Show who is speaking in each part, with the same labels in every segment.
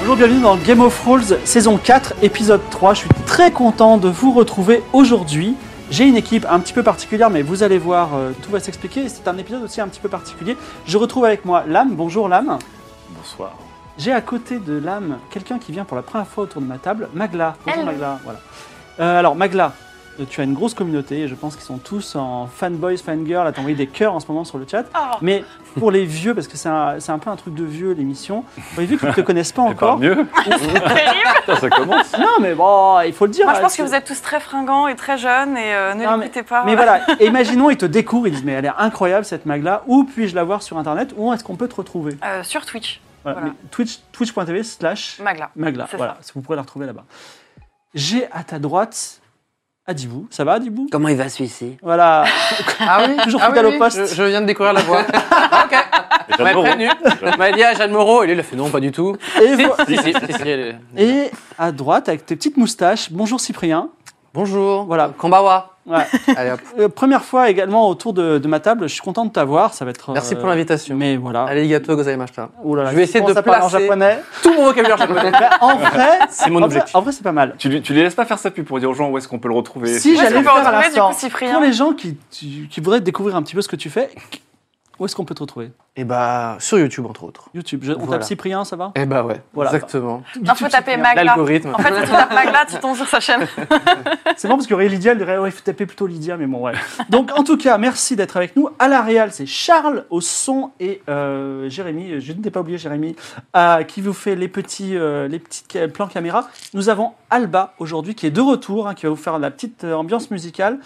Speaker 1: Bonjour, bienvenue dans Game of Thrones saison 4, épisode 3. Je suis très content de vous retrouver aujourd'hui. J'ai une équipe un petit peu particulière, mais vous allez voir, euh, tout va s'expliquer. C'est un épisode aussi un petit peu particulier. Je retrouve avec moi Lame. Bonjour Lame.
Speaker 2: Bonsoir.
Speaker 1: J'ai à côté de Lame quelqu'un qui vient pour la première fois autour de ma table, Magla. Bonjour
Speaker 3: Hello.
Speaker 1: Magla. Voilà. Euh, alors Magla, euh, tu as une grosse communauté et je pense qu'ils sont tous en fanboys, fangirl. Là, t'as envoyé des cœurs en ce moment sur le chat.
Speaker 3: Oh,
Speaker 1: Mais pour les vieux, parce que c'est un, c'est un peu un truc de vieux l'émission, pour les vieux qui ne te connaissent pas encore,
Speaker 2: Encore mieux
Speaker 3: terrible.
Speaker 2: Putain, Ça commence
Speaker 1: Non, mais bon, il faut le dire. euh,
Speaker 3: Moi, je pense que
Speaker 1: C'est-
Speaker 3: vous êtes tous très fringants et très jeunes et euh, ne
Speaker 1: Non,
Speaker 3: l'écoutez pas.
Speaker 1: Mais voilà, imaginons, ils te découvrent, ils disent, mais elle est incroyable cette Magla, où puis-je la voir sur Internet, où est-ce qu'on peut te retrouver
Speaker 3: Euh, sur Twitch,
Speaker 1: Voilà,
Speaker 3: Voilà.
Speaker 1: mais Twitch, Twitch.tv slash
Speaker 3: Magla.
Speaker 1: Magla,
Speaker 3: C'est
Speaker 1: voilà, vous pourrez la retrouver là-bas. J'ai à ta droite Adibou, ça va Adibou
Speaker 4: Comment il va celui-ci
Speaker 1: Voilà,
Speaker 4: Ah oui
Speaker 1: Toujours
Speaker 4: ah
Speaker 1: fidèle au poste.
Speaker 4: Je, je viens de découvrir la voix. Ah, ok.
Speaker 2: Et
Speaker 4: On m'a
Speaker 2: j'adore. hein.
Speaker 4: prévenu. On m'a dit à Jeanne Moreau. Et lui, il a fait non, pas du tout.
Speaker 1: et, vo-
Speaker 4: Si, si, si, si, elle est-
Speaker 1: et à droite, avec tes petites moustaches, bonjour Cyprien.
Speaker 4: Bonjour.
Speaker 1: Voilà.
Speaker 4: Kombawa.
Speaker 1: Voilà.
Speaker 4: Allez, hop.
Speaker 1: Euh, première fois également autour de, de ma table, je suis content de t'avoir, ça va être...
Speaker 4: Merci
Speaker 1: euh,
Speaker 4: pour l'invitation.
Speaker 1: Mais voilà.
Speaker 4: Allez, gâteau, gozaimashita.
Speaker 1: Ouh là là,
Speaker 4: je vais
Speaker 1: tu
Speaker 4: essayer de
Speaker 1: commences à parler en
Speaker 4: placer-
Speaker 1: japonais.
Speaker 4: Tout mon vocabulaire japonais.
Speaker 1: Ben, en vrai,
Speaker 2: C'est mon
Speaker 1: en vrai,
Speaker 2: objectif.
Speaker 1: en vrai, c'est pas mal.
Speaker 2: Tu, lui- tu les laisses pas faire sa pub pour dire aux gens où est-ce qu'on peut le retrouver
Speaker 1: Si
Speaker 3: Où est-ce
Speaker 1: j'allais
Speaker 3: qu'on
Speaker 1: le
Speaker 3: peut
Speaker 1: faire à
Speaker 3: retrouver du
Speaker 1: l'instant.
Speaker 3: coup
Speaker 1: Pour
Speaker 3: Cyprien
Speaker 1: les gens qui, tu- qui voudraient découvrir un petit peu ce que tu fais, où est-ce qu'on peut te retrouver
Speaker 4: Et bah, sur YouTube, entre autres.
Speaker 1: YouTube. Je- on
Speaker 4: Voilà.
Speaker 1: tape Cyprien, ça va
Speaker 4: Et bah, ouais.
Speaker 1: Voilà.
Speaker 4: Exactement.
Speaker 3: Non, faut taper Magla.
Speaker 4: L'algorithme.
Speaker 3: En fait, si tu tapes Magla, tu tombes sur sa chaîne.
Speaker 1: C'est bon parce qu'il y aurait Lydia, elle dirait ouais, il faut taper plutôt Lydia, mais bon, ouais. Donc en tout cas, merci d'être avec nous. À la Réal, c'est Charles au son et euh, Jérémy, je ne t'ai pas oublié Jérémy, euh, qui vous fait les petits, euh, les petits ca- plans caméra. Nous avons Alba aujourd'hui qui est de retour, hein, qui va vous faire la petite euh, ambiance musicale.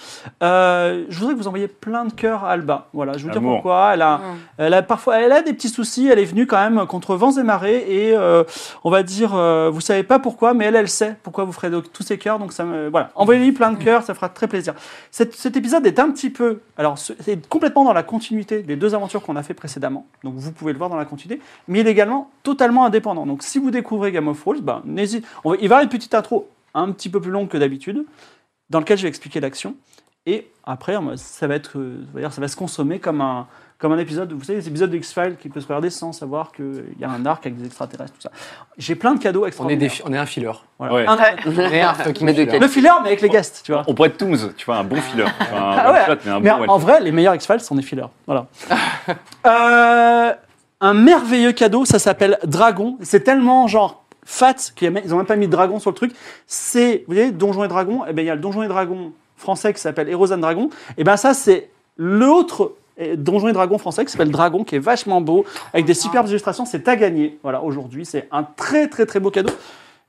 Speaker 1: Euh, je voudrais que vous envoyiez plein de cœurs à Alba. Voilà, je vais vous dire
Speaker 2: Amour.
Speaker 1: pourquoi. Elle a, elle a parfois, elle a des petits soucis. Elle est venue quand même contre vents et marées et euh, on va dire, euh, vous savez pas pourquoi, mais elle, elle sait pourquoi vous ferez donc tous ces cœurs. Donc ça, me, voilà, envoyez-lui plein de cœurs, ça fera très plaisir. Cet, cet épisode est un petit peu, alors ce- c'est complètement dans la continuité des deux aventures qu'on a fait précédemment. Donc vous pouvez le voir dans la continuité, mais il est également totalement indépendant. Donc si vous découvrez Game of Thrones, ben, n'hésitez. on va- Il va y avoir une petite intro un petit peu plus longue que d'habitude, dans laquelle je vais expliquer l'action. Et après, on va- ça va être, euh, on va dire, ça va se consommer comme un comme un épisode, vous savez, les épisodes de X-Files qui peut se regarder sans savoir qu'il y a un arc avec des extraterrestres, tout ça. J'ai plein de cadeaux
Speaker 4: On est,
Speaker 1: extraordinaires.
Speaker 4: des fi- on est un fileur.
Speaker 1: Voilà.
Speaker 2: Ouais.
Speaker 1: Un-
Speaker 4: On est un fucking
Speaker 5: Mais de
Speaker 4: fileur.
Speaker 1: le filler, mais avec les guests, tu vois.
Speaker 2: On pourrait être Toons, tu vois, un bon fileur. Enfin, un
Speaker 1: Ah ouais.
Speaker 2: one shot, mais un
Speaker 1: Mais
Speaker 2: bon one
Speaker 1: en vrai, les meilleurs X-Files sont des fillers. Voilà. Euh, un merveilleux cadeau, ça s'appelle Dragon. C'est tellement genre fat qu'ils n'ont même pas mis Dragon sur le truc. C'est, vous voyez, Donjon et Dragon. Et ben il y a le Donjon et Dragon français qui s'appelle Heroes and Dragon. Et ben ça, c'est l'autre eh, Donjon et Dragon français qui s'appelle Dragon, qui est vachement beau, avec des superbes illustrations. C'est à gagner. Voilà, aujourd'hui, c'est un très très très beau cadeau.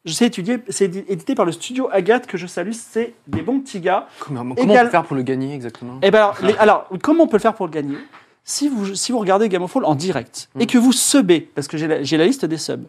Speaker 1: Je sais étudier, c'est édité par le studio Agathe que je salue. C'est des bons petits gars.
Speaker 4: Comment,
Speaker 1: Égal-
Speaker 4: comment on peut faire pour le gagner exactement
Speaker 1: Eh ben alors, les- alors, comment on peut le faire pour le gagner si vous, si vous regardez Game of Thrones en direct
Speaker 2: Mm.
Speaker 1: et que vous subez, parce que j'ai la, j'ai la liste des subs,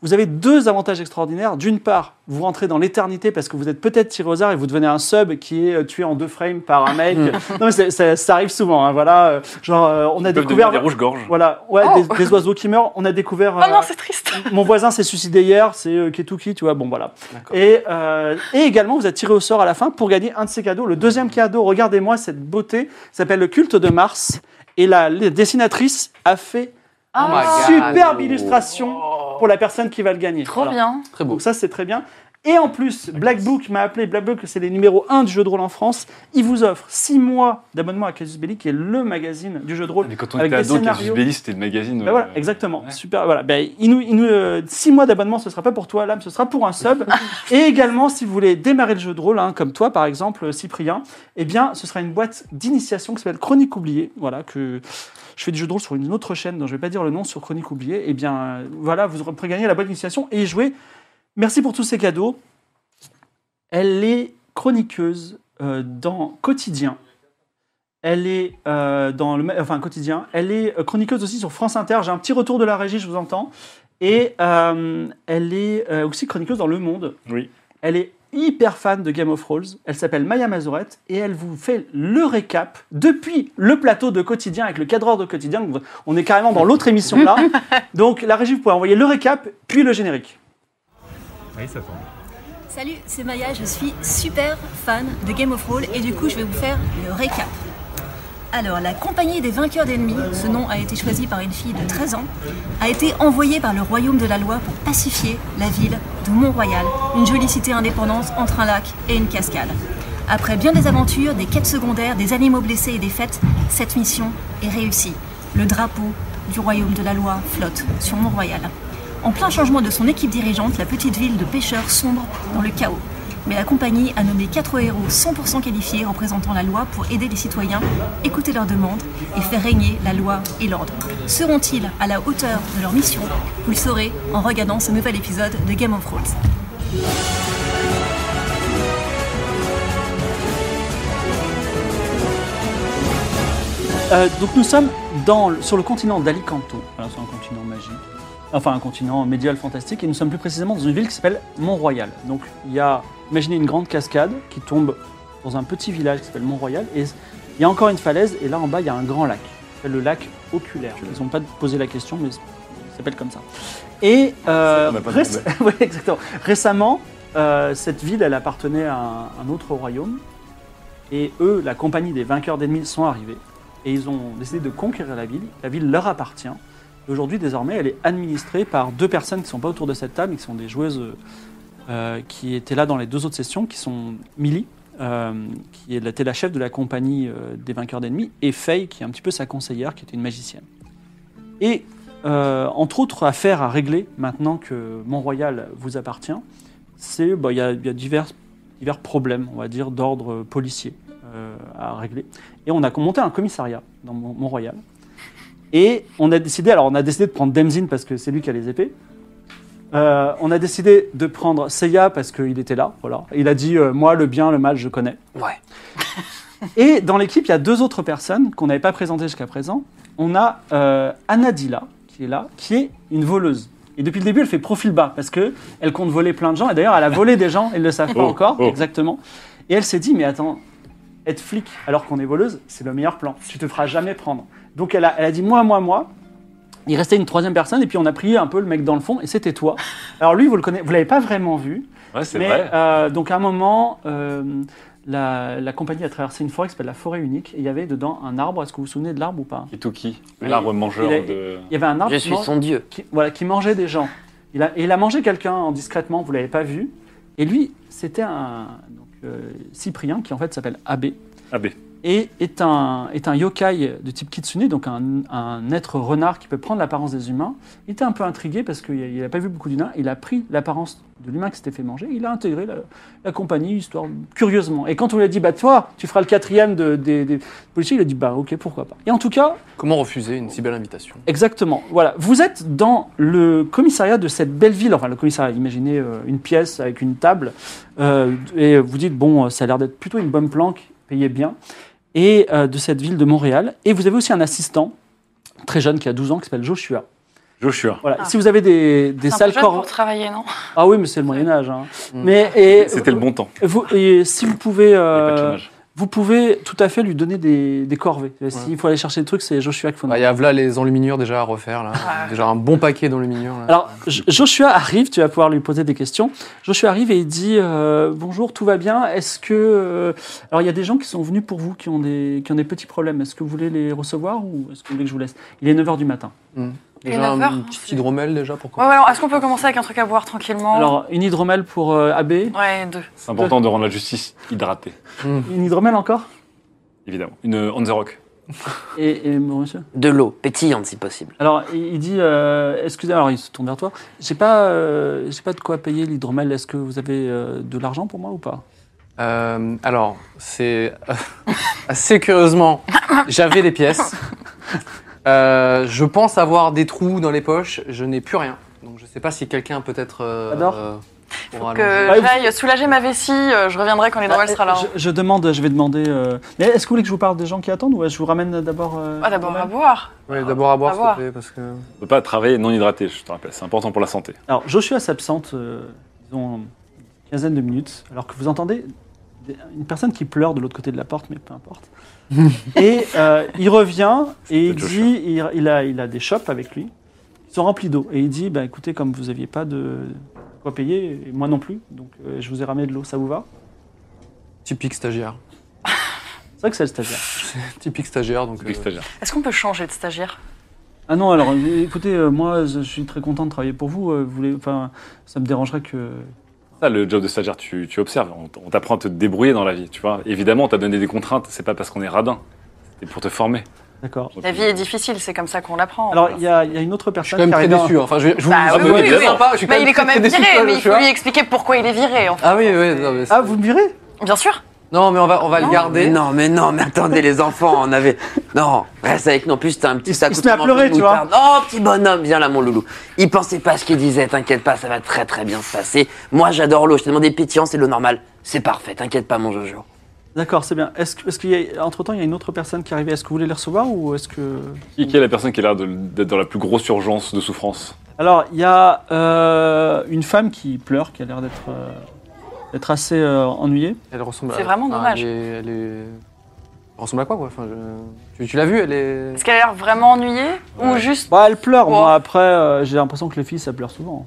Speaker 1: vous avez deux avantages extraordinaires. D'une part, vous rentrez dans l'éternité parce que vous êtes peut-être tiré au hasard et vous devenez un sub qui est euh, tué en deux frames par un mec.
Speaker 2: Mm.
Speaker 1: non, mais c'est- ça, ça arrive souvent. hein, voilà, euh, genre, euh, on a
Speaker 2: Ils peuvent
Speaker 1: découvert.
Speaker 2: devenir des rouges-gorges.
Speaker 1: Voilà, ouais,
Speaker 3: Oh.
Speaker 1: des, des oiseaux qui meurent. On a découvert.
Speaker 3: Oh
Speaker 1: euh,
Speaker 3: non, c'est triste.
Speaker 1: mon voisin s'est suicidé hier, c'est euh, Ketuki, tu vois, bon voilà.
Speaker 4: D'accord.
Speaker 1: Et, euh, et également, vous êtes tiré au sort à la fin pour gagner un de ces cadeaux. Le deuxième cadeau, regardez-moi cette beauté, ça s'appelle le culte de Mars. Et la, la dessinatrice a fait
Speaker 4: Oh my
Speaker 1: une
Speaker 4: God. Oh.
Speaker 1: superbe illustration pour la personne qui va le gagner.
Speaker 3: Trop
Speaker 1: Voilà.
Speaker 3: bien.
Speaker 4: Très beau.
Speaker 1: Donc ça, c'est très bien. Et en plus, Black Book m'a appelé. Black Book, c'est les numéros 1 du jeu de rôle en France. Il vous offre 6 mois d'abonnement à Casus Belli, qui est le magazine du jeu de rôle.
Speaker 2: Mais quand on
Speaker 1: Avec
Speaker 2: était
Speaker 1: des
Speaker 2: ado, Casus
Speaker 1: scénarios.
Speaker 2: Belli, c'était le magazine.
Speaker 1: Ben voilà,
Speaker 2: euh,
Speaker 1: exactement.
Speaker 2: ouais.
Speaker 1: Super. Voilà. Ben, il nous, il nous, euh, six mois d'abonnement, ce sera pas pour toi, l'âme, ce sera pour un sub. et également, si vous voulez démarrer le jeu de rôle, hein, comme toi, par exemple, Cyprien, eh bien, ce sera une boîte d'initiation qui s'appelle Chronique Oubliée. Voilà, que je fais du jeu de rôle sur une autre chaîne dont je vais pas dire le nom, sur Chronique Oubliée. Eh bien, euh, voilà, vous pourrez gagner la boîte d'initiation et y jouer. Merci pour tous ces cadeaux. Elle est chroniqueuse euh, dans Quotidien. Elle est euh, dans le ma- enfin quotidien. Elle est euh, chroniqueuse aussi sur France Inter. J'ai un petit retour de la régie, je vous entends. Et euh, elle est euh, aussi chroniqueuse dans Le Monde.
Speaker 2: Oui.
Speaker 1: Elle est hyper fan de Game of Thrones. Elle s'appelle Maya Mazorette et elle vous fait le récap depuis le plateau de quotidien avec le cadreur de quotidien. Donc, On est carrément dans l'autre émission là. Donc la régie, vous pouvez envoyer le récap puis le générique.
Speaker 5: Salut, c'est Maya, je suis super fan de Game of Thrones et du coup je vais vous faire le récap. Alors, la compagnie des vainqueurs d'ennemis, ce nom a été choisi par une fille de 13 ans, a été envoyée par le royaume de la loi pour pacifier la ville de Mont-Royal, une jolie cité indépendante entre un lac et une cascade. Après bien des aventures, des quêtes secondaires, des animaux blessés et des fêtes, cette mission est réussie. Le drapeau du royaume de la loi flotte sur Mont-Royal. En plein changement de son équipe dirigeante, la petite ville de pêcheurs sombre dans le chaos. Mais la compagnie a nommé quatre héros 100% qualifiés représentant la loi pour aider les citoyens, écouter leurs demandes et faire régner la loi et l'ordre. Seront-ils à la hauteur de leur mission Vous le saurez en regardant ce nouvel épisode de Game of Thrones.
Speaker 1: Euh, donc nous sommes dans, le- sur le continent d'Alicanto, voilà, c'est un continent magique, enfin un continent médiéval fantastique, et nous sommes plus précisément dans une ville qui s'appelle Mont-Royal. Donc il y a, imaginez une grande cascade qui tombe dans un petit village qui s'appelle Mont-Royal, et il y a encore une falaise, et là en bas il y a un grand lac, qui s'appelle le lac oculaire. Ils n'ont pas posé la question, mais il s'appelle comme ça. Et euh,
Speaker 2: On n'a pas
Speaker 1: réc- Ouais, exactement. récemment, euh, cette ville elle appartenait à un- un autre royaume, et eux, la compagnie des vainqueurs d'ennemis, sont arrivés et ils ont décidé de conquérir la ville. La ville leur appartient. Et aujourd'hui, désormais, elle est administrée par deux personnes qui ne sont pas autour de cette table, mais qui sont des joueuses euh, qui étaient là dans les deux autres sessions, qui sont Millie, euh, qui était la chef de la compagnie euh, des vainqueurs d'ennemis, et Faye, qui est un petit peu sa conseillère, qui était une magicienne. Et euh, entre autres affaires à régler, maintenant que Mont-Royal vous appartient, c'est bah, il y a, il y a divers, divers problèmes, on va dire, d'ordre policier euh, à régler. Et on a monté un commissariat dans Mont- Mont-Royal. Et on a décidé, alors on a décidé de prendre Demzin parce que c'est lui qui a les épées. Euh, on a décidé de prendre Seiya parce qu'il était là, voilà. Il a dit euh, moi le bien, le mal, je connais.
Speaker 4: Ouais.
Speaker 1: Et dans l'équipe, il y a deux autres personnes qu'on n'avait pas présentées jusqu'à présent. On a euh, Anadila, qui est là, qui est une voleuse. Et depuis le début, elle fait profil bas parce que elle compte voler plein de gens. Et d'ailleurs, elle a volé des gens, ils ne le savent pas
Speaker 2: Oh,
Speaker 1: encore,
Speaker 2: oh.
Speaker 1: exactement. Et elle s'est dit, mais attends, être flic alors qu'on est voleuse, c'est le meilleur plan. Tu te feras jamais prendre. Donc elle a, elle a dit, moi, moi, moi. Il restait une troisième personne et puis on a pris un peu le mec dans le fond et c'était toi. Alors lui, vous le connaissez, vous l'avez pas vraiment vu.
Speaker 2: Ouais, c'est
Speaker 1: Mais
Speaker 2: vrai.
Speaker 1: euh, donc à un moment, euh, la, la compagnie a traversé une forêt qui s'appelle la forêt unique et il y avait dedans un arbre. Est-ce que vous vous souvenez de l'arbre ou pas
Speaker 2: Kituki,
Speaker 4: Oui.
Speaker 2: l'arbre mangeur
Speaker 1: euh, Il est-
Speaker 2: de.
Speaker 1: Il y avait un arbre
Speaker 4: Je
Speaker 1: qui,
Speaker 4: suis
Speaker 1: man-
Speaker 4: son dieu.
Speaker 1: qui- voilà, qui mangeait des gens. Il a, et il a mangé quelqu'un en discrètement, vous l'avez pas vu. Et lui, c'était un donc, euh, Cyprien qui en fait s'appelle Abbé
Speaker 2: Ah, B.
Speaker 1: et est un, est un yokai de type kitsune, donc un, un être renard qui peut prendre l'apparence des humains. Il était un peu intrigué parce qu'il n'a pas vu beaucoup d'humains. Il a pris l'apparence de l'humain qui s'était fait manger. Il a intégré la, la compagnie, histoire, curieusement. Et quand on lui a dit, bah toi, tu feras le quatrième de- des, des policiers, il a dit, bah ok, pourquoi pas. Et en tout cas,
Speaker 4: Comment refuser une si belle invitation
Speaker 1: Exactement. Voilà. Vous êtes dans le commissariat de cette belle ville. Enfin, le commissariat, imaginez euh, une pièce avec une table. euh, et vous dites, bon, euh, ça a l'air d'être plutôt une bonne planque, payez bien. Et euh, de cette ville de Montréal. Et vous avez aussi un assistant, très jeune, qui a 12 ans, qui s'appelle Joshua.
Speaker 2: Joshua.
Speaker 1: Voilà.
Speaker 3: Ah.
Speaker 1: Si vous avez des, des
Speaker 3: C'est un peu
Speaker 1: salles
Speaker 3: jeune
Speaker 1: cor-
Speaker 3: pour travailler, non
Speaker 1: Ah oui, mais c'est le Moyen-Âge.
Speaker 4: Mm.
Speaker 1: Mais et,
Speaker 2: C'était le bon temps.
Speaker 1: vous- et si vous pouvez.
Speaker 2: Il y avait pas de
Speaker 1: euh,
Speaker 2: chômage.
Speaker 1: vous pouvez tout à fait lui donner des, des corvées. Euh, S'il faut aller chercher des trucs, c'est Joshua qu'il faut
Speaker 4: Bah, Il y a voilà les enluminures déjà à refaire là.
Speaker 3: Ah.
Speaker 4: Déjà un bon paquet d'enluminures là.
Speaker 1: Ah. Alors, Jo- Joshua arrive, tu vas pouvoir lui poser des questions. Joshua arrive et il dit euh, Bonjour, tout va bien Est-ce que. euh, Alors, il y a des gens qui sont venus pour vous qui ont des, qui ont des petits problèmes. Est-ce que vous voulez les recevoir ou est-ce que vous voulez que je vous laisse Il est 9h du matin.
Speaker 4: Mm. Déjà,
Speaker 3: Et 9 heures,
Speaker 4: un
Speaker 3: hein, c'est-
Speaker 4: petit hydromel, déjà,
Speaker 3: Ouais,
Speaker 4: pourquoi
Speaker 3: ouais, alors, est-ce qu'on peut commencer avec un truc à boire tranquillement
Speaker 1: Alors, une hydromel pour euh, AB.
Speaker 3: Ouais, deux.
Speaker 2: C'est important de rendre la justice hydratée,
Speaker 1: Une hydromel encore
Speaker 2: évidemment. Une euh, on the rock.
Speaker 1: et, et bon, monsieur
Speaker 6: De l'eau, pétillante si possible.
Speaker 1: Alors, il il dit, euh, excusez, alors il se tourne vers toi. J'ai pas, euh, j'ai pas de quoi payer l'hydromel. Est-ce que vous avez euh, de l'argent pour moi ou pas
Speaker 4: Euh, Alors, c'est. euh, assez curieusement, j'avais des pièces. Euh, je pense avoir des trous dans les poches. Je n'ai plus rien. Donc, je sais pas si quelqu'un peut-être. euh,
Speaker 1: Pas d'or
Speaker 4: euh, pourra
Speaker 3: Que
Speaker 4: allonger.
Speaker 1: Ouais, vous-
Speaker 3: j'aille soulager ma vessie, euh, je reviendrai quand l'hydromel sera là. hein.
Speaker 1: Bah, Je, je demande, je vais demander. euh, Mais est-ce que vous voulez que je vous parle des gens qui attendent ou est-ce que je vous ramène d'abord euh,
Speaker 3: Ah, d'abord à
Speaker 1: l'hydromel
Speaker 3: boire.
Speaker 4: Ouais, D'abord à boire,
Speaker 3: À
Speaker 4: s'il
Speaker 3: boire.
Speaker 4: te plaît, parce que.
Speaker 2: On peut pas travailler non hydraté, je te rappelle. C'est important pour la santé.
Speaker 1: Alors, Joshua s'absente, euh, disons, une quinzaine de minutes, alors que vous entendez des- une personne qui pleure de l'autre côté de la porte, mais peu importe. et euh, il revient et il
Speaker 2: Joshua.
Speaker 1: dit il, il a, il a des shops avec lui, ils sont remplis d'eau. Et il dit bah, écoutez, comme vous n'aviez pas de quoi payer, et moi non plus, donc euh, je vous ai ramené de l'eau, ça vous va
Speaker 4: Typique stagiaire.
Speaker 1: C'est vrai que c'est le stagiaire.
Speaker 4: Typique stagiaire, donc.
Speaker 2: Public
Speaker 4: euh,
Speaker 2: stagiaire.
Speaker 3: Est-ce qu'on peut changer de stagiaire
Speaker 1: Ah non, alors euh, écoutez, euh, moi je suis très content de travailler pour vous, euh, vous voulez, enfin, ça me dérangerait que.
Speaker 2: Ça, le job de stagiaire, tu, tu observes. On, t- on t'apprend à te débrouiller dans la vie, tu vois. Évidemment, on t'a donné des contraintes. C'est pas parce qu'on est radin. C'est pour te former.
Speaker 1: D'accord.
Speaker 3: La vie est difficile, c'est comme ça qu'on l'apprend.
Speaker 1: Alors il y, a il y a une autre
Speaker 4: Je suis
Speaker 1: personne
Speaker 4: quand
Speaker 1: qui
Speaker 4: même très
Speaker 1: arrive. en-
Speaker 4: déçu. hein. Enfin, je, vais- je vous
Speaker 3: Bah
Speaker 4: je
Speaker 3: oui,
Speaker 4: vous-
Speaker 3: oui,
Speaker 4: je suis
Speaker 3: oui.
Speaker 4: sympa, je suis
Speaker 3: Mais il est quand même
Speaker 4: très déçu,
Speaker 3: viré,
Speaker 4: quoi,
Speaker 3: mais il
Speaker 4: tu
Speaker 3: faut
Speaker 4: vois.
Speaker 3: lui expliquer pourquoi il est viré. en fait.
Speaker 4: Ah oui, oui. non, mais c'est-
Speaker 1: Ah, vous me virez
Speaker 3: Bien sûr.
Speaker 4: Non, mais on va, on va le garder.
Speaker 6: Mais non, mais non, mais attendez, les enfants, on avait. Non, Oh, reste avec nous. En plus, t'as un petit
Speaker 1: Il-
Speaker 6: sac.
Speaker 1: il se met à pleurer, tu vois.
Speaker 6: Oh, petit bonhomme, viens là, mon loulou. Il pensait pas à ce qu'il disait, t'inquiète pas, ça va très très bien se passer. Moi, j'adore l'eau. Je t'ai demandé pétillant, c'est de l'eau normale. C'est parfait, t'inquiète pas, mon Jojo.
Speaker 1: D'accord, c'est bien. Est-ce que- est-ce qu'il y a, entre temps, il y a une autre personne qui est arrivée. Est-ce que vous voulez les recevoir ou est-ce que.
Speaker 2: Qui, qui est la personne qui a l'air de- d'être dans la plus grosse urgence de souffrance
Speaker 1: Alors, il y a euh, une femme qui pleure, qui a l'air d'être, euh, d'être assez euh, ennuyée.
Speaker 4: Elle ressemble à.
Speaker 3: C'est vraiment
Speaker 4: enfin,
Speaker 3: dommage.
Speaker 4: Elle, est, elle est- elle ressemble à quoi, quoi Enfin, je- tu, tu l'as vu, elle est.
Speaker 3: Est-ce qu'elle a l'air vraiment ennuyée Ou juste,
Speaker 1: Bah, elle pleure.
Speaker 3: Oh.
Speaker 1: Moi, après, euh, j'ai l'impression que les filles, ça pleure souvent.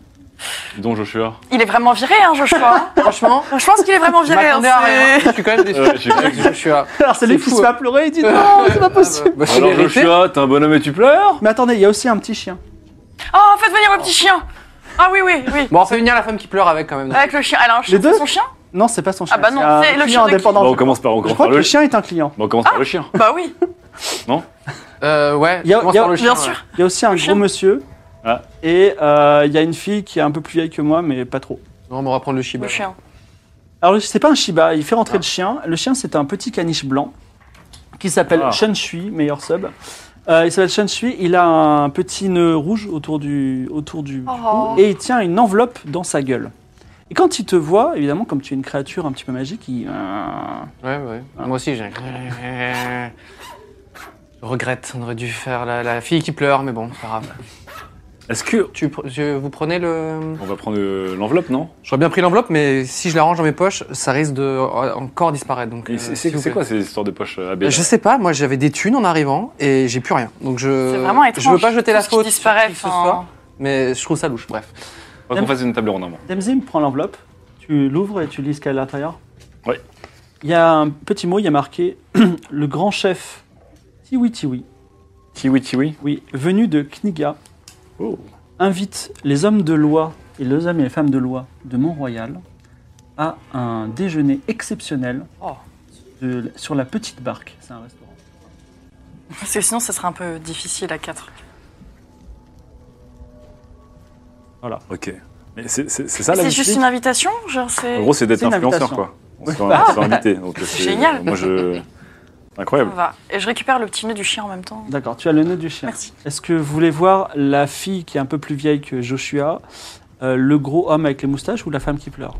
Speaker 2: Dis donc, Joshua.
Speaker 3: il est vraiment viré, hein, Joshua hein
Speaker 4: Franchement,
Speaker 3: Je pense qu'il est vraiment
Speaker 4: je
Speaker 3: viré. hein,
Speaker 4: m'attendais à rien.
Speaker 3: c'est-
Speaker 4: Je suis quand même déçu.
Speaker 2: Euh, j'ai bien-
Speaker 4: Je suis à.
Speaker 1: Alors, c'est,
Speaker 4: C'est
Speaker 1: lui qui
Speaker 4: fou,
Speaker 1: se met
Speaker 4: hein.
Speaker 1: à pleurer. Il dit non, c'est pas possible.
Speaker 4: Bah, c'est
Speaker 2: Alors,
Speaker 4: mérité.
Speaker 2: Joshua, t'es un bonhomme et tu pleures
Speaker 1: Mais attendez, il y a aussi un petit chien.
Speaker 3: Oh, faites venir le petit chien Ah oui, oui, oui.
Speaker 4: Bon, on fait venir la femme qui pleure avec quand même. non
Speaker 3: Avec le chien. Elle a un chien,
Speaker 1: Les deux
Speaker 3: son chien
Speaker 1: Non, c'est pas son chien.
Speaker 3: bah non,
Speaker 1: un
Speaker 3: c'est le
Speaker 1: client
Speaker 3: chien de qui
Speaker 1: indépendant.
Speaker 2: Bah, On commence par on
Speaker 1: Je
Speaker 2: commence
Speaker 1: crois
Speaker 2: par
Speaker 1: que le
Speaker 2: le chien.
Speaker 1: chien est un client.
Speaker 2: Bah, on commence par le chien.
Speaker 3: Bah oui,
Speaker 4: Euh, ouais,
Speaker 1: Il y a-
Speaker 4: commence
Speaker 1: il y a-
Speaker 4: par le
Speaker 3: bien
Speaker 4: chien, ouais.
Speaker 3: sûr.
Speaker 1: Il y a aussi un
Speaker 3: chien
Speaker 1: gros monsieur.
Speaker 2: Ah.
Speaker 1: Et euh, il y a une fille qui est un peu plus vieille que moi, mais pas trop.
Speaker 4: Non, mais on va prendre le Shiba.
Speaker 3: Le chien.
Speaker 1: Alors, c'est pas un Shiba, il fait rentrer le chien. Le chien, c'est un petit caniche blanc qui s'appelle
Speaker 2: Ah.
Speaker 1: Shen Shui, meilleur sub. Euh, il s'appelle Shen Shui, il a un petit nœud rouge autour du, autour du cou
Speaker 3: Oh.
Speaker 1: et il tient une enveloppe dans sa gueule. Et quand il te voit, évidemment, comme tu es une créature un petit peu magique, il. euh,
Speaker 4: Ouais, ouais. Moi aussi, j'ai. un- Je regrette, on aurait dû faire la, la fille qui pleure, mais bon, c'est pas grave.
Speaker 2: Est-ce que
Speaker 4: Tu, pr- je- vous prenez le.
Speaker 2: on va prendre euh, l'enveloppe, non
Speaker 4: J'aurais bien pris l'enveloppe, mais si je la range dans mes poches, ça risque de euh, encore disparaître. Donc,
Speaker 2: Et
Speaker 4: euh,
Speaker 2: C'est
Speaker 4: s'il
Speaker 2: c'est-
Speaker 4: vous
Speaker 2: c'est
Speaker 4: plaît.
Speaker 2: quoi ces histoires de poches euh, AB
Speaker 4: Je sais pas, moi j'avais des thunes en arrivant et j'ai plus rien. Donc je.
Speaker 3: C'est vraiment étrange.
Speaker 4: Je veux pas jeter la
Speaker 3: tout ce qui
Speaker 4: faute.
Speaker 3: disparaît,
Speaker 4: sur qui que ce
Speaker 3: enfin.
Speaker 4: soit, mais je trouve ça louche, bref.
Speaker 2: Faut qu'on fasse une table ronde un moment.
Speaker 1: Demzim prend l'enveloppe, tu l'ouvres et tu lis ce qu'il y a à l'intérieur.
Speaker 2: Oui.
Speaker 1: Il y a un petit mot, il y a marqué Le grand chef Tiwi Tiwi,
Speaker 2: Kiwi, kiwi.
Speaker 1: oui, venu de Kniga,
Speaker 2: Oh.
Speaker 1: invite les hommes de loi et les hommes et les femmes de loi de Mont-Royal à un déjeuner exceptionnel
Speaker 3: Oh.
Speaker 1: de- sur la petite barque. C'est un restaurant.
Speaker 3: Parce que sinon, ça serait un peu difficile à quatre.
Speaker 2: Ok. Mais c'est c'est- c'est ça la
Speaker 3: C'est
Speaker 2: musique
Speaker 3: juste une invitation Genre, c'est.
Speaker 2: En gros, c'est d'être
Speaker 1: C'est une
Speaker 2: influenceur,
Speaker 1: invitation.
Speaker 2: quoi. On se fait on se fait inviter. donc, euh, c'est-
Speaker 3: Génial.
Speaker 2: Moi, je.
Speaker 3: On
Speaker 2: Incroyable.
Speaker 3: va. Et je récupère le petit nœud du chien en même temps.
Speaker 1: D'accord, tu as le nœud du chien.
Speaker 3: Merci.
Speaker 1: Est-ce que vous voulez voir la fille qui est un peu plus vieille que Joshua, euh, le gros homme avec les moustaches ou la femme qui pleure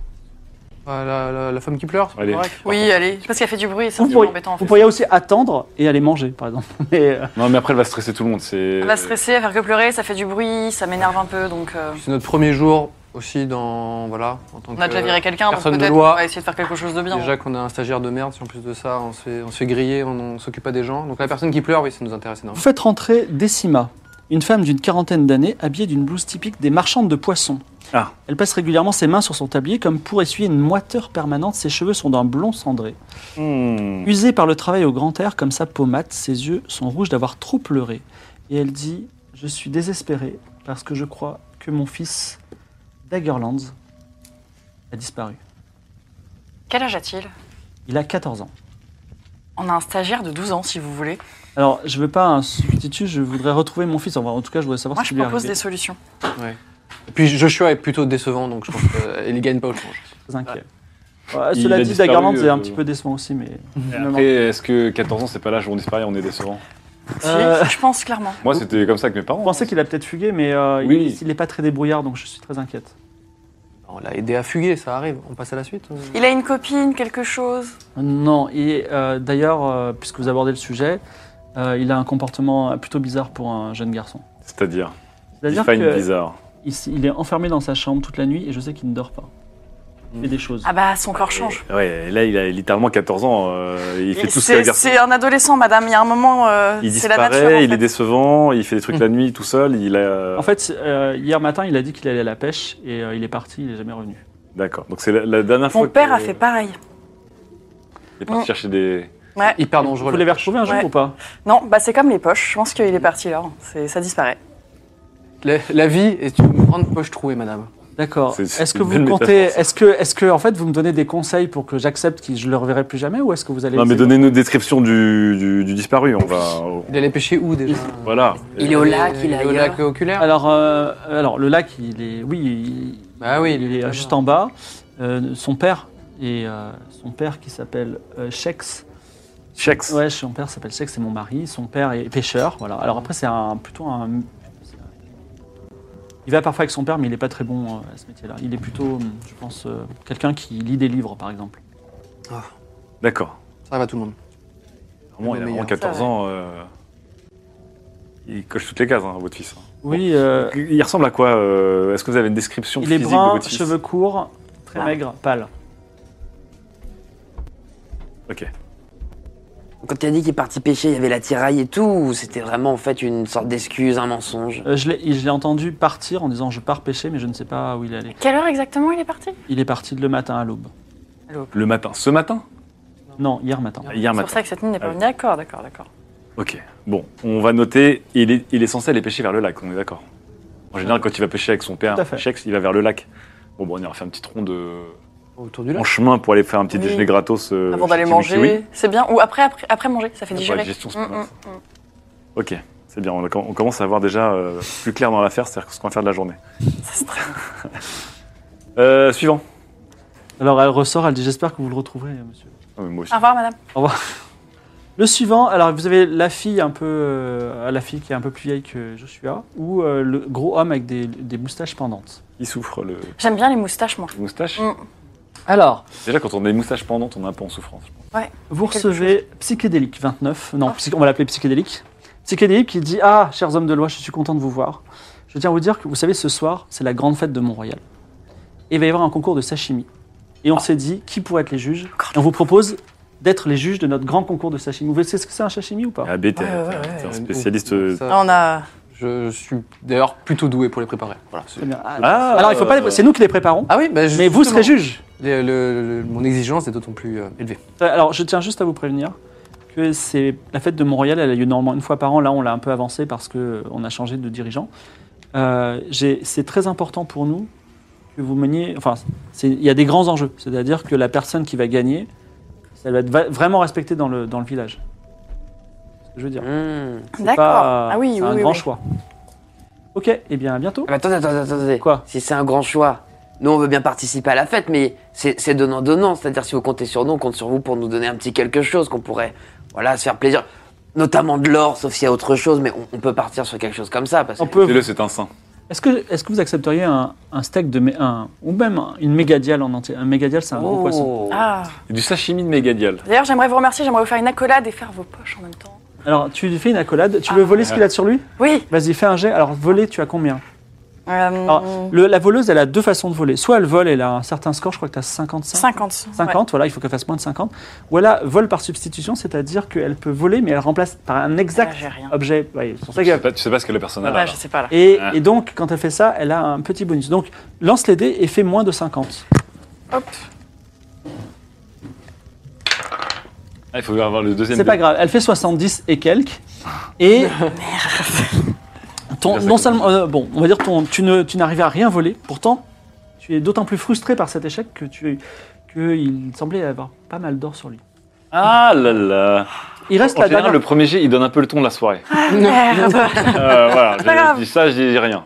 Speaker 4: Euh, la, la- la femme qui pleure, c'est
Speaker 2: Allez.
Speaker 4: correct.
Speaker 3: Oui, allez. Parce qu'elle fait du bruit et ça,
Speaker 1: vous,
Speaker 3: c'est
Speaker 1: pourriez,
Speaker 3: embêtant. en
Speaker 1: vous
Speaker 3: fait.
Speaker 1: pourriez aussi attendre et aller manger, par exemple. Mais, euh,
Speaker 2: Non, mais après, elle va stresser tout le monde. C'est.
Speaker 3: Elle va stresser, elle va faire que pleurer, ça fait du bruit, ça m'énerve un peu, donc euh,
Speaker 4: C'est notre premier jour aussi dans. Voilà. En tant
Speaker 3: on a
Speaker 4: que-
Speaker 3: déjà viré quelqu'un, donc
Speaker 4: Euh, personne de
Speaker 3: peut-être
Speaker 4: loi.
Speaker 3: on va essayer de faire quelque chose de bien.
Speaker 4: Déjà qu'on a un stagiaire de merde, si en plus de ça on se fait, on se fait griller, on, on s'occupe pas des gens. Donc la personne qui pleure, oui, ça nous intéresse
Speaker 1: Vous
Speaker 4: énormément.
Speaker 1: faites rentrer Décima, une femme d'une quarantaine d'années habillée d'une blouse typique des marchandes de poissons.
Speaker 2: Ah.
Speaker 1: Elle passe régulièrement ses mains sur son tablier comme pour essuyer une moiteur permanente. Ses cheveux sont d'un blond cendré.
Speaker 2: Hmm.
Speaker 1: Usée par le travail au grand air comme sa pommade, ses yeux sont rouges d'avoir trop pleuré. Et elle dit Je suis désespéré parce que je crois que mon fils Daggerlands a disparu.
Speaker 3: Quel âge a-t-il
Speaker 1: Il a 14 ans.
Speaker 3: On a un stagiaire de 12 ans, si vous voulez.
Speaker 1: Alors, je veux pas un substitut, je voudrais retrouver mon fils. Enfin, en tout cas, je voudrais savoir
Speaker 3: Moi,
Speaker 1: ce
Speaker 3: je
Speaker 1: qui lui est
Speaker 3: propose
Speaker 1: arrivé.
Speaker 3: des solutions.
Speaker 4: Et puis Joshua est plutôt décevant, donc je pense qu'il gagne pas au change.
Speaker 1: Très inquiet. Ouais,
Speaker 2: Il
Speaker 1: cela
Speaker 2: a
Speaker 1: dit,
Speaker 2: disparu,
Speaker 1: Daggerlands est un
Speaker 2: euh,
Speaker 1: petit peu décevant aussi, mais.
Speaker 2: Après, euh, est-ce que 14 ans, c'est pas l'âge où on disparaît, on est décevant
Speaker 3: Si,
Speaker 1: Euh,
Speaker 3: Je pense clairement.
Speaker 2: Moi, c'était comme ça avec mes parents.
Speaker 1: Je pensais qu'il a peut-être fugué, mais euh, il-
Speaker 2: Oui.
Speaker 1: il n'est pas très débrouillard, donc je suis très inquiète.
Speaker 4: On l'a aidé à fuguer, ça arrive. On passe à la suite euh. ou-
Speaker 3: Il a une copine, quelque chose.
Speaker 1: Non, et euh, d'ailleurs, euh, puisque vous abordez le sujet, euh, il a un comportement plutôt bizarre pour un jeune garçon.
Speaker 2: C'est-à-dire,
Speaker 1: C'est-à-dire
Speaker 2: Define
Speaker 1: que
Speaker 2: bizarre.
Speaker 1: il, s- il est enfermé dans sa chambre toute la nuit et je sais qu'il ne dort pas. Il
Speaker 2: Mm.
Speaker 1: fait des choses.
Speaker 3: Ah bah, son corps change.
Speaker 2: Et- Ouais, et là, il a littéralement 14 ans. euh, il fait
Speaker 3: Il-
Speaker 2: tout ce que les
Speaker 3: C'est
Speaker 2: garçons.
Speaker 3: c'est un adolescent, madame. Il y a un moment, euh,
Speaker 2: Il
Speaker 3: c'est la nature. en
Speaker 2: disparaît, il
Speaker 3: fait.
Speaker 2: est décevant, il fait des
Speaker 1: Hmm.
Speaker 2: trucs la nuit tout seul. Il a.
Speaker 1: En fait, euh, hier matin, il a dit qu'il allait à la pêche et euh, il est parti, il n'est jamais revenu.
Speaker 2: D'accord. Donc, c'est la, la dernière fois.
Speaker 3: Mon père
Speaker 2: que-
Speaker 3: a fait Hmm. pareil.
Speaker 2: Il est parti chercher des.
Speaker 3: Ouais.
Speaker 4: Hyper
Speaker 1: Vous
Speaker 4: dangereux.
Speaker 1: l'avez retrouvé un jour
Speaker 3: Ouais.
Speaker 1: ou pas
Speaker 3: Non, bah c'est comme les poches. Je pense qu'il est parti là. C'est- Ça disparaît.
Speaker 4: La, la vie est une grande poche trouée, madame.
Speaker 1: D'accord.
Speaker 2: C'est- c'est
Speaker 1: Est-ce que
Speaker 2: une
Speaker 1: vous
Speaker 2: belle
Speaker 1: comptez,
Speaker 2: métaphore, ça.
Speaker 1: est-ce que, est-ce que en fait, vous me donnez des conseils pour que j'accepte que je le reverrai plus jamais, ou est-ce que vous allez
Speaker 2: Non, mais
Speaker 1: essayer de-
Speaker 2: donnez-nous une description du, du, du disparu. On va. on-
Speaker 4: Il allait pêcher où déjà
Speaker 2: Voilà.
Speaker 6: Il est au lac, il est
Speaker 4: Euh, au
Speaker 6: ailleurs.
Speaker 4: lac oculaire.
Speaker 1: Alors, euh, alors le lac, il est, oui, il,
Speaker 4: Bah oui,
Speaker 1: il est
Speaker 4: évidemment.
Speaker 1: juste en bas. Euh, son père et euh, son père qui s'appelle euh, Shex.
Speaker 2: Chex.
Speaker 1: Ouais, son père s'appelle Shex, c'est mon mari. Son père est pêcheur. Voilà. Alors après, c'est un plutôt un. Il va parfois avec son père, mais il n'est pas très bon euh, à ce métier-là. Il est plutôt, hum, je pense, euh, quelqu'un qui lit des livres, par exemple.
Speaker 2: D'accord.
Speaker 4: Ça arrive à tout le monde.
Speaker 2: Vraiment, il a vraiment
Speaker 4: meilleur.
Speaker 2: 14
Speaker 3: Ça, ouais.
Speaker 2: ans. euh, Il coche toutes les cases, hein, votre fils.
Speaker 1: Oui, euh,
Speaker 2: Il ressemble à quoi euh, Est-ce que vous avez une description
Speaker 1: il est
Speaker 2: physique de
Speaker 1: brun,
Speaker 2: votre fils
Speaker 1: cheveux courts, très maigre, pâle.
Speaker 2: Ok.
Speaker 6: Quand tu as dit qu'il est parti pêcher, il y avait la tiraille et tout, ou c'était vraiment en fait une sorte d'excuse, un mensonge
Speaker 1: Euh, je l'ai je l'ai entendu partir en disant je pars pêcher, mais je ne sais pas où il est allé.
Speaker 3: Quelle heure exactement il est parti
Speaker 1: Il est parti le matin à l'aube.
Speaker 2: Le matin. Ce matin
Speaker 1: Non, hier matin.
Speaker 2: Hier
Speaker 3: C'est
Speaker 2: matin.
Speaker 3: pour ça que cette nuit n'est pas
Speaker 2: Ah oui.
Speaker 3: venue. D'accord, d'accord, d'accord.
Speaker 2: Ok, bon, on va noter, il est, il est censé aller pêcher vers le lac, on est d'accord. En général, quand il va pêcher avec son père,
Speaker 1: Tout à fait.
Speaker 2: Chex, il va vers le lac. Bon, bon, on ira faire une petite ronde euh,
Speaker 4: Autour du
Speaker 2: en
Speaker 4: lac.
Speaker 2: chemin pour aller faire un petit
Speaker 3: Oui.
Speaker 2: déjeuner gratos. euh,
Speaker 3: Avant
Speaker 2: chez
Speaker 3: d'aller
Speaker 2: Timmy Kiwi.
Speaker 3: manger, c'est bien. Ou après, après, après manger, ça fait
Speaker 2: Après,
Speaker 3: digérer.
Speaker 2: la digestion, c'est pas
Speaker 3: Mm,
Speaker 2: mal,
Speaker 3: mm, mm.
Speaker 2: Ok, c'est bien, on, a- on commence à avoir déjà euh, plus clair dans l'affaire, c'est-à-dire ce qu'on va faire de la journée.
Speaker 3: Ça, c'est très-
Speaker 2: Euh, suivant.
Speaker 1: Alors elle ressort, elle dit j'espère que vous le retrouverez, monsieur.
Speaker 2: Ah, mais moi aussi.
Speaker 3: Au revoir, madame.
Speaker 1: Le suivant, alors vous avez la fille un peu, euh, la fille qui est un peu plus vieille que Joshua, ou euh, le gros homme avec des, des moustaches pendantes.
Speaker 2: Il souffre le
Speaker 3: J'aime bien les moustaches, moi.
Speaker 2: le moustache.
Speaker 3: Mm.
Speaker 1: Alors,
Speaker 2: Déjà, quand on a des moustaches pendantes, on est un peu en souffrance. je pense.
Speaker 1: vous
Speaker 3: Quelque
Speaker 1: recevez Psychédélique 29, non, psy- on va l'appeler Psychédélique. Psychédélique qui dit Ah, chers hommes de loi, je suis content de vous voir. Je tiens à vous dire que vous savez, ce soir, c'est la grande fête de Mont-Royal. Et il va y avoir un concours de sashimi. Et on s'est dit qui pourrait être les juges. Et on vous propose d'être les juges de notre grand concours de sashimi. Vous savez ce que c'est un sashimi ou pas
Speaker 2: Ah, BT,
Speaker 4: Ouais, ouais, ouais,
Speaker 2: t'es un
Speaker 1: Oh,
Speaker 4: ouais.
Speaker 2: spécialiste.
Speaker 4: Ouh,
Speaker 2: euh,
Speaker 4: ça,
Speaker 3: On a.
Speaker 4: Je suis d'ailleurs plutôt doué pour les préparer. Voilà, c'est-
Speaker 1: Très bien. Ah,
Speaker 2: Ah,
Speaker 1: Alors, il faut pas les... c'est nous qui les préparons,
Speaker 4: Ah oui, bah, ju-
Speaker 1: mais vous
Speaker 4: justement,
Speaker 1: serez juge.
Speaker 4: le- le- le- mon exigence est d'autant plus euh, élevée.
Speaker 1: Alors, je tiens juste à vous prévenir que c'est la fête de Montréal, elle a lieu normalement une fois par an. Là, on l'a un peu avancée parce que euh, on a changé de dirigeant. Euh, j'ai- c'est très important pour nous que vous meniez. Enfin, c'est- il y a des grands enjeux, c'est-à-dire que la personne qui va gagner, ça va être va- vraiment respectée dans le dans le village. C'est ce que je veux dire.
Speaker 6: Hmm.
Speaker 1: C'est
Speaker 3: D'accord.
Speaker 1: pas-
Speaker 3: Ah oui,
Speaker 1: c'est
Speaker 3: oui,
Speaker 1: un
Speaker 3: oui,
Speaker 1: grand
Speaker 3: oui.
Speaker 1: choix. Ok, et bien à bientôt.
Speaker 6: Ah bah, attendez, attendez, attendez.
Speaker 1: Quoi
Speaker 6: Si c'est un grand choix, nous on veut bien participer à la fête, mais c'est c'est donnant-donnant. C'est-à-dire si vous comptez sur nous, on compte sur vous pour nous donner un petit quelque chose qu'on pourrait voilà, se faire plaisir. Notamment de l'or, sauf s'il y a autre chose, mais on, on peut partir sur quelque chose comme ça. Parce que...
Speaker 1: On peut.
Speaker 2: Dis-le, c'est un saint.
Speaker 1: Est-ce que, est-ce que vous accepteriez un, un steak de mé- un, ou même un- une mégadiale en entier Un mégadiale, c'est un gros poisson.
Speaker 6: Oh.
Speaker 3: Ah.
Speaker 2: Du sashimi de mégadial.
Speaker 3: D'ailleurs, j'aimerais vous remercier. J'aimerais vous faire une accolade et faire vos poches en même temps.
Speaker 1: Alors, tu lui fais une accolade. Tu veux
Speaker 3: Ah.
Speaker 1: voler ce qu'il a de sur lui
Speaker 3: Oui.
Speaker 1: Vas-y, fais un jet. Alors, voler, tu as combien
Speaker 3: euh,
Speaker 1: Alors, le- La voleuse, elle a deux façons de voler. Soit elle vole, elle a un certain score, je crois que tu as 55.
Speaker 3: 50.
Speaker 1: 50, voilà, il faut qu'elle fasse moins de 50. Ou elle a vol par substitution, c'est-à-dire qu'elle peut voler, mais elle remplace par un exact
Speaker 3: Exact. Ah, J'ai rien.
Speaker 1: objet. Ouais, c'est pour ça
Speaker 2: Tu sais
Speaker 1: qu'elle-
Speaker 2: pas, tu sais pas ce que le personnage a.
Speaker 3: Ouais,
Speaker 2: Ah là.
Speaker 3: je sais pas là.
Speaker 1: et,
Speaker 2: Ah.
Speaker 1: et donc, quand elle fait ça, elle a un petit bonus. Donc, lance les dés et fais moins de 50.
Speaker 3: Hop.
Speaker 2: Ah, il faut avoir le deuxième.
Speaker 1: C'est pas
Speaker 2: dé.
Speaker 1: grave, elle fait 70 et quelques. Et Ton-
Speaker 2: Bien,
Speaker 1: non
Speaker 2: ça commence.
Speaker 1: seulement, euh, bon, on va dire ton, tu ne, tu n'arrives à rien voler. Pourtant, tu es d'autant plus frustré par cet échec que tu, que il semblait avoir pas mal d'or sur lui.
Speaker 2: Ah là là.
Speaker 1: Il reste
Speaker 2: En
Speaker 1: la
Speaker 2: général,
Speaker 1: dernière.
Speaker 2: le premier jet, il donne un peu le ton de la soirée.
Speaker 3: Merde
Speaker 2: Euh,
Speaker 3: Pas
Speaker 2: voilà, je-
Speaker 3: grave.
Speaker 2: je dis ça, je dis rien.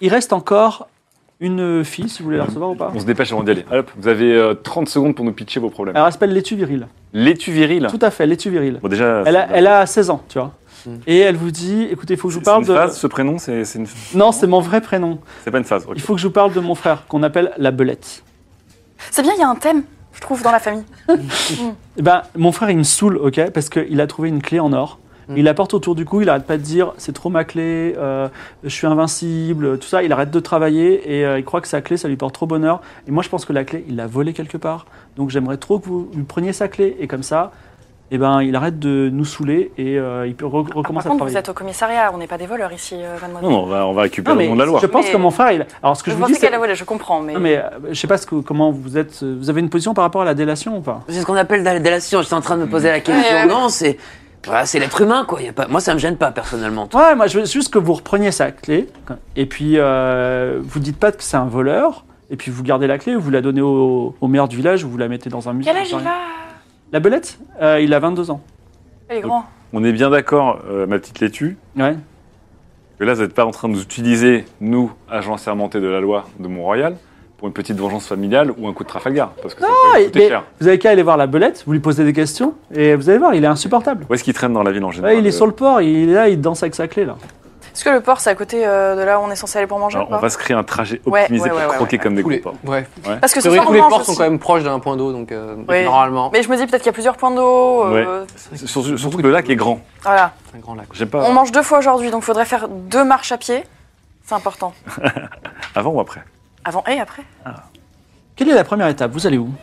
Speaker 1: Il reste encore une fille, si vous voulez la recevoir ou pas.
Speaker 2: On se dépêche avant d'y aller. Hop, vous avez euh, 30 secondes pour nous pitcher vos problèmes.
Speaker 1: Alors, elle s'appelle l'étu viril.
Speaker 2: L'étu viril.
Speaker 1: Ah. Tout à fait, l'étu viril.
Speaker 2: Bon, déjà,
Speaker 1: Elle a,
Speaker 2: ça-
Speaker 1: elle a 16 ans, tu vois.
Speaker 4: Mm.
Speaker 1: Et elle vous dit, écoutez, il faut que je vous
Speaker 2: c'est
Speaker 1: parle
Speaker 2: une
Speaker 1: de...
Speaker 2: phase, ce prénom, c'est c'est une...
Speaker 1: Non, c'est mon vrai prénom.
Speaker 2: c'est pas une phase. ok.
Speaker 1: Il faut que je vous parle de mon frère, qu'on appelle la belette.
Speaker 3: C'est bien, il y a un thème, je trouve, dans la famille.
Speaker 1: Eh ben, mon frère, il me saoule, ok, parce qu'il a trouvé une clé en or.
Speaker 4: Mm.
Speaker 1: Il la porte autour du cou, il arrête pas de dire c'est trop ma clé, euh, je suis invincible, tout ça. Il arrête de travailler et euh, il croit que sa clé, ça lui porte trop bonheur. Et moi, je pense que la clé, il l'a volée quelque part. Donc j'aimerais trop que vous lui preniez sa clé et comme ça, eh ben, il arrête de nous saouler et euh, il peut re-
Speaker 3: Ah, Par
Speaker 1: recommencer à
Speaker 3: contre, vous
Speaker 1: travailler.
Speaker 3: êtes au commissariat, on n'est pas des voleurs ici, euh, mademoiselle.
Speaker 2: Non, non, on va, on va récupérer
Speaker 1: Non,
Speaker 2: le nom de la loi.
Speaker 1: je pense
Speaker 3: Mais-
Speaker 1: que mon frère, il... alors ce que
Speaker 3: je
Speaker 1: je, vous dis,
Speaker 3: pensais
Speaker 1: c'est,
Speaker 3: qu'elle a volé, je comprends, mais...
Speaker 1: Non, mais euh, je sais pas ce que, comment vous êtes, euh, vous avez une position par rapport à la délation ou pas
Speaker 6: C'est ce qu'on appelle de la délation. J'étais en train de me
Speaker 1: Mm.
Speaker 6: poser la question.
Speaker 3: Ouais.
Speaker 6: Non, c'est voilà, c'est l'être humain, quoi. Y a pas... Moi, ça me gêne pas, personnellement.
Speaker 1: Ouais, moi je veux juste que vous repreniez sa clé, et puis euh, vous dites pas que c'est un voleur, et puis vous gardez la clé, vous la donnez au, au maire du village, vous la mettez dans un musée.
Speaker 3: Quel âge il a
Speaker 1: La belette, euh, il a 22 ans.
Speaker 3: Elle est grand.
Speaker 2: On est bien d'accord, euh, ma petite laitue,
Speaker 1: Ouais.
Speaker 2: que là, vous n'êtes pas en train de nous utiliser, nous, agents sermentés de la loi de Mont-Royal, pour une petite vengeance familiale ou un coup de Trafalgar. Parce que ça peut
Speaker 1: Ouais,
Speaker 2: coûter
Speaker 1: mais
Speaker 2: cher.
Speaker 1: vous avez qu'à aller voir la belette, vous lui posez des questions, et vous allez voir, il est insupportable.
Speaker 2: Où est-ce qu'il traîne dans la ville en
Speaker 1: Ouais,
Speaker 2: général
Speaker 1: il est
Speaker 2: euh,
Speaker 1: sur Ah, le port, il est là, il danse avec sa clé là.
Speaker 3: Est-ce que le port, c'est à côté euh, de là où on est censé aller pour manger
Speaker 2: Alors,
Speaker 3: ou
Speaker 2: on
Speaker 3: pas
Speaker 2: va se créer un trajet
Speaker 3: Ouais,
Speaker 2: optimisé
Speaker 3: ouais, ouais,
Speaker 2: pour
Speaker 3: ouais,
Speaker 2: croquer
Speaker 3: ouais.
Speaker 2: comme des hein.
Speaker 4: Tous les,
Speaker 2: gros porcs.
Speaker 4: ouais.
Speaker 3: Parce que
Speaker 4: C'est
Speaker 3: ce
Speaker 4: vrai
Speaker 3: soir,
Speaker 4: que tous
Speaker 3: on
Speaker 4: les
Speaker 3: mange
Speaker 4: ports sont
Speaker 3: aussi.
Speaker 4: quand même proches d'un point d'eau, donc euh,
Speaker 3: Oui.
Speaker 4: normalement.
Speaker 3: Mais je me dis peut-être qu'il y a plusieurs points d'eau. euh,
Speaker 2: Surtout surtout que le lac est grand.
Speaker 3: Voilà.
Speaker 4: C'est un grand lac.
Speaker 2: J'aime
Speaker 3: On
Speaker 2: pas
Speaker 3: mange deux fois aujourd'hui, donc faudrait faire deux marches à pied. C'est important.
Speaker 2: avant ou après.
Speaker 3: Avant et après.
Speaker 1: Quelle est la première étape Vous allez où
Speaker 3: On va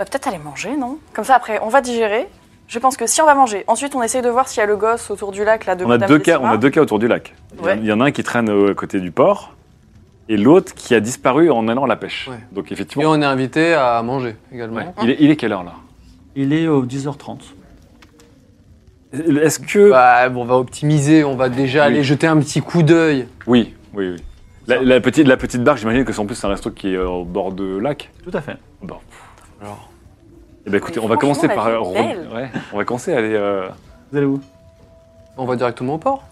Speaker 3: Bah, peut-être aller manger, non Comme ça, après, on va digérer. Je pense que si on va manger, ensuite on essaye de voir s'il y a le gosse autour du lac, là, de
Speaker 2: On a,
Speaker 3: Madame
Speaker 2: deux cas, on
Speaker 3: Décima.
Speaker 2: a deux cas autour du lac. Il y en-
Speaker 3: hein. Ouais.
Speaker 2: Il y en a un qui traîne euh, à côté du port et l'autre qui a disparu en allant à la pêche.
Speaker 4: Ouais.
Speaker 2: Donc
Speaker 4: Et
Speaker 2: effectivement,
Speaker 4: on est invité à manger également.
Speaker 2: ouais. il, est, il est quelle heure là
Speaker 1: Il est au 10h30.
Speaker 2: Est-ce que...
Speaker 4: Bah, bon, on va optimiser, on va déjà
Speaker 2: Oui.
Speaker 4: aller jeter un petit coup d'œil.
Speaker 2: Oui, oui, oui. La, la petite, la petite barque, j'imagine que c'est en plus c'est un resto qui est euh, au bord de lac.
Speaker 1: Tout à fait.
Speaker 4: Alors,
Speaker 2: Eh ben écoutez,
Speaker 3: Mais
Speaker 2: on va commencer
Speaker 3: franchement,
Speaker 2: par...
Speaker 3: la
Speaker 2: euh,
Speaker 3: vie est
Speaker 2: rem- ouais, on va commencer à aller... euh,
Speaker 1: Vous allez où
Speaker 4: on va directement au port.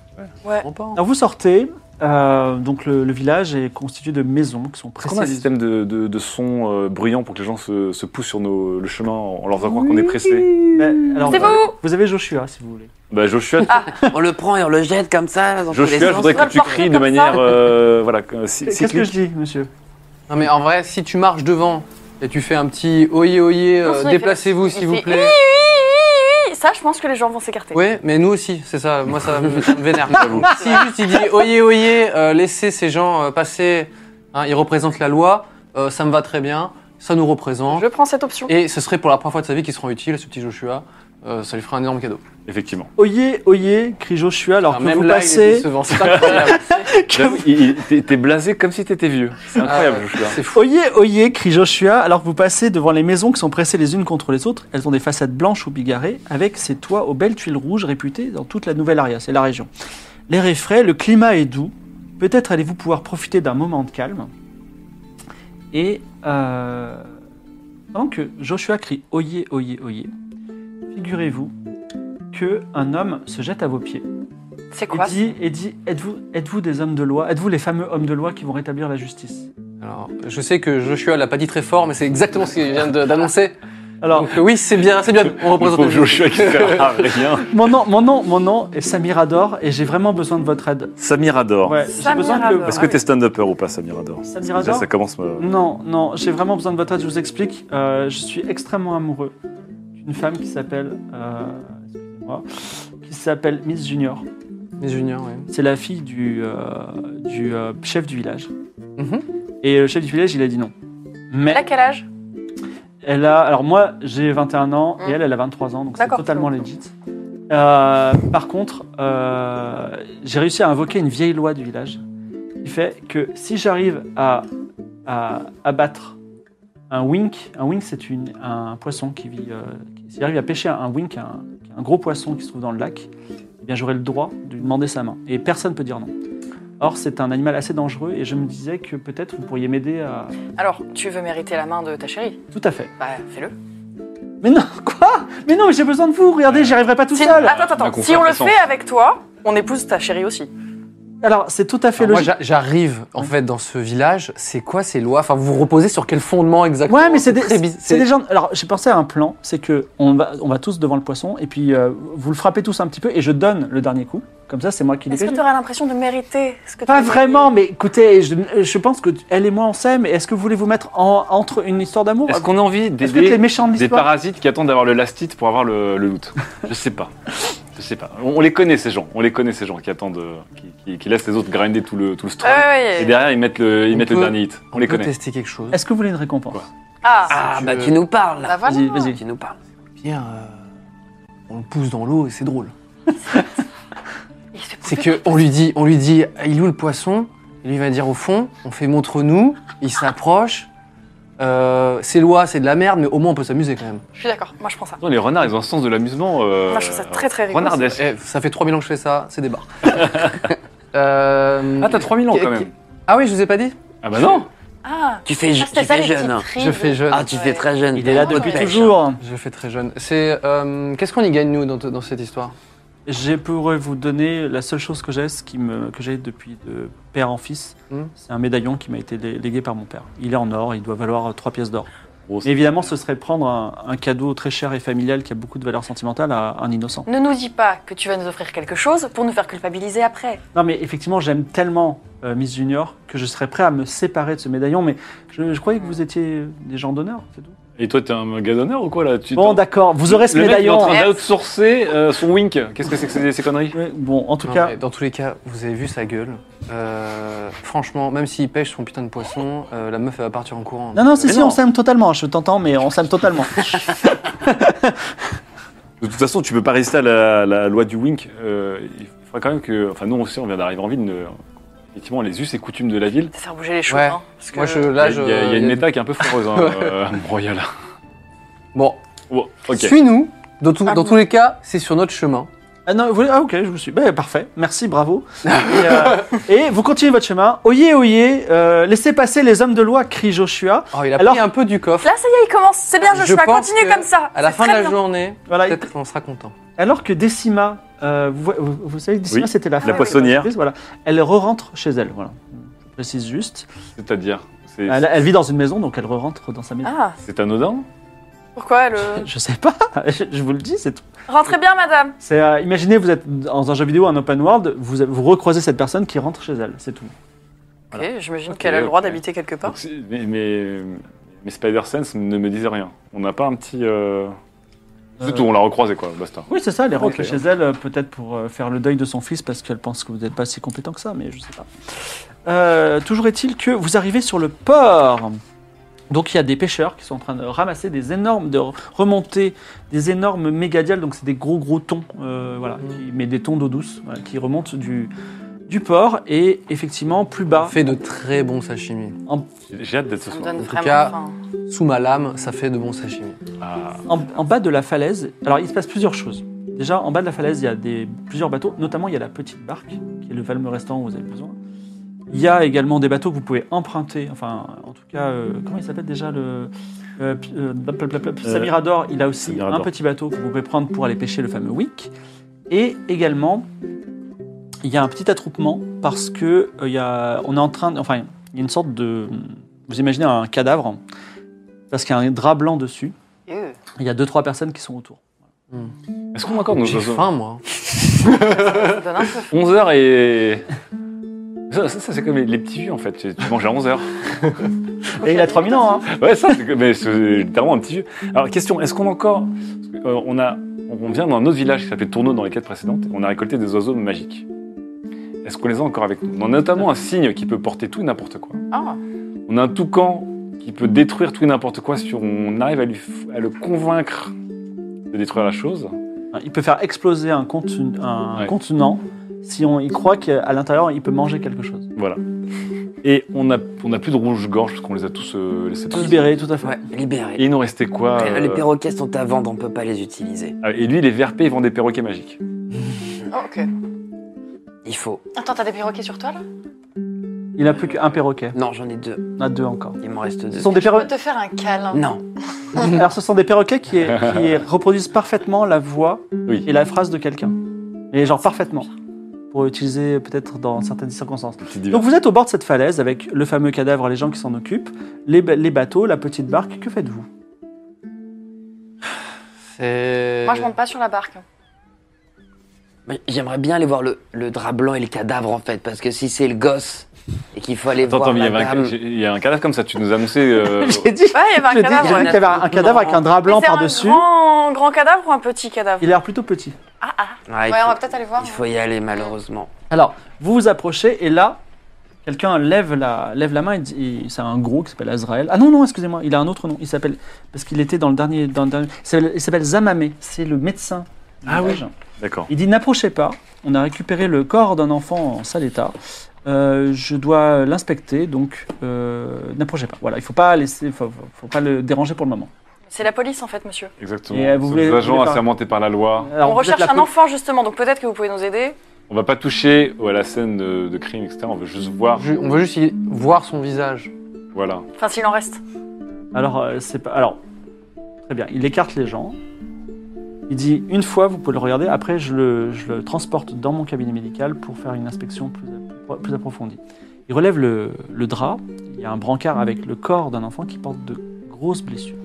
Speaker 3: Ouais.
Speaker 4: Au port.
Speaker 1: Alors vous sortez, euh, donc le, le village est constitué de maisons qui sont
Speaker 2: Est-ce qu'on a un
Speaker 1: précisées.
Speaker 2: système de, de, de son euh, bruyant pour que les gens se, se poussent sur nos, le chemin en leur faisant croire qu'on est pressé
Speaker 1: Ben, alors,
Speaker 3: C'est
Speaker 1: euh,
Speaker 3: vous
Speaker 1: Vous avez Joshua, si vous voulez.
Speaker 2: Bah Joshua,
Speaker 6: On le prend et on le jette comme ça, dans tous les
Speaker 2: Joshua, je
Speaker 6: sens.
Speaker 2: voudrais
Speaker 3: Ah, On va
Speaker 2: que
Speaker 3: le
Speaker 2: tu cries
Speaker 3: porter
Speaker 2: de
Speaker 3: comme
Speaker 2: manière...
Speaker 3: ça.
Speaker 2: euh, voilà, que- cy-
Speaker 1: Qu'est-ce que
Speaker 2: cyclique.
Speaker 1: je dis, monsieur
Speaker 4: Non, mais en vrai, si tu marches devant et tu fais un petit oyé oyé, euh,
Speaker 3: Non, sinon, il
Speaker 4: déplacez-vous
Speaker 3: fait-
Speaker 4: s'il
Speaker 3: il
Speaker 4: vous
Speaker 3: fait
Speaker 4: plaît.
Speaker 3: Et Ça, je pense que les gens vont s'écarter.
Speaker 4: Ouais, mais nous aussi, c'est ça. Moi, ça me, ça me vénère.
Speaker 2: J'avoue.
Speaker 4: si juste il dit oyé oyé, euh, laissez ces gens euh, passer, hein, ils représentent la loi, euh, ça me va très bien, ça nous représente.
Speaker 3: Je prends cette option.
Speaker 4: Et ce serait pour la première fois de sa vie qu'ils seront utiles, ce petit Joshua. Euh, ça lui fera un énorme cadeau.
Speaker 2: Effectivement.
Speaker 1: Oyez, oyez, crie Joshua, alors
Speaker 4: Enfin,
Speaker 1: que
Speaker 4: même
Speaker 1: vous
Speaker 4: là, il est
Speaker 1: passez.
Speaker 4: décevant. C'est incroyable.
Speaker 2: J'avoue, il- il- T'es t'es blasé comme si t'étais vieux. C'est incroyable,
Speaker 4: Ah,
Speaker 2: Joshua.
Speaker 4: C'est fou.
Speaker 1: Oyez, oyez, crie Joshua, alors que vous passez devant les maisons qui sont pressées les unes contre les autres. Elles ont des façades blanches ou bigarrées, avec ses toits aux belles tuiles rouges réputées dans toute la Nouvelle-Aria, c'est la région. L'air est frais, le climat est doux. Peut-être allez-vous pouvoir profiter d'un moment de calme. Et euh, pendant que Joshua crie oyez, oyez, oyez, figurez-vous que un homme se jette à vos pieds.
Speaker 3: C'est quoi
Speaker 1: Et dit, et dit êtes-vous êtes-vous des hommes de loi Êtes-vous les fameux hommes de loi qui vont rétablir la justice
Speaker 4: Alors, je sais que Joshua l'a pas dit très fort, mais c'est exactement ce qu'il vient de- d'annoncer.
Speaker 1: Alors,
Speaker 4: Donc euh, oui, c'est bien, c'est bien. On
Speaker 2: Le
Speaker 4: représente
Speaker 2: pauvre
Speaker 4: le
Speaker 2: Joshua qui sert à rien.
Speaker 1: mon nom, mon nom, mon nom est Samir Ador et j'ai vraiment besoin de votre aide.
Speaker 2: Samir Ador.
Speaker 1: Ouais, j'ai
Speaker 3: Samir
Speaker 1: besoin que le-
Speaker 3: Ador.
Speaker 2: Est-ce que t'es stand-upper ou pas, Samir Ador
Speaker 1: Samir
Speaker 2: Déjà,
Speaker 1: Ador
Speaker 2: ça commence. euh, me-
Speaker 1: Non, non, j'ai vraiment besoin de votre aide, je vous explique. Euh, je suis extrêmement amoureux d'une femme qui s'appelle euh, excusez-moi, qui s'appelle Miss Junior.
Speaker 4: Les juniors, ouais.
Speaker 1: C'est la fille du euh, du euh, chef du village.
Speaker 4: Mhm.
Speaker 1: Et le chef du village, il a dit non.
Speaker 3: Elle
Speaker 1: Mais
Speaker 3: a quel âge
Speaker 1: Elle a, alors moi j'ai 21 ans et
Speaker 3: Mm.
Speaker 1: elle elle a 23 ans, donc c'est
Speaker 3: D'accord,
Speaker 1: totalement
Speaker 3: c'est bon.
Speaker 1: legit. Euh, par contre, euh, j'ai réussi à invoquer une vieille loi du village qui fait que si j'arrive à, à abattre un wink, un wink c'est une- un poisson qui vit, euh, qui- si j'arrive à pêcher un wink, un, un gros poisson qui se trouve dans le lac, eh bien j'aurais le droit de lui demander sa main. Et personne ne peut dire non. Or, c'est un animal assez dangereux et je me disais que peut-être vous pourriez m'aider à.
Speaker 3: Alors, tu veux mériter la main de ta chérie
Speaker 1: Tout à fait.
Speaker 3: Bah, fais-le.
Speaker 1: Mais non, quoi Mais non, mais j'ai besoin de vous, regardez, j'y arriverai pas tout
Speaker 3: Si-
Speaker 1: seul
Speaker 3: Attends, attends,
Speaker 2: La
Speaker 3: attends. Si on le
Speaker 2: confrontation.
Speaker 3: fait avec toi, on épouse ta chérie aussi.
Speaker 1: Alors, c'est tout à fait
Speaker 4: Alors, Ah, moi,
Speaker 1: logique.
Speaker 4: j'a- j'arrive en fait dans ce village. C'est quoi ces lois Enfin, vous vous reposez sur quel fondement exactement
Speaker 1: Ouais, mais c'est des,
Speaker 4: très bizarre.
Speaker 1: c'est- c'est des gens. Alors, j'ai pensé à un plan, c'est que on va, on va tous devant le poisson et puis euh, vous le frappez tous un petit peu et je donne le dernier coup. Comme ça, c'est moi qui
Speaker 3: Est-ce que
Speaker 1: dégage.
Speaker 3: tu aurais l'impression de mériter ce que
Speaker 1: Pas
Speaker 3: tu-
Speaker 1: vraiment, mais écoutez, je, je pense que tu- elle et moi on s'aime. et Est-ce que vous voulez vous mettre en- entre une histoire d'amour Ah,
Speaker 2: Est-ce qu'on a envie
Speaker 1: Est-ce que t'es
Speaker 2: d'aider
Speaker 1: les méchants de
Speaker 2: des
Speaker 1: l'histoire
Speaker 2: parasites qui attendent d'avoir le lastite pour avoir le, le loot Je sais pas. Je sais pas. On, on les connaît ces gens. On les connaît ces gens qui attendent, euh, qui, qui- qui laissent les autres grinder tout le tout le
Speaker 3: Ouais,
Speaker 2: strong.
Speaker 3: ouais,
Speaker 2: Et
Speaker 3: ouais.
Speaker 2: derrière ils mettent le ils
Speaker 4: On
Speaker 2: mettent
Speaker 4: peut-
Speaker 2: le dernier hit. On les
Speaker 4: peut
Speaker 2: connaît.
Speaker 4: tester quelque chose.
Speaker 1: Est-ce que vous voulez une récompense
Speaker 3: Ah,
Speaker 6: Ah,
Speaker 4: tu
Speaker 6: bah
Speaker 4: veux-
Speaker 6: tu nous parles
Speaker 3: bah
Speaker 6: là.
Speaker 3: voilà.
Speaker 1: euh, Ah, Vas-y, vas-y.
Speaker 6: Tu nous parles.
Speaker 4: Bien, euh, on le pousse dans l'eau et c'est drôle.
Speaker 3: Il se fait
Speaker 4: C'est
Speaker 3: couper.
Speaker 4: que on lui dit, on lui dit, il est où le poisson Et lui il va dire au fond, on fait montre-nous. Il s'approche. Euh, c'est loi, c'est de la merde, mais au moins on peut s'amuser quand même.
Speaker 3: Je suis d'accord, moi je prends ça.
Speaker 2: Non, les renards, ils ont un sens de l'amusement. Euh,
Speaker 3: Moi je trouve ça très très rigolo.
Speaker 2: renardesque.
Speaker 4: Eh, ça fait 3000 ans que je fais ça, c'est des barres. Euh,
Speaker 2: Ah, t'as 3000 ans
Speaker 4: qu'est-
Speaker 2: quand
Speaker 4: qu'est-
Speaker 2: même.
Speaker 4: Ah oui, je vous ai pas dit
Speaker 2: Ah bah non
Speaker 3: Ah,
Speaker 6: Tu fais,
Speaker 3: ah,
Speaker 6: je-
Speaker 3: c'était
Speaker 6: tu
Speaker 3: ça
Speaker 6: fais
Speaker 3: les
Speaker 6: jeune.
Speaker 3: petites
Speaker 6: hein.
Speaker 3: rides.
Speaker 4: Je fais jeune.
Speaker 6: Ah, tu fais
Speaker 3: Ouais.
Speaker 6: très jeune.
Speaker 1: Il est là
Speaker 3: Ah,
Speaker 1: depuis
Speaker 3: ouais.
Speaker 1: toujours.
Speaker 4: Je fais très jeune. C'est euh, qu'est-ce qu'on y gagne nous dans, dans cette histoire
Speaker 1: Je pourrais vous donner la seule chose que j'ai, ce qui me, que j'ai depuis de père en fils.
Speaker 4: Hmm.
Speaker 1: C'est un médaillon qui m'a été lé- légué par mon père. Il est en or, il doit valoir 3 pièces d'or.
Speaker 2: Gros,
Speaker 1: Mais évidemment, ce serait prendre un, un cadeau très cher et familial qui a beaucoup de valeur sentimentale à un innocent.
Speaker 3: Ne nous dis pas que tu vas nous offrir quelque chose pour nous faire culpabiliser après.
Speaker 1: Non, mais effectivement, j'aime tellement euh, Miss Junior que je serais prêt à me séparer de ce médaillon, mais je, je croyais que vous étiez des gens d'honneur, c'est tout.
Speaker 2: Et toi, t'es un gars d'honneur ou quoi là tu,
Speaker 1: Bon, d'accord, vous aurez ce
Speaker 2: Le mec, il est en
Speaker 1: médaillon.
Speaker 2: train d'outsourcer euh, son wink. Qu'est-ce que c'est que ces, ces conneries
Speaker 1: Ouais, bon, en tout
Speaker 4: Non,
Speaker 1: cas,
Speaker 4: mais Dans tous les cas, vous avez vu sa gueule. Euh, franchement, même s'il pêche son putain de poisson, euh, la meuf elle va partir en courant.
Speaker 1: non, non, si,
Speaker 2: mais
Speaker 1: si,
Speaker 2: non.
Speaker 1: on s'aime totalement. Je t'entends, mais on s'aime totalement.
Speaker 2: De toute façon, tu peux pas résister à la, la loi du wink. Euh, il faudra quand même que. Enfin, nous aussi, on vient d'arriver en ville. ne- effectivement, les us et coutumes de la ville.
Speaker 3: Ça faire bouger les choses.
Speaker 4: Ouais.
Speaker 3: hein, parce que-
Speaker 4: Moi je
Speaker 2: Il y, a-
Speaker 4: là je.
Speaker 2: il y a il y a une
Speaker 4: il y a-
Speaker 2: méta qui est un peu foireuse, hein, euh, Royal.
Speaker 4: Bon,
Speaker 2: Bon, ok.
Speaker 4: suis-nous. Dans, tout-
Speaker 3: Ah
Speaker 4: dans
Speaker 3: bon.
Speaker 4: tous les cas, c'est sur notre chemin.
Speaker 1: Ah non, vous voulez- ah, ok, je vous suis. Ben, parfait, merci, bravo. Et, euh, et vous continuez votre chemin. Oyez, oyez, euh, laissez passer les hommes de loi, crie Joshua.
Speaker 4: Oh, il a
Speaker 1: Alors-
Speaker 4: pris un peu du coffre.
Speaker 3: Là, ça y est, il commence. C'est bien, Joshua,
Speaker 4: pense
Speaker 3: continue
Speaker 4: que
Speaker 3: comme ça.
Speaker 4: À la
Speaker 3: C'est
Speaker 4: fin de
Speaker 3: très
Speaker 4: la
Speaker 3: bien.
Speaker 4: journée,
Speaker 1: Voilà.
Speaker 4: peut-être qu'on sera content.
Speaker 1: Alors que Décima, euh, vous, vo- vous, vous savez, Décima,
Speaker 2: Oui,
Speaker 1: c'était la, femme,
Speaker 2: poissonnière.
Speaker 1: Voilà, elle re-rentre chez elle. Voilà, je précise juste.
Speaker 2: C'est-à-dire, c'est
Speaker 1: Elle, elle vit dans une maison, donc elle re-rentre dans sa maison.
Speaker 3: Ah,
Speaker 2: c'est anodin
Speaker 3: pourquoi le.
Speaker 1: Je sais pas, je je vous le dis, c'est tout.
Speaker 3: Rentrez bien, madame.
Speaker 1: C'est, euh, imaginez, vous êtes dans un jeu vidéo, un open world, vous, vous recroisez cette personne qui rentre chez elle, c'est tout.
Speaker 3: Ok, j'imagine
Speaker 2: Ok,
Speaker 3: qu'elle a le droit
Speaker 2: ok.
Speaker 3: d'habiter quelque part.
Speaker 2: Donc, c'est- mais, mais, mais Spider-Sense ne me disait rien. On n'a pas un petit. euh, C'est
Speaker 1: Euh.
Speaker 2: tout, on l'a recroisé quoi, basta.
Speaker 1: Oui, c'est ça, elle rentre
Speaker 2: Ok.
Speaker 1: chez elle, euh, peut-être pour euh, faire le deuil de son fils, parce qu'elle pense que vous n'êtes pas si compétent que ça, mais je sais pas. Euh, toujours est-il que vous arrivez sur le port. Donc il y a des pêcheurs qui sont en train de ramasser des énormes, de remonter des énormes mégadiales, donc c'est des gros gros thons, euh, voilà, qui- mais des thons d'eau douce, voilà, qui remontent du, du port, et effectivement plus
Speaker 4: On
Speaker 1: bas,
Speaker 4: fait de très bons sashimi.
Speaker 2: J'ai hâte d'être ce
Speaker 3: Ça me
Speaker 2: soir.
Speaker 3: donne
Speaker 4: tout
Speaker 3: vraiment
Speaker 4: cas-
Speaker 3: faim.
Speaker 4: Sous ma lame, ça fait de bons sashimi.
Speaker 2: Ah,
Speaker 1: en, en bas de la falaise, alors il se passe plusieurs choses. Déjà, en bas de la falaise, il y a des, plusieurs bateaux, notamment il y a la petite barque, qui est le valme restant où vous avez besoin. Il y a également des bateaux que vous pouvez emprunter, enfin, en tout cas, euh, comment il s'appelle déjà le. euh, pi- euh, blap, blap, blap, blap,
Speaker 2: Euh,
Speaker 1: Samirador, il a aussi
Speaker 2: Samirador.
Speaker 1: un petit bateau que vous pouvez prendre pour aller pêcher le fameux wick. Et également, il y a un petit attroupement parce que euh, il y a, on est en train, de- enfin, il y a une sorte de, vous imaginez un cadavre, parce qu'il y a un drap blanc dessus.
Speaker 3: Euh.
Speaker 1: Il y a deux trois personnes qui sont autour.
Speaker 2: Est-ce qu'on a encore nos
Speaker 4: J'ai faim moi.
Speaker 2: 11h et. Ça, ça, ça, c'est comme les, les petits vieux en fait, tu tu manges à 11h.
Speaker 1: Et il a 3000 ans. Hein.
Speaker 2: Ouais, ça, c'est que- mais c'est littéralement un petit vieux. Alors, question, est-ce qu'on a encore. parce que, euh, on, a, on vient d'un autre village qui s'appelait Tourneau dans les quêtes précédentes, et on a récolté des oiseaux magiques. Est-ce qu'on les a encore avec nous On a notamment un signe qui peut porter tout et n'importe quoi.
Speaker 3: Ah.
Speaker 2: On a un toucan qui peut détruire tout et n'importe quoi si on arrive à, lui, f- à le convaincre de détruire la chose.
Speaker 1: Il peut faire exploser un, contenu- un
Speaker 2: Ouais.
Speaker 1: contenant si on y croit qu'à l'intérieur il peut manger quelque chose.
Speaker 2: Voilà. Et on n'a on a plus de rouge-gorge parce qu'on les a tous euh, laissés
Speaker 1: Tout
Speaker 2: partir.
Speaker 1: libéré, tout à fait.
Speaker 6: Ouais, libéré.
Speaker 2: Et il nous restait quoi
Speaker 6: Les
Speaker 2: euh,
Speaker 6: perroquets sont à vendre, on peut pas les utiliser.
Speaker 2: Ah, Et lui, les VRP, ils vendent des perroquets magiques.
Speaker 3: Oh, Ok.
Speaker 6: Il faut.
Speaker 3: Attends, t'as des perroquets sur toi là
Speaker 1: Il a plus qu'un perroquet.
Speaker 6: Non, j'en ai deux.
Speaker 1: On a deux encore.
Speaker 6: Il m'en reste deux.
Speaker 1: Ce sont des
Speaker 3: Je peux
Speaker 1: perroquets.
Speaker 3: te faire un câlin.
Speaker 6: Non.
Speaker 1: Alors, ce sont des perroquets qui, qui reproduisent parfaitement la voix
Speaker 2: Oui.
Speaker 1: et la phrase de quelqu'un. Et genre parfaitement. Pour utiliser peut-être dans certaines circonstances.
Speaker 2: Petite
Speaker 1: Donc
Speaker 2: diversion.
Speaker 1: vous êtes au bord de cette falaise avec le fameux cadavre, les gens qui s'en occupent, les, ba- les bateaux, la petite barque. Que faites-vous
Speaker 4: C'est.
Speaker 3: Moi, je monte pas sur la barque.
Speaker 6: Mais J'aimerais bien aller voir le, le drap blanc et le cadavre en fait, parce que si c'est le gosse et qu'il faut aller
Speaker 2: Attends,
Speaker 6: voir
Speaker 2: attends, mais il y,
Speaker 6: la
Speaker 2: avait un,
Speaker 6: dame,
Speaker 2: j'ai- il y a un cadavre comme ça, tu nous as annoncé. euh,
Speaker 1: dit
Speaker 3: Ouais, il y avait un
Speaker 1: J'ai dit
Speaker 3: cadavre.
Speaker 6: qu'il y
Speaker 3: ouais.
Speaker 1: qu'il y avait un, un cadavre avec un drap blanc
Speaker 3: Mais c'est
Speaker 1: par-dessus.
Speaker 3: Un grand, grand cadavre ou un petit cadavre
Speaker 1: Il a l'air plutôt petit.
Speaker 3: Ah ah.
Speaker 6: ouais, il,
Speaker 3: Ouais, on va
Speaker 6: faut,
Speaker 3: peut-être aller voir.
Speaker 6: il faut y aller malheureusement.
Speaker 1: Alors, vous vous approchez et là, quelqu'un lève la, lève la main. il dit- il- C'est un gros qui s'appelle Azrael. Ah non, non, excusez-moi, il a un autre nom. Il s'appelle. Parce qu'il était dans le dernier. Dans le dernier- il s'appelle- il s'appelle Zamamé. C'est le médecin. du
Speaker 2: Ah oui.
Speaker 1: village.
Speaker 2: D'accord.
Speaker 1: Il dit N'approchez pas, on a récupéré le corps d'un enfant en sale état. Euh, je dois l'inspecter, donc euh, n'approchez pas. Voilà, il faut pas laisser, faut, faut- faut pas le déranger pour le moment.
Speaker 3: C'est la police en fait, monsieur.
Speaker 2: Exactement.
Speaker 1: Et, euh, vous
Speaker 2: Nous sommes
Speaker 1: voulez-
Speaker 2: des
Speaker 1: vous
Speaker 2: agents
Speaker 1: voulez pas-
Speaker 2: assermentés par la loi.
Speaker 1: Alors,
Speaker 3: on
Speaker 1: vous êtes
Speaker 3: recherche
Speaker 1: la
Speaker 3: un
Speaker 1: po-
Speaker 3: enfant justement, donc peut-être que vous pouvez nous aider.
Speaker 2: On va pas toucher euh, à la scène de, de crime, etc. On veut juste voir.
Speaker 4: Ju- On veut juste y voir son visage.
Speaker 2: Voilà.
Speaker 3: Enfin, s'il en reste.
Speaker 1: Alors, euh, c'est pas. Alors, très bien. Il écarte les gens. Il dit une fois, vous pouvez le regarder. Après, je le, je le transporte dans mon cabinet médical pour faire une inspection plus, appro- plus approfondie. Il relève le, le drap. Il y a un brancard avec le corps d'un enfant qui porte de grosses blessures.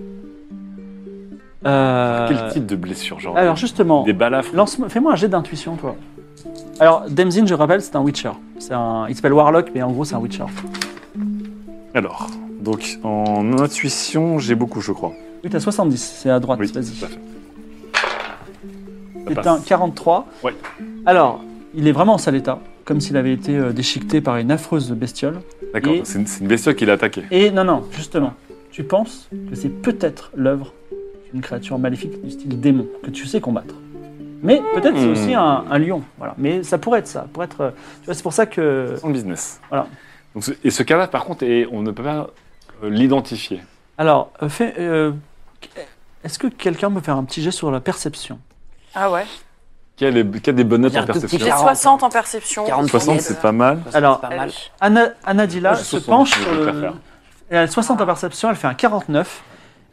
Speaker 1: Euh,
Speaker 2: Quel type de blessure, genre
Speaker 1: Alors justement,
Speaker 2: Des balafres.
Speaker 1: lance- fais-moi un jet d'intuition, toi. Alors, Demzin, je rappelle, c'est un Witcher. C'est un, il s'appelle Warlock, mais en gros, c'est un Witcher.
Speaker 2: Alors, donc en intuition, j'ai beaucoup, je crois.
Speaker 1: Oui, t'as 70, c'est à droite,
Speaker 2: Oui,
Speaker 1: vas-y.
Speaker 2: tout à fait. Ça
Speaker 1: C'est
Speaker 2: passe.
Speaker 1: un 43.
Speaker 2: Ouais.
Speaker 1: Alors, il est vraiment en sale état, comme s'il avait été euh, déchiqueté par une affreuse bestiole.
Speaker 2: D'accord,
Speaker 1: Et-
Speaker 2: c'est une, c'est une bestiole qui l'a attaqué.
Speaker 1: Et non, non, justement, tu penses que c'est peut-être l'œuvre d'une créature maléfique du style démon que tu sais combattre. Mais peut-être c'est
Speaker 2: Hmm.
Speaker 1: aussi un, un lion, voilà. Mais ça pourrait être ça, pourrait être. euh, Tu vois, c'est pour ça que.
Speaker 2: Son business.
Speaker 1: Voilà.
Speaker 2: Donc, ce- et ce cadavre, par contre, est- on ne peut pas euh, l'identifier.
Speaker 1: Alors, euh, fais, euh, est-ce que quelqu'un peut faire un petit jet sur la perception
Speaker 3: Ah ouais.
Speaker 2: Qui a, les- qui a des bonnes notes
Speaker 6: J'ai
Speaker 2: en
Speaker 6: un tout petit
Speaker 2: perception
Speaker 3: J'ai
Speaker 6: 40.
Speaker 3: 60 en perception.
Speaker 6: 40,
Speaker 2: 60, c'est pas mal.
Speaker 6: Ça, c'est
Speaker 1: Alors,
Speaker 6: pas mal.
Speaker 1: Anna, Anadila
Speaker 2: Moi, j'ai
Speaker 1: se
Speaker 2: 60,
Speaker 1: penche
Speaker 2: je
Speaker 1: sur
Speaker 2: peux
Speaker 1: le-
Speaker 2: pas faire.
Speaker 1: Elle a 60 en perception, elle fait un 49.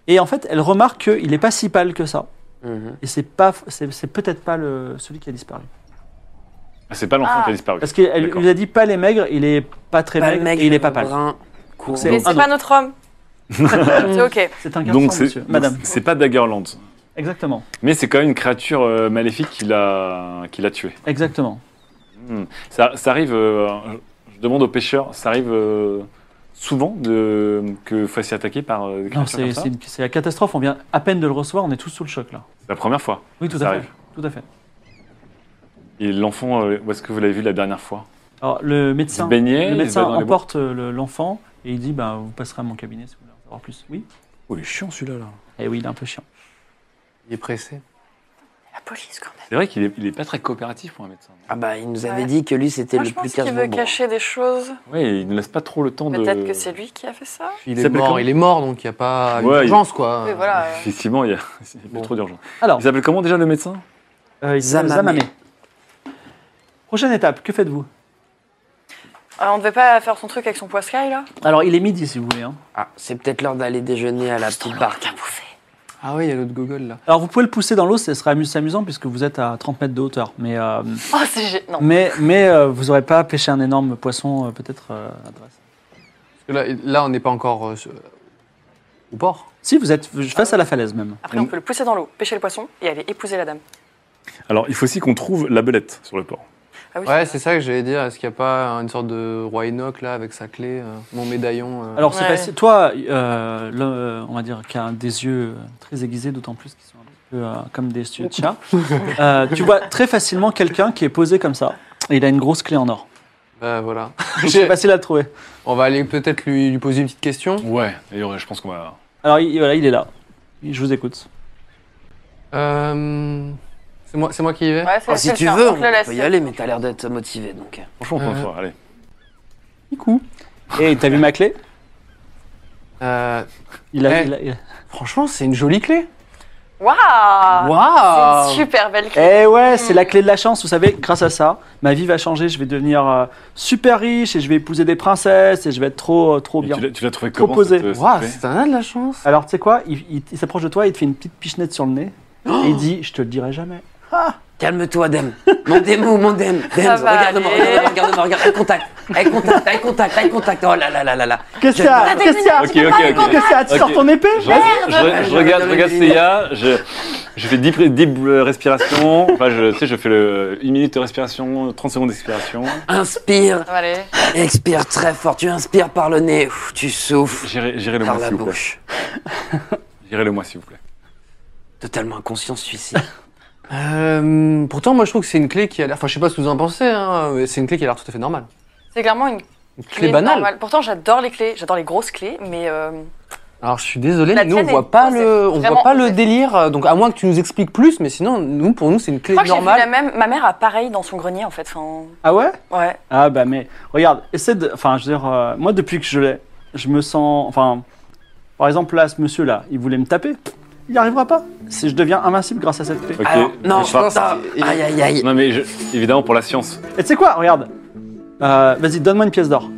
Speaker 1: Et en fait, elle remarque qu'il n'est pas si pâle que ça.
Speaker 6: Mhm.
Speaker 1: Et c'est pas, c'est c'est peut-être pas le, celui qui a disparu.
Speaker 2: Ah, C'est pas l'enfant
Speaker 3: Ah.
Speaker 2: qui a disparu.
Speaker 1: Parce qu'elle
Speaker 2: D'accord.
Speaker 1: lui a dit pas les maigres, il est pas très
Speaker 6: Pas
Speaker 1: maigre,
Speaker 6: le mec,
Speaker 1: et il est pas pâle.
Speaker 6: brun, court.
Speaker 1: c'est-
Speaker 3: Mais
Speaker 1: Ah
Speaker 3: c'est
Speaker 1: non.
Speaker 3: pas notre homme. c'est ok.
Speaker 1: C'est un garçon,
Speaker 2: Donc, c'est
Speaker 1: monsieur. Madame,
Speaker 2: donc, c'est pas Daggerland.
Speaker 1: exactement,
Speaker 2: Mais c'est quand même une créature euh, maléfique qui l'a qui l'a tué.
Speaker 1: exactement.
Speaker 2: Hmm. Ça, ça arrive, euh, je demande aux pêcheurs, ça arrive euh, souvent de, que vous fassiez attaquer par euh, des
Speaker 1: Non,
Speaker 2: créatures
Speaker 1: c'est
Speaker 2: comme ça
Speaker 1: c'est une- c'est la catastrophe, on vient à peine de le recevoir, on est tous sous le choc là.
Speaker 2: C'est la première fois.
Speaker 1: Oui, tout à
Speaker 2: Ça
Speaker 1: fait.
Speaker 2: arrive.
Speaker 1: Tout à fait.
Speaker 2: Et l'enfant, euh, où est-ce que vous l'avez vu la dernière fois
Speaker 1: Alors, le
Speaker 2: Il se
Speaker 1: médecin,
Speaker 2: baignait,
Speaker 1: le
Speaker 2: il se
Speaker 1: médecin
Speaker 2: baignait dans les bois.
Speaker 1: emporte euh, le- l'enfant et il dit bah, Vous passerez à mon cabinet si vous voulez en savoir plus. Oui
Speaker 2: Oh, il est chiant celui-là. là.
Speaker 1: Et oui, il est un peu chiant.
Speaker 4: Il est pressé.
Speaker 3: La police quand même.
Speaker 2: C'est vrai qu'il est, il est pas très coopératif pour un médecin.
Speaker 6: Ah bah, il nous avait
Speaker 3: Ouais.
Speaker 6: dit que lui, c'était
Speaker 3: Moi,
Speaker 6: le
Speaker 3: je
Speaker 6: plus
Speaker 3: pense qu'il
Speaker 6: 15
Speaker 3: veut
Speaker 6: membres.
Speaker 3: cacher des choses.
Speaker 2: Oui, il ne laisse pas trop le temps de.
Speaker 3: Peut-être que c'est lui qui a fait ça.
Speaker 4: Puis il
Speaker 2: Il
Speaker 4: est
Speaker 2: s'appelle comment
Speaker 4: mort, il est mort, donc il n'y a pas
Speaker 2: Ouais,
Speaker 4: d'urgence, quoi.
Speaker 6: Ah.
Speaker 3: Oui, voilà. euh,
Speaker 2: Effectivement, il y a, il y a
Speaker 4: Bon.
Speaker 2: trop d'urgence.
Speaker 1: Alors,
Speaker 2: Il s'appelle comment déjà le médecin
Speaker 1: euh, il s'appelle
Speaker 6: Zamamé.
Speaker 1: Zamamé. Prochaine étape, que faites-vous
Speaker 3: ah, on devait pas faire son truc avec son poiscaille là
Speaker 1: Alors, il est midi si vous voulez. hein.
Speaker 6: Ah, c'est peut-être l'heure d'aller déjeuner à la petite barque.
Speaker 4: Ah oui, il y a l'autre gogol, là.
Speaker 1: Alors, vous pouvez le pousser dans l'eau, ce sera amus- amusant puisque vous êtes à 30 mètres de hauteur. Mais, euh,
Speaker 3: Oh, c'est gênant.
Speaker 1: mais, mais euh, vous n'aurez pas pêché un énorme poisson, euh, peut-être. euh, à Brest.
Speaker 4: Parce que Là, là, on n'est pas encore euh, sur- au port.
Speaker 1: si, vous êtes face à la falaise même.
Speaker 3: Après,
Speaker 6: Mm.
Speaker 3: on peut le pousser dans l'eau, pêcher le poisson et aller épouser la dame.
Speaker 2: Alors, il faut aussi qu'on trouve la belette sur le port.
Speaker 3: Ah oui,
Speaker 4: Ouais, c'est ça que j'allais dire. Est-ce qu'il n'y a pas une sorte de roi Enoch, là, avec sa clé, euh, mon médaillon euh,
Speaker 1: Alors, c'est
Speaker 3: Ouais.
Speaker 1: facile. Toi, euh, le- euh, on va dire, qui a des yeux euh, très aiguisés, d'autant plus qu'ils sont un petit peu euh, comme des yeux de chat, euh, tu vois très facilement quelqu'un qui est posé comme ça. Et il a une grosse clé en or.
Speaker 4: Bah, voilà.
Speaker 1: C'est facile à le trouver.
Speaker 4: On va aller peut-être lui, lui poser une petite question.
Speaker 2: Ouais, d'ailleurs, je pense qu'on va.
Speaker 1: Alors, il, voilà, il est là. Je vous écoute.
Speaker 4: Euh, c'est moi, c'est moi qui y vais.
Speaker 3: Ouais, c'est-
Speaker 6: Oh, si
Speaker 3: c'est
Speaker 6: tu
Speaker 3: ça,
Speaker 6: veux,
Speaker 3: on
Speaker 6: on
Speaker 3: te le laisse.
Speaker 6: peut y aller, mais t'as l'air d'être motivé, donc.
Speaker 2: Franchement, on peut le
Speaker 4: Euh.
Speaker 2: faire, allez.
Speaker 1: Coucou. Et Eh, t'as vu ma clé
Speaker 4: Euh,
Speaker 1: il a,
Speaker 4: Eh.
Speaker 1: il a- il a-
Speaker 2: Eh.
Speaker 4: franchement, c'est une jolie clé.
Speaker 3: Waouh Ah, C'est une
Speaker 4: Waouh
Speaker 3: super belle clé.
Speaker 1: Eh ouais, c'est la clé de la chance. Vous savez, grâce à ça, ma vie va changer. Je vais devenir euh, super riche et je vais épouser des princesses et je vais être trop, euh, trop
Speaker 2: Et
Speaker 1: bien.
Speaker 2: Tu l'as- tu l'as trouvé
Speaker 1: Trop
Speaker 2: comment
Speaker 1: posé.
Speaker 2: cette- cette
Speaker 4: Waouh,
Speaker 2: clé
Speaker 4: c'est un as de la chance.
Speaker 1: Alors, tu sais quoi Il, il- il s'approche de toi, il te fait une petite pichenette sur le nez
Speaker 2: Oh
Speaker 1: et il dit Je te le dirai jamais.
Speaker 6: Calme-toi, Dem. Mon Demo, mon Dem. Dem,
Speaker 3: Ça va
Speaker 6: regarde-moi,
Speaker 3: aller.
Speaker 6: regarde-moi, regarde-moi, regarde. Eye contact, eye contact, eye contact, eye contact. Oh là là là là là.
Speaker 1: Qu'est-ce qu'il y
Speaker 6: J'adore.
Speaker 1: a Qu'est-ce qu'il y a
Speaker 2: Ok, ok, ok.
Speaker 1: Qu'est-ce qu'il y a Tu sors
Speaker 2: Ok.
Speaker 1: ton épée
Speaker 2: Je, je- je regarde, je regarde Seiya, je, je fais 10, pré- 10 euh, respirations, enfin je tu sais, je fais le, une minute de respiration, 30 secondes d'expiration,
Speaker 6: Inspire,
Speaker 3: Ça va aller.
Speaker 6: expire très fort. Tu inspires par le nez, Ouf, tu souffles
Speaker 2: gérez, gérez le
Speaker 6: par
Speaker 2: moi
Speaker 6: la
Speaker 2: s'il vous plaît.
Speaker 6: bouche.
Speaker 2: Gérez le moi s'il vous plaît.
Speaker 6: Totalement inconscient, celui-ci.
Speaker 4: Euh, pourtant, moi, je trouve que c'est une clé qui a l'air. Enfin, je sais pas ce que vous en pensez, hein, mais c'est une clé qui a l'air tout à fait normale.
Speaker 3: C'est clairement une clé,
Speaker 4: Une clé banale.
Speaker 3: normale. Pourtant, j'adore les clés, j'adore les grosses clés, mais euh,
Speaker 4: Alors, je suis désolé,
Speaker 3: La
Speaker 4: mais nous, on
Speaker 3: tienne est
Speaker 4: voit pas
Speaker 3: posée.
Speaker 4: le, on
Speaker 3: Vraiment
Speaker 4: voit pas le
Speaker 3: posée.
Speaker 4: délire. euh, Donc, à moins que tu nous expliques plus, mais sinon, nous, pour nous, c'est une
Speaker 3: je
Speaker 4: clé
Speaker 3: crois que j'ai vu la
Speaker 4: normale.
Speaker 3: même. Ma mère a pareil dans son grenier en fait. Enfin,
Speaker 1: Ah ouais
Speaker 3: ouais.
Speaker 1: Ah bah, mais regarde, essaie de. Enfin, je veux dire, euh, moi, depuis que je l'ai, je me sens. Enfin, par exemple, là, ce monsieur-là, il voulait me taper. Il n'y arrivera pas. Si je deviens invincible grâce à cette clé.
Speaker 2: Ok.
Speaker 6: Alors, non,
Speaker 2: je pars.
Speaker 6: ça, aïe aïe aïe.
Speaker 2: Non mais je- évidemment pour la science.
Speaker 1: Et tu sais quoi Regarde. Euh, Vas-y, donne-moi une pièce d'or.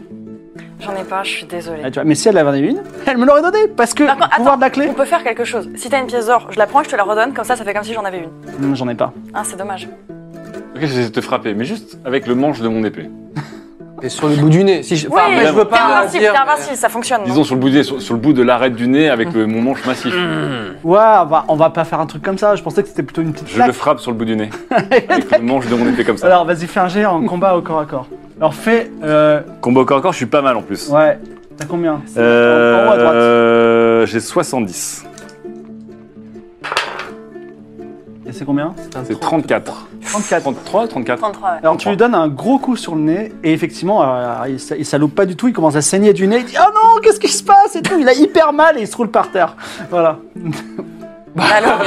Speaker 3: J'en ai pas, je suis
Speaker 1: Ah,
Speaker 3: désolée.
Speaker 1: tu vois, mais si elle avait une, elle me l'aurait donnée parce que
Speaker 3: Par contre,
Speaker 1: le pouvoir
Speaker 3: Bah, attends,
Speaker 1: de la clé.
Speaker 3: On peut faire quelque chose. Si t'as une pièce d'or, je la prends et je te la redonne, comme ça, ça fait comme si j'en avais une.
Speaker 1: Hmm, J'en ai pas.
Speaker 3: Hein, c'est dommage.
Speaker 2: Ok, je vais te frapper, mais juste avec le manche de mon épée.
Speaker 4: Et sur le bout du nez. Si je, enfin,
Speaker 3: Oui,
Speaker 4: après, je veux
Speaker 3: T'es
Speaker 4: pas.
Speaker 3: invincible,
Speaker 4: dire,
Speaker 3: t'es
Speaker 4: mais-
Speaker 3: invincible, ça fonctionne. hein.
Speaker 2: Disons sur le bout, des- sur, sur le bout de l'arête du nez avec le, mon manche massif.
Speaker 6: Mm.
Speaker 1: Ouais, on va, on va pas faire un truc comme ça. Je pensais que c'était plutôt une petite
Speaker 2: Je le
Speaker 1: claque.
Speaker 2: frappe sur le bout du nez avec le manche de mon épée comme ça.
Speaker 1: Alors, vas-y, fais un jet en combat au corps à corps. Alors, fais. Euh,
Speaker 2: Combo corps à corps, je suis pas mal en plus.
Speaker 1: ouais. T'as combien C'est en- en haut à droite.
Speaker 2: Euh, J'ai 70.
Speaker 1: Et c'est combien
Speaker 2: C'est 34.
Speaker 1: 34.
Speaker 2: 33 34
Speaker 3: 33, ouais.
Speaker 1: Alors tu lui donnes un gros coup sur le nez et effectivement euh, il, sa- il salope pas du tout, il commence à saigner du nez, il dit ah non qu'est-ce qui se passe et tout, il a hyper mal et il se roule par terre. Voilà.
Speaker 3: Bah, alors,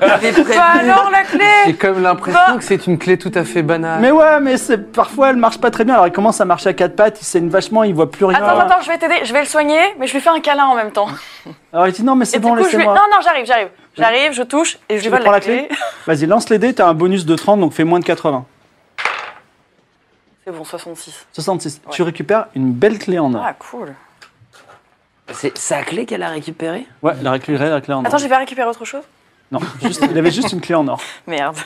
Speaker 6: T'avais prévu.
Speaker 3: bah alors la
Speaker 4: J'ai
Speaker 3: clé
Speaker 4: comme
Speaker 3: Bah.
Speaker 4: l'impression que c'est une clé tout à fait
Speaker 3: Ah.
Speaker 4: banale.
Speaker 1: Mais ouais mais c'est parfois elle marche pas très bien, alors il commence à marcher à quatre pattes, il saigne vachement, il voit plus rien.
Speaker 3: Attends, attends, je vais t'aider, je vais le soigner, mais je lui fais un câlin en même temps.
Speaker 1: Alors il dit non mais
Speaker 3: Et
Speaker 1: c'est bon
Speaker 3: du coup, je lui...
Speaker 1: laissez-moi.
Speaker 3: Non, non, j'arrive, j'arrive. J'arrive, je touche et je
Speaker 1: Tu
Speaker 3: lui vole
Speaker 1: prends
Speaker 3: la
Speaker 1: la
Speaker 3: clé.
Speaker 1: Vas-y lance les dés, t'as un bonus de 30 donc fais moins de 80.
Speaker 3: C'est bon, 66.
Speaker 1: 66.
Speaker 3: Ouais.
Speaker 1: Tu récupères une belle clé en or.
Speaker 3: Ah, cool.
Speaker 6: C'est sa clé qu'elle a récupérée
Speaker 1: Ouais, il a récupéré la clé en or.
Speaker 3: Attends, j'ai pas récupéré autre chose
Speaker 1: Non, juste- il avait juste une clé en or.
Speaker 3: Merde.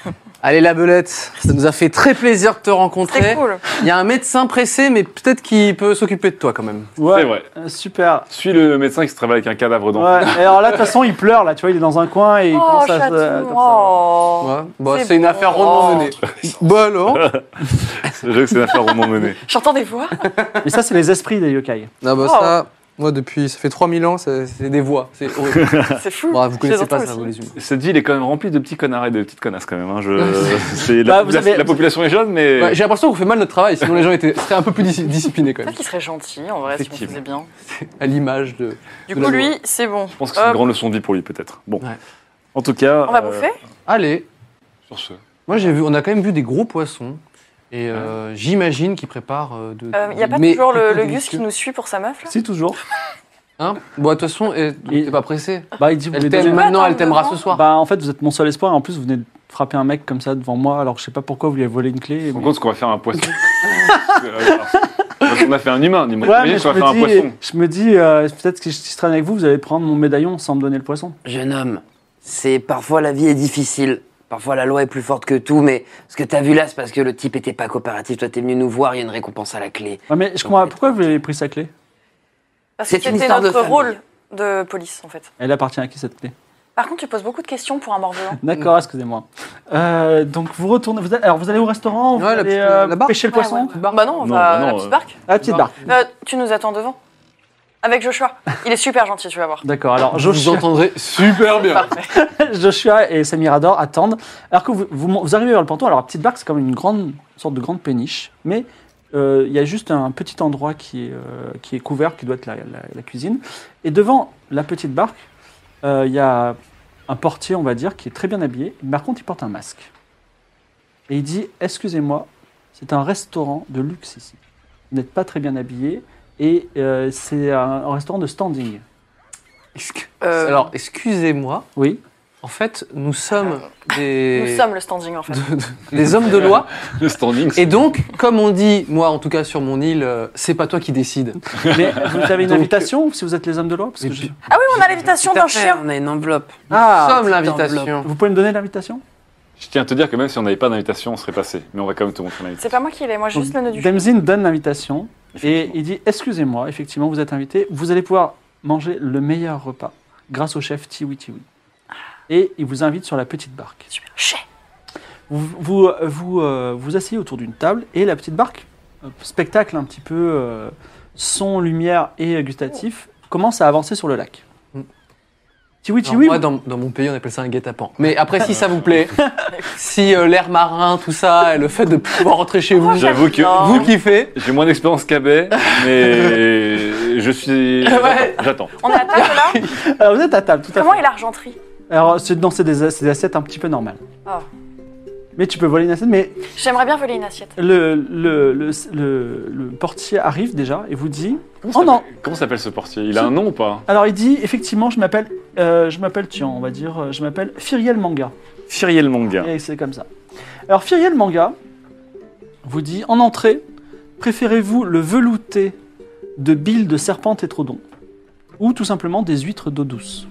Speaker 4: Allez, la belette, ça nous a fait très plaisir de te rencontrer.
Speaker 3: C'est cool.
Speaker 4: Il y a un médecin pressé, mais peut-être qu'il peut s'occuper de toi quand même.
Speaker 1: Ouais.
Speaker 2: C'est vrai.
Speaker 1: euh, Super.
Speaker 2: Suis le médecin qui se travaille avec un cadavre d'enfant.
Speaker 1: Ouais. Et alors là, de toute façon, il pleure là, tu vois, il est dans un coin et il
Speaker 3: Oh,
Speaker 1: commence à se-
Speaker 3: chaton.
Speaker 1: comme ça.
Speaker 3: Oh.
Speaker 4: Ouais. Bon,
Speaker 3: C'est
Speaker 4: c'est une
Speaker 3: bon.
Speaker 4: affaire rondement menée. Bon alors
Speaker 2: Je sais que c'est une affaire rondement menée.
Speaker 3: J'entends des voix.
Speaker 1: Mais ça, c'est les esprits des yokai.
Speaker 4: Ah bah
Speaker 3: Oh.
Speaker 4: ça, moi depuis, ça fait 3000 ans, ça- c'est des voix. C'est horrible.
Speaker 3: C'est fou.
Speaker 4: Bon, Bah,
Speaker 3: Je
Speaker 4: vous
Speaker 3: les
Speaker 4: connaissez pas
Speaker 3: entends
Speaker 4: ça,
Speaker 3: aussi.
Speaker 4: vous les humains.
Speaker 2: Cette ville est quand même remplie de petits connards et de petites connasses quand même. hein. Je... c'est
Speaker 1: Bah,
Speaker 2: la,
Speaker 1: vous
Speaker 2: la-
Speaker 1: avez-
Speaker 2: la population est jeune, mais
Speaker 4: Ouais, Bah, J'ai l'impression qu'on fait mal notre travail, sinon les gens étaient, seraient un peu plus dis- disciplinés quand même,
Speaker 3: Peut-être qu'il serait gentil en vrai si on
Speaker 2: Effectivement.
Speaker 3: faisait bien.
Speaker 4: à l'image de...
Speaker 3: Du
Speaker 4: De
Speaker 3: coup,
Speaker 4: la loi.
Speaker 3: lui, c'est bon.
Speaker 2: je pense que c'est une grande leçon de vie pour lui peut-être. Bon,
Speaker 4: Ouais.
Speaker 2: en tout cas,
Speaker 3: On va
Speaker 2: euh,
Speaker 3: bouffer
Speaker 4: Allez,
Speaker 2: sur ce.
Speaker 4: moi j'ai vu, on a quand même vu des gros poissons, et euh, j'imagine qu'ils préparent euh, de...
Speaker 3: Il n'y a pas
Speaker 4: mais
Speaker 3: toujours le,
Speaker 4: plutôt
Speaker 3: le Gus qui
Speaker 4: délicieux.
Speaker 3: nous suit pour sa meuf là
Speaker 1: Si, toujours.
Speaker 4: Hein bon, de toute façon, euh,
Speaker 1: Et-
Speaker 4: t'es pas pressé.
Speaker 1: Bah, il dit, vous
Speaker 4: Elle
Speaker 1: voulez
Speaker 4: t'aime
Speaker 1: donner-
Speaker 4: maintenant,
Speaker 3: attends,
Speaker 4: elle t'aimera
Speaker 3: devant.
Speaker 4: ce soir.
Speaker 1: Bah, en fait, vous êtes mon seul espoir. Et en plus, vous venez de frapper un mec comme ça devant moi. Alors, je sais pas pourquoi vous lui avez volé une clé.
Speaker 2: On
Speaker 1: mais-
Speaker 2: compte ce qu'on va faire un poisson. euh, Parce qu'on a fait un humain, dis-moi.
Speaker 1: Ouais, mais
Speaker 2: Imagine
Speaker 1: je
Speaker 2: qu'on va faire un
Speaker 1: me dis,
Speaker 2: poisson.
Speaker 1: je me dis euh, peut-être que si je traîne avec vous, vous allez prendre mon médaillon sans me donner le poisson.
Speaker 6: Jeune homme, c'est parfois la vie est difficile. Parfois la loi est plus forte que tout, mais ce que t'as vu là, c'est parce que le type était pas coopératif. Toi, t'es venu nous voir, il y a une récompense à la clé.
Speaker 1: Ouais, mais je comprends pas, pourquoi vous avez pris sa clé
Speaker 3: Parce que
Speaker 6: C'est une
Speaker 3: c'était
Speaker 6: histoire de
Speaker 3: notre
Speaker 6: famille.
Speaker 3: rôle de police en fait.
Speaker 1: Elle appartient à qui cette clé
Speaker 3: Par contre, tu poses beaucoup de questions pour un mort-volant.
Speaker 1: D'accord, excusez-moi. Euh, donc, vous retournez. Vous allez, alors, vous allez au restaurant, vous
Speaker 4: Ouais, la
Speaker 1: allez
Speaker 4: petite,
Speaker 1: euh,
Speaker 4: la barre.
Speaker 1: pêcher le poisson
Speaker 3: Bah non, on va
Speaker 2: Non, bah
Speaker 3: à la
Speaker 2: non,
Speaker 3: petite
Speaker 2: euh.
Speaker 3: barque.
Speaker 1: à la petite barre.
Speaker 3: Euh, tu nous attends devant. Avec Joshua. Il est super gentil, tu vas voir.
Speaker 1: D'accord, alors
Speaker 4: Vous
Speaker 1: Joshua,
Speaker 4: entendrez super bien.
Speaker 1: Joshua et Samirador attendent. Alors que vous, vous, mon- vous arrivez vers le ponton, alors la petite barque, c'est comme une grande sorte de grande péniche, mais euh, il y a juste un petit endroit qui est, euh, qui est couvert, qui doit être la, la- la cuisine. Et devant la petite barque, euh, il y a un portier, on va dire, qui est très bien habillé. Par contre, il porte un masque. Et il dit Excusez-moi, c'est un restaurant de luxe ici. Vous n'êtes pas très bien habillé et euh, c'est un, un restaurant de standing.
Speaker 4: Excu-
Speaker 3: Euh,
Speaker 4: Alors, excusez-moi,
Speaker 1: Oui
Speaker 4: En fait, nous sommes des.
Speaker 3: Nous sommes le standing en fait.
Speaker 4: de- de- des hommes de loi.
Speaker 2: Le standing.
Speaker 4: Et donc, comme on dit, moi en tout cas sur mon île, euh, c'est pas toi qui décide.
Speaker 1: Mais vous avez une
Speaker 4: Donc,
Speaker 1: invitation si vous êtes les hommes de loi parce que
Speaker 4: Mais
Speaker 1: je-
Speaker 4: puis-
Speaker 3: Ah oui, on a l'invitation
Speaker 6: Tout à
Speaker 3: d'un
Speaker 6: fait,
Speaker 3: chien.
Speaker 6: On a une enveloppe.
Speaker 4: Nous
Speaker 1: Ah
Speaker 4: sommes l'invitation.
Speaker 1: Vous pouvez me donner l'invitation
Speaker 2: Je tiens à te dire que même si on n'avait pas d'invitation, on serait passé. Mais on va quand même te montrer l'invitation.
Speaker 3: C'est pas moi qui l'ai, moi j'ai juste le nœud du chien.
Speaker 1: Demzin donne l'invitation et il dit Excusez-moi, effectivement, vous êtes invité. Vous allez pouvoir manger le meilleur repas grâce au chef Tiwi Tiwi.
Speaker 4: Ah.
Speaker 1: Et il vous invite sur la petite barque.
Speaker 3: Super. Chais.
Speaker 1: Vous vous, vous, euh, vous asseyez autour d'une table et la petite barque, euh, spectacle un petit peu euh, son, lumière et gustatif, commence à avancer sur le lac.
Speaker 4: Mm.
Speaker 1: Tiwi
Speaker 4: Alors,
Speaker 1: Tiwi,
Speaker 4: moi,
Speaker 1: vous-
Speaker 4: dans, dans mon pays, on appelle ça un guet-apens. Mais après, si ça vous plaît, si euh, l'air marin, tout ça, et le fait de pouvoir rentrer chez vous,
Speaker 2: J'avoue que
Speaker 3: Non.
Speaker 4: vous kiffez.
Speaker 2: j'ai moins d'expérience qu'Abbé, mais je suis.
Speaker 4: Ouais.
Speaker 2: J'attends.
Speaker 3: On est à table là
Speaker 1: Alors, Ah, vous êtes à table, tout à
Speaker 3: Comment
Speaker 1: fait.
Speaker 3: est l'argenterie
Speaker 1: Alors, c'est non, c'est des, c'est des assiettes un petit peu normales.
Speaker 3: Ah.
Speaker 1: Mais tu peux voler une assiette, mais
Speaker 3: J'aimerais bien voler une assiette.
Speaker 1: le, le, le, le- le portier arrive déjà et vous dit.
Speaker 2: Comment
Speaker 1: Oh non
Speaker 2: s'appelle- Comment s'appelle ce portier Il a un nom ou pas
Speaker 1: Alors il dit effectivement, je m'appelle, euh, je m'appelle tiens, on va dire, euh, je m'appelle Firiel Manga.
Speaker 2: Firiel Manga.
Speaker 1: Et c'est comme ça. Alors Firiel Manga vous dit en entrée, préférez-vous le velouté de bile de serpent tétrodon ou tout simplement des huîtres d'eau douce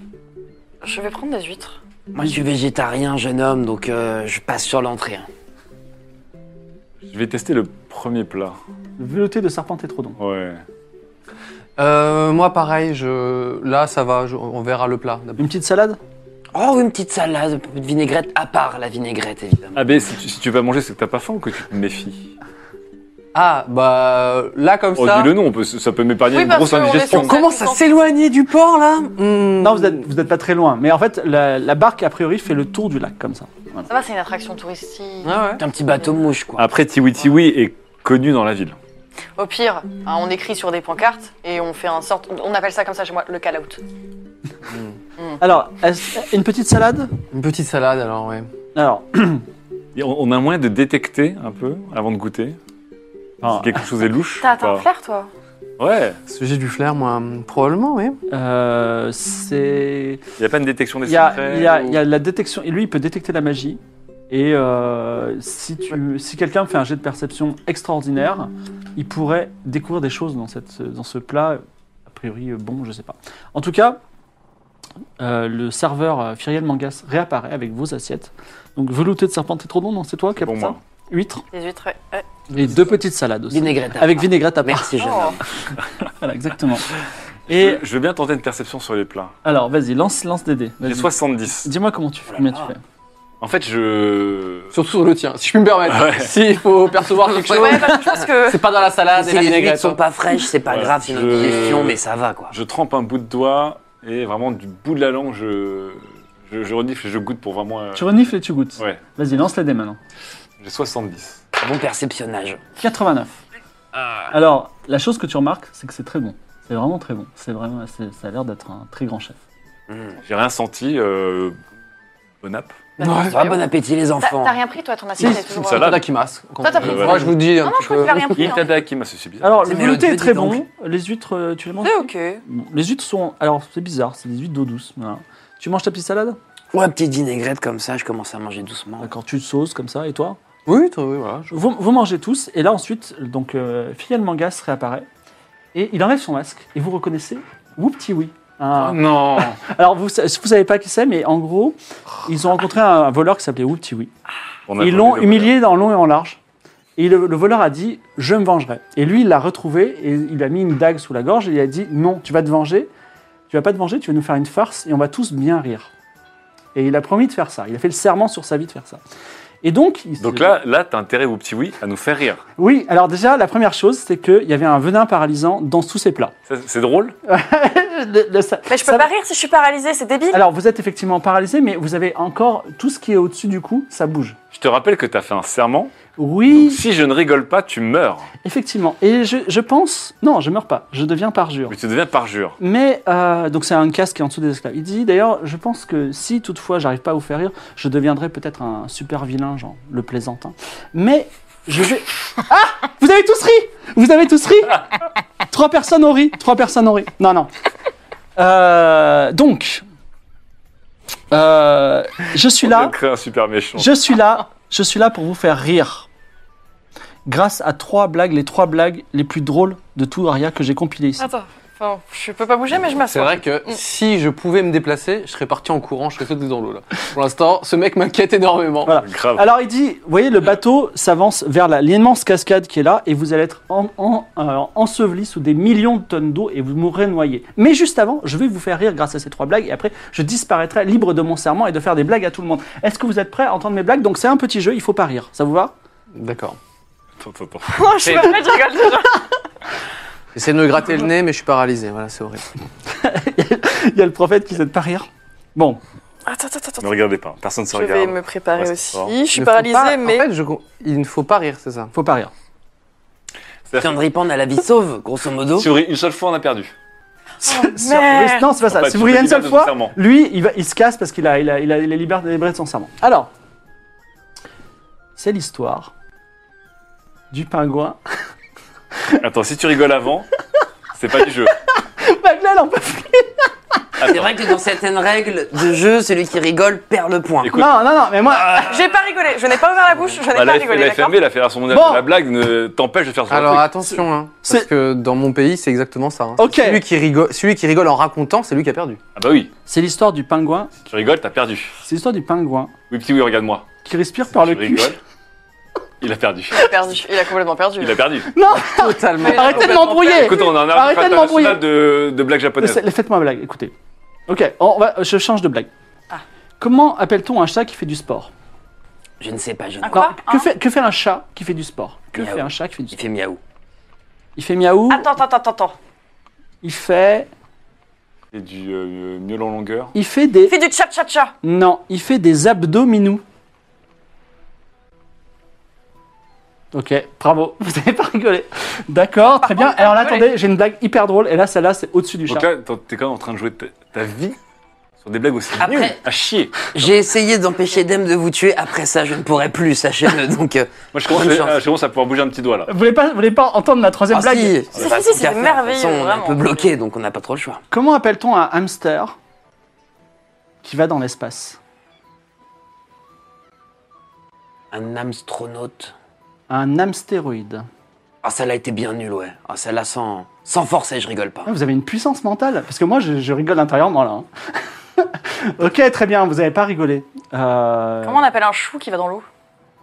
Speaker 3: Je vais prendre des huîtres.
Speaker 6: Moi, je suis végétarien, jeune homme, donc euh, je passe sur l'entrée. hein.
Speaker 2: Ah, Je vais tester le premier plat.
Speaker 1: Le velouté de serpent tétrodon.
Speaker 2: Ouais.
Speaker 4: Euh, moi, pareil, je... là, ça va, je- on verra le plat. d'abord.
Speaker 1: Une petite salade
Speaker 6: Oh, une petite salade, un peu de vinaigrette, à part la vinaigrette, évidemment.
Speaker 2: Abbé, si tu, si tu veux pas manger, c'est que t'as pas faim ou que tu te méfies
Speaker 4: Ah, bah là, comme
Speaker 2: Oh,
Speaker 4: ça,
Speaker 2: dis le nom, on peut, ça peut m'épargner
Speaker 3: Oui,
Speaker 2: une
Speaker 3: parce
Speaker 2: grosse
Speaker 3: qu'on est
Speaker 2: indigestion.
Speaker 4: on commence à s'éloigner du port, là. Hmm.
Speaker 1: Non, vous n'êtes pas très loin, mais en fait la, la barque a priori fait le tour du lac comme ça.
Speaker 3: Ça va, c'est une attraction touristique.
Speaker 4: Ah ouais.
Speaker 6: C'est un petit bateau mouche, quoi.
Speaker 2: Après, Tiwi Tiwi est connu dans la ville.
Speaker 3: Au pire, hein, on écrit sur des pancartes et on fait un sorte. On appelle ça comme ça chez moi le call-out.
Speaker 1: Alors est-ce- une petite salade
Speaker 4: Une petite salade, alors, ouais.
Speaker 1: Alors
Speaker 2: Et on, on a un moyen de détecter un peu avant de goûter
Speaker 1: Ah.
Speaker 2: si quelque chose est louche.
Speaker 3: T'as
Speaker 2: ou
Speaker 3: t'as un
Speaker 2: pas.
Speaker 3: flair, toi
Speaker 2: Ouais,
Speaker 4: Sujet du flair, moi, hmm, probablement, oui.
Speaker 1: euh, c'est
Speaker 2: il n'y a pas une détection des
Speaker 1: Il y a,
Speaker 2: secrets.
Speaker 1: il y a-
Speaker 2: ou-
Speaker 1: il y a la détection. Et lui, il peut détecter la magie. Et euh, si, tu, si quelqu'un fait un jet de perception extraordinaire, il pourrait découvrir des choses dans, cette, dans ce plat. A priori, euh, bon, je sais pas. En tout cas, euh, le serveur euh, Firiel Mangas réapparaît avec vos assiettes. Donc, velouté de serpent tétrodon, non, c'est toi qui as
Speaker 2: Bon,
Speaker 1: pris ça
Speaker 2: moi.
Speaker 1: Huîtres.
Speaker 3: Des huîtres, ouais. ouais.
Speaker 1: Et deux petites salades aussi.
Speaker 6: Vinaigrette. à
Speaker 1: Ah, Avec
Speaker 6: part.
Speaker 1: vinaigrette à part.
Speaker 6: Merci, jeune
Speaker 3: Oh.
Speaker 6: homme.
Speaker 1: Voilà, exactement.
Speaker 2: Je-
Speaker 1: Et
Speaker 2: Je veux bien tenter une perception sur les plats.
Speaker 1: alors, vas-y, lance, lance des dés.
Speaker 2: J'ai
Speaker 1: Vas-y.
Speaker 2: 70.
Speaker 1: Dis-moi comment tu, combien tu fais.
Speaker 2: En fait, je.
Speaker 4: Surtout sur le tien, si je puis me permettre.
Speaker 2: Ouais.
Speaker 4: S'il faut percevoir quelque chose,
Speaker 3: Ouais, parce que je pense que.
Speaker 4: c'est pas dans la salade et
Speaker 6: Si
Speaker 4: la
Speaker 6: les huîtres
Speaker 4: vinaigrette.
Speaker 6: sont
Speaker 4: hein.
Speaker 6: pas fraîches, c'est pas
Speaker 2: Ouais,
Speaker 6: grave, c'est une
Speaker 2: je-
Speaker 6: indigestion, mais ça va, quoi.
Speaker 2: Je trempe un bout de doigt et vraiment du bout de la langue, je, je, je renifle et je goûte pour vraiment. euh,
Speaker 1: Tu renifles et tu goûtes.
Speaker 2: Ouais,
Speaker 1: Vas-y, lance les dés maintenant.
Speaker 2: j'ai 70.
Speaker 6: Bon perceptionnage.
Speaker 1: 89. Alors, la chose que tu remarques, c'est que c'est très bon. C'est vraiment très bon. C'est vraiment, c'est- ça a l'air d'être un très grand chef.
Speaker 6: Mm.
Speaker 2: J'ai rien senti. Euh... Bon app.
Speaker 4: hein.
Speaker 6: Ça va, bon appétit, les
Speaker 3: T'as
Speaker 6: enfants.
Speaker 3: t'as rien pris, toi, ton assiette
Speaker 2: Si,
Speaker 3: est
Speaker 2: une
Speaker 3: toujours.
Speaker 2: salade.
Speaker 4: Tadakimasu.
Speaker 3: Toi, t'as pris
Speaker 2: Euh,
Speaker 4: Moi, je vous dis. un
Speaker 3: Non, non,
Speaker 4: petit
Speaker 3: je crois que
Speaker 4: peu.
Speaker 3: tu as rien
Speaker 2: Il
Speaker 3: pris.
Speaker 2: y a
Speaker 3: hein.
Speaker 2: un tadakima, c'est c'est bizarre.
Speaker 1: Alors, le
Speaker 6: C'est mélodieux,
Speaker 1: velouté est
Speaker 6: dis
Speaker 1: très
Speaker 6: donc.
Speaker 1: bon. Les huîtres, euh, tu les manges
Speaker 3: C'est ok.
Speaker 1: Bon, Les huîtres sont. Alors, c'est bizarre, c'est des huîtres d'eau douce. voilà. Tu manges ta petite salade
Speaker 6: Ouais, petite vinaigrette comme ça, je commence à manger doucement.
Speaker 1: D'accord, tu te sauces comme ça, et toi
Speaker 4: Oui, toi, oui, voilà. je-
Speaker 1: vous, vous mangez tous, et là ensuite, donc, euh, Filial Mangas réapparaît, et il enlève son masque, et vous reconnaissez Whoopty Oui.
Speaker 2: Oh non
Speaker 1: Alors, vous, sa- vous savez pas qui c'est, mais en gros, ils ont rencontré un, un voleur qui s'appelait Whoopty Oui.
Speaker 2: On a
Speaker 1: Ils
Speaker 2: vendu
Speaker 1: l'ont
Speaker 2: le
Speaker 1: humilié dans long et en large. Et le, le voleur a dit Je me vengerai. Et lui, il l'a retrouvé et il a mis une dague sous la gorge et il a dit Non, tu vas te venger. Tu vas pas te venger, tu vas nous faire une farce et on va tous bien rire. Et il a promis de faire ça. Il a fait le serment sur sa vie de faire ça. Et donc. il
Speaker 2: bonheur.
Speaker 1: se-
Speaker 2: Donc là, là t'as intérêt au petit oui à nous faire rire.
Speaker 1: Oui, alors déjà, la première chose, c'est qu'il y avait un venin paralysant dans tous ses plats.
Speaker 2: Ça, C'est drôle
Speaker 1: Le- le- ça-
Speaker 3: Mais je
Speaker 1: ça-
Speaker 3: peux pas rire si je suis paralysée, c'est débile.
Speaker 1: Alors, vous êtes effectivement paralysé, mais vous avez encore tout ce qui est au-dessus du cou, ça bouge.
Speaker 2: Je te rappelle que t'as fait un serment.
Speaker 1: Oui.
Speaker 2: Donc, si je ne rigole pas, tu meurs.
Speaker 1: Effectivement. Et je, je pense. Non, je meurs pas. Je deviens parjure.
Speaker 2: Mais tu deviens parjure.
Speaker 1: Mais, euh, donc c'est un casque qui est en dessous des esclaves. Il dit d'ailleurs, je pense que si toutefois j'arrive pas à vous faire rire, je deviendrai peut-être un super vilain, genre le plaisantin. Mais je vais. Ah Vous avez tous ri Vous avez tous ri Trois personnes ont ri Trois personnes ont ri. Non, non. Euh, donc, Euh, je suis
Speaker 2: On
Speaker 1: là,
Speaker 2: crée un super méchant.
Speaker 1: je suis là, je suis là pour vous faire rire. Grâce à trois blagues, les trois blagues les plus drôles de tout Aria que j'ai compilées ici.
Speaker 3: Attends, enfin, je peux pas bouger, mais je
Speaker 4: C'est
Speaker 3: m'assois.
Speaker 4: vrai que si je pouvais me déplacer, je serais parti en courant, je serais sauté dans l'eau là. Pour l'instant, ce mec m'inquiète énormément.
Speaker 1: Voilà.
Speaker 2: Grave.
Speaker 1: Alors il dit, vous voyez, le bateau s'avance vers la- l'immense cascade qui est là et vous allez être en, en- euh, enseveli sous des millions de tonnes d'eau et vous mourrez noyé. Mais juste avant, je vais vous faire rire grâce à ces trois blagues et après, je disparaîtrai libre de mon serment et de faire des blagues à tout le monde. Est-ce que vous êtes prêts à entendre mes blagues Donc c'est un petit jeu, il faut pas rire. Ça vous va
Speaker 4: D'accord.
Speaker 2: Attends, attends, attends.
Speaker 3: Non, je suis pas prête, je rigole déjà.
Speaker 4: J'essaie de me gratter le nez, mais je suis paralysé. Voilà, c'est horrible.
Speaker 1: Il y a le prophète qui sait pas rire. Bon,
Speaker 3: Attends, attends, attends.
Speaker 2: Ne regardez pas, personne ne se
Speaker 3: Je
Speaker 2: regarde.
Speaker 3: vais me préparer
Speaker 2: Reste
Speaker 3: aussi.
Speaker 2: fort.
Speaker 3: Je suis
Speaker 4: Il ne faut
Speaker 3: paralysée,
Speaker 4: pas-
Speaker 3: mais.
Speaker 4: En fait, je com- il ne faut pas rire, c'est ça.
Speaker 1: faut pas rire.
Speaker 2: C'est-à-dire que
Speaker 6: Chandripan a la vie sauve, grosso modo.
Speaker 2: Si on rit une seule fois, on a perdu.
Speaker 3: merde.
Speaker 1: Non, c'est pas ça.
Speaker 2: En fait,
Speaker 1: si vous
Speaker 2: tu
Speaker 1: riez
Speaker 2: te
Speaker 1: une seule
Speaker 2: libères de ton
Speaker 1: fois,
Speaker 2: serment.
Speaker 1: lui, il, va, il se casse parce qu'il a, il a, il a- il est libéré, libéré de son serment. Alors, c'est l'histoire du pingouin
Speaker 2: Attends, si tu rigoles avant, c'est pas du jeu.
Speaker 1: Magdalene, on peut plus.
Speaker 6: C'est vrai que dans certaines règles de jeu, celui qui rigole perd le point.
Speaker 2: Écoute,
Speaker 1: Non, non, non, mais moi.
Speaker 3: J'ai pas rigolé, je n'ai pas ouvert la bouche, je n'ai
Speaker 2: bah,
Speaker 3: pas
Speaker 2: la,
Speaker 3: rigolé,
Speaker 2: la FMB,
Speaker 3: d'accord
Speaker 2: la Fédération mondiale
Speaker 1: Bon.
Speaker 2: de la blague, ne t'empêche de faire son
Speaker 4: Alors
Speaker 2: truc.
Speaker 4: attention, hein, parce
Speaker 1: c'est-
Speaker 4: que dans mon pays, c'est exactement ça. hein.
Speaker 1: Ok.
Speaker 4: Celui qui rigole, celui qui rigole en racontant, c'est lui qui a perdu.
Speaker 2: Ah bah oui,
Speaker 1: C'est l'histoire du pingouin.
Speaker 2: si tu rigoles, t'as perdu.
Speaker 1: C'est l'histoire du pingouin
Speaker 2: Oui, petit oui, regarde-moi.
Speaker 1: qui respire par
Speaker 2: Tu
Speaker 1: le cul.
Speaker 2: rigoles. Il a perdu.
Speaker 3: Il a perdu, il a complètement perdu.
Speaker 2: Il a perdu.
Speaker 1: Non,
Speaker 4: Totalement.
Speaker 3: Mais-
Speaker 1: arrêtez de m'embrouiller.
Speaker 2: Écoute, on a un
Speaker 1: Arrêtez
Speaker 2: arbitre
Speaker 1: de m'embrouiller.
Speaker 2: international de, de blague japonaise.
Speaker 1: C'est- Faites-moi une blague, écoutez. Ok, on va- je change de blague.
Speaker 3: Ah.
Speaker 1: Comment appelle-t-on un chat qui fait du sport
Speaker 6: Je ne sais pas, je ne
Speaker 3: Un quoi
Speaker 1: Non, que,
Speaker 3: hein
Speaker 1: fait, que fait un chat qui fait du sport Que
Speaker 6: Miaou.
Speaker 1: fait un chat qui fait du
Speaker 6: Il
Speaker 1: sport
Speaker 6: fait miaou.
Speaker 1: Il fait miaou,
Speaker 3: Attends, attends, attends, attends.
Speaker 1: il fait.
Speaker 2: Et du euh, mieux en longueur.
Speaker 1: Il fait
Speaker 3: Il
Speaker 1: des.
Speaker 3: fait du tcha-tcha-tcha.
Speaker 2: Ah.
Speaker 1: Non, il fait des abdominaux. Ok, bravo, vous n'avez pas rigolé. D'accord, très bien. Alors là, attendez, j'ai une blague hyper drôle, et là, celle-là, c'est au-dessus du chat.
Speaker 2: Donc là, t'en- t'es quand même en train de jouer ta, ta vie sur des blagues aussi
Speaker 6: Après-
Speaker 2: nulles, à chier.
Speaker 6: J'ai essayé d'empêcher Dem de vous tuer. Après ça, je ne pourrais plus, sachez-le. Donc, euh,
Speaker 2: Moi, je commence,
Speaker 6: Bonne chance.
Speaker 2: à, je commence à pouvoir bouger un petit doigt là.
Speaker 1: Vous voulez pas, vous voulez pas entendre ma troisième
Speaker 6: ah,
Speaker 1: blague
Speaker 6: si,
Speaker 3: Si,
Speaker 6: on
Speaker 3: si,
Speaker 6: va
Speaker 3: si,
Speaker 6: tout
Speaker 3: c'est
Speaker 6: à fait. De toute
Speaker 3: merveilleux,
Speaker 6: façon, on est un peu
Speaker 3: vraiment.
Speaker 6: bloqué, donc on n'a pas trop le choix.
Speaker 1: Comment appelle-t-on un hamster qui va dans l'espace
Speaker 6: Un amstronaute.
Speaker 1: Un hamstéroïde.
Speaker 6: Ah, celle-là était bien nulle, ouais. Ah, celle-là, sans, sans forcer, je rigole pas.
Speaker 1: Ah, vous avez une puissance mentale Parce que moi, je, je rigole intérieurement là. hein. ok, très bien, vous n'avez pas rigolé. Euh,
Speaker 3: Comment on appelle un chou qui va dans l'eau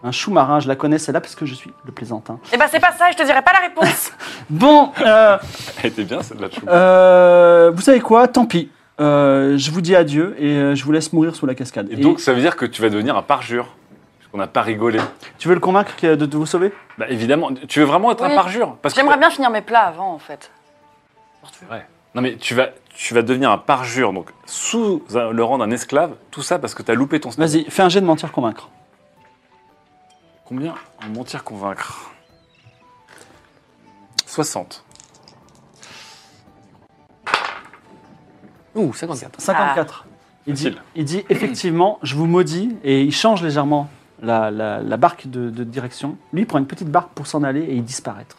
Speaker 1: Un chou marin, je la connais celle-là parce que je suis le plaisantin.
Speaker 3: Eh ben c'est pas ça, je te dirai pas la réponse.
Speaker 1: Bon, euh,
Speaker 2: Elle était bien celle-là, chou.
Speaker 1: euh, vous savez quoi Tant pis. Euh, je vous dis adieu et euh, je vous laisse mourir sous la cascade.
Speaker 2: Et donc, ça veut dire que tu vas devenir un parjure. Parce qu'on n'a pas rigolé.
Speaker 1: tu veux le convaincre que- de, de vous sauver
Speaker 2: Bah évidemment, tu veux vraiment être un
Speaker 3: Oui.
Speaker 2: parjure parce que-
Speaker 3: J'aimerais bien finir mes plats avant en fait.
Speaker 2: Non mais tu vas, tu vas devenir un parjure, donc sous un- le rang d'un esclave, tout ça parce que t'as loupé ton statut.
Speaker 1: Vas-y, fais un jet de mentir convaincre.
Speaker 2: Combien en mentir convaincre 60.
Speaker 4: Ouh, 54.
Speaker 3: Ah.
Speaker 1: 54. Il, dit,
Speaker 2: Facile.
Speaker 1: il dit effectivement, je vous maudis, et il change légèrement la, la- la barque de, de direction. Lui, il prend une petite barque pour s'en aller et y disparaître.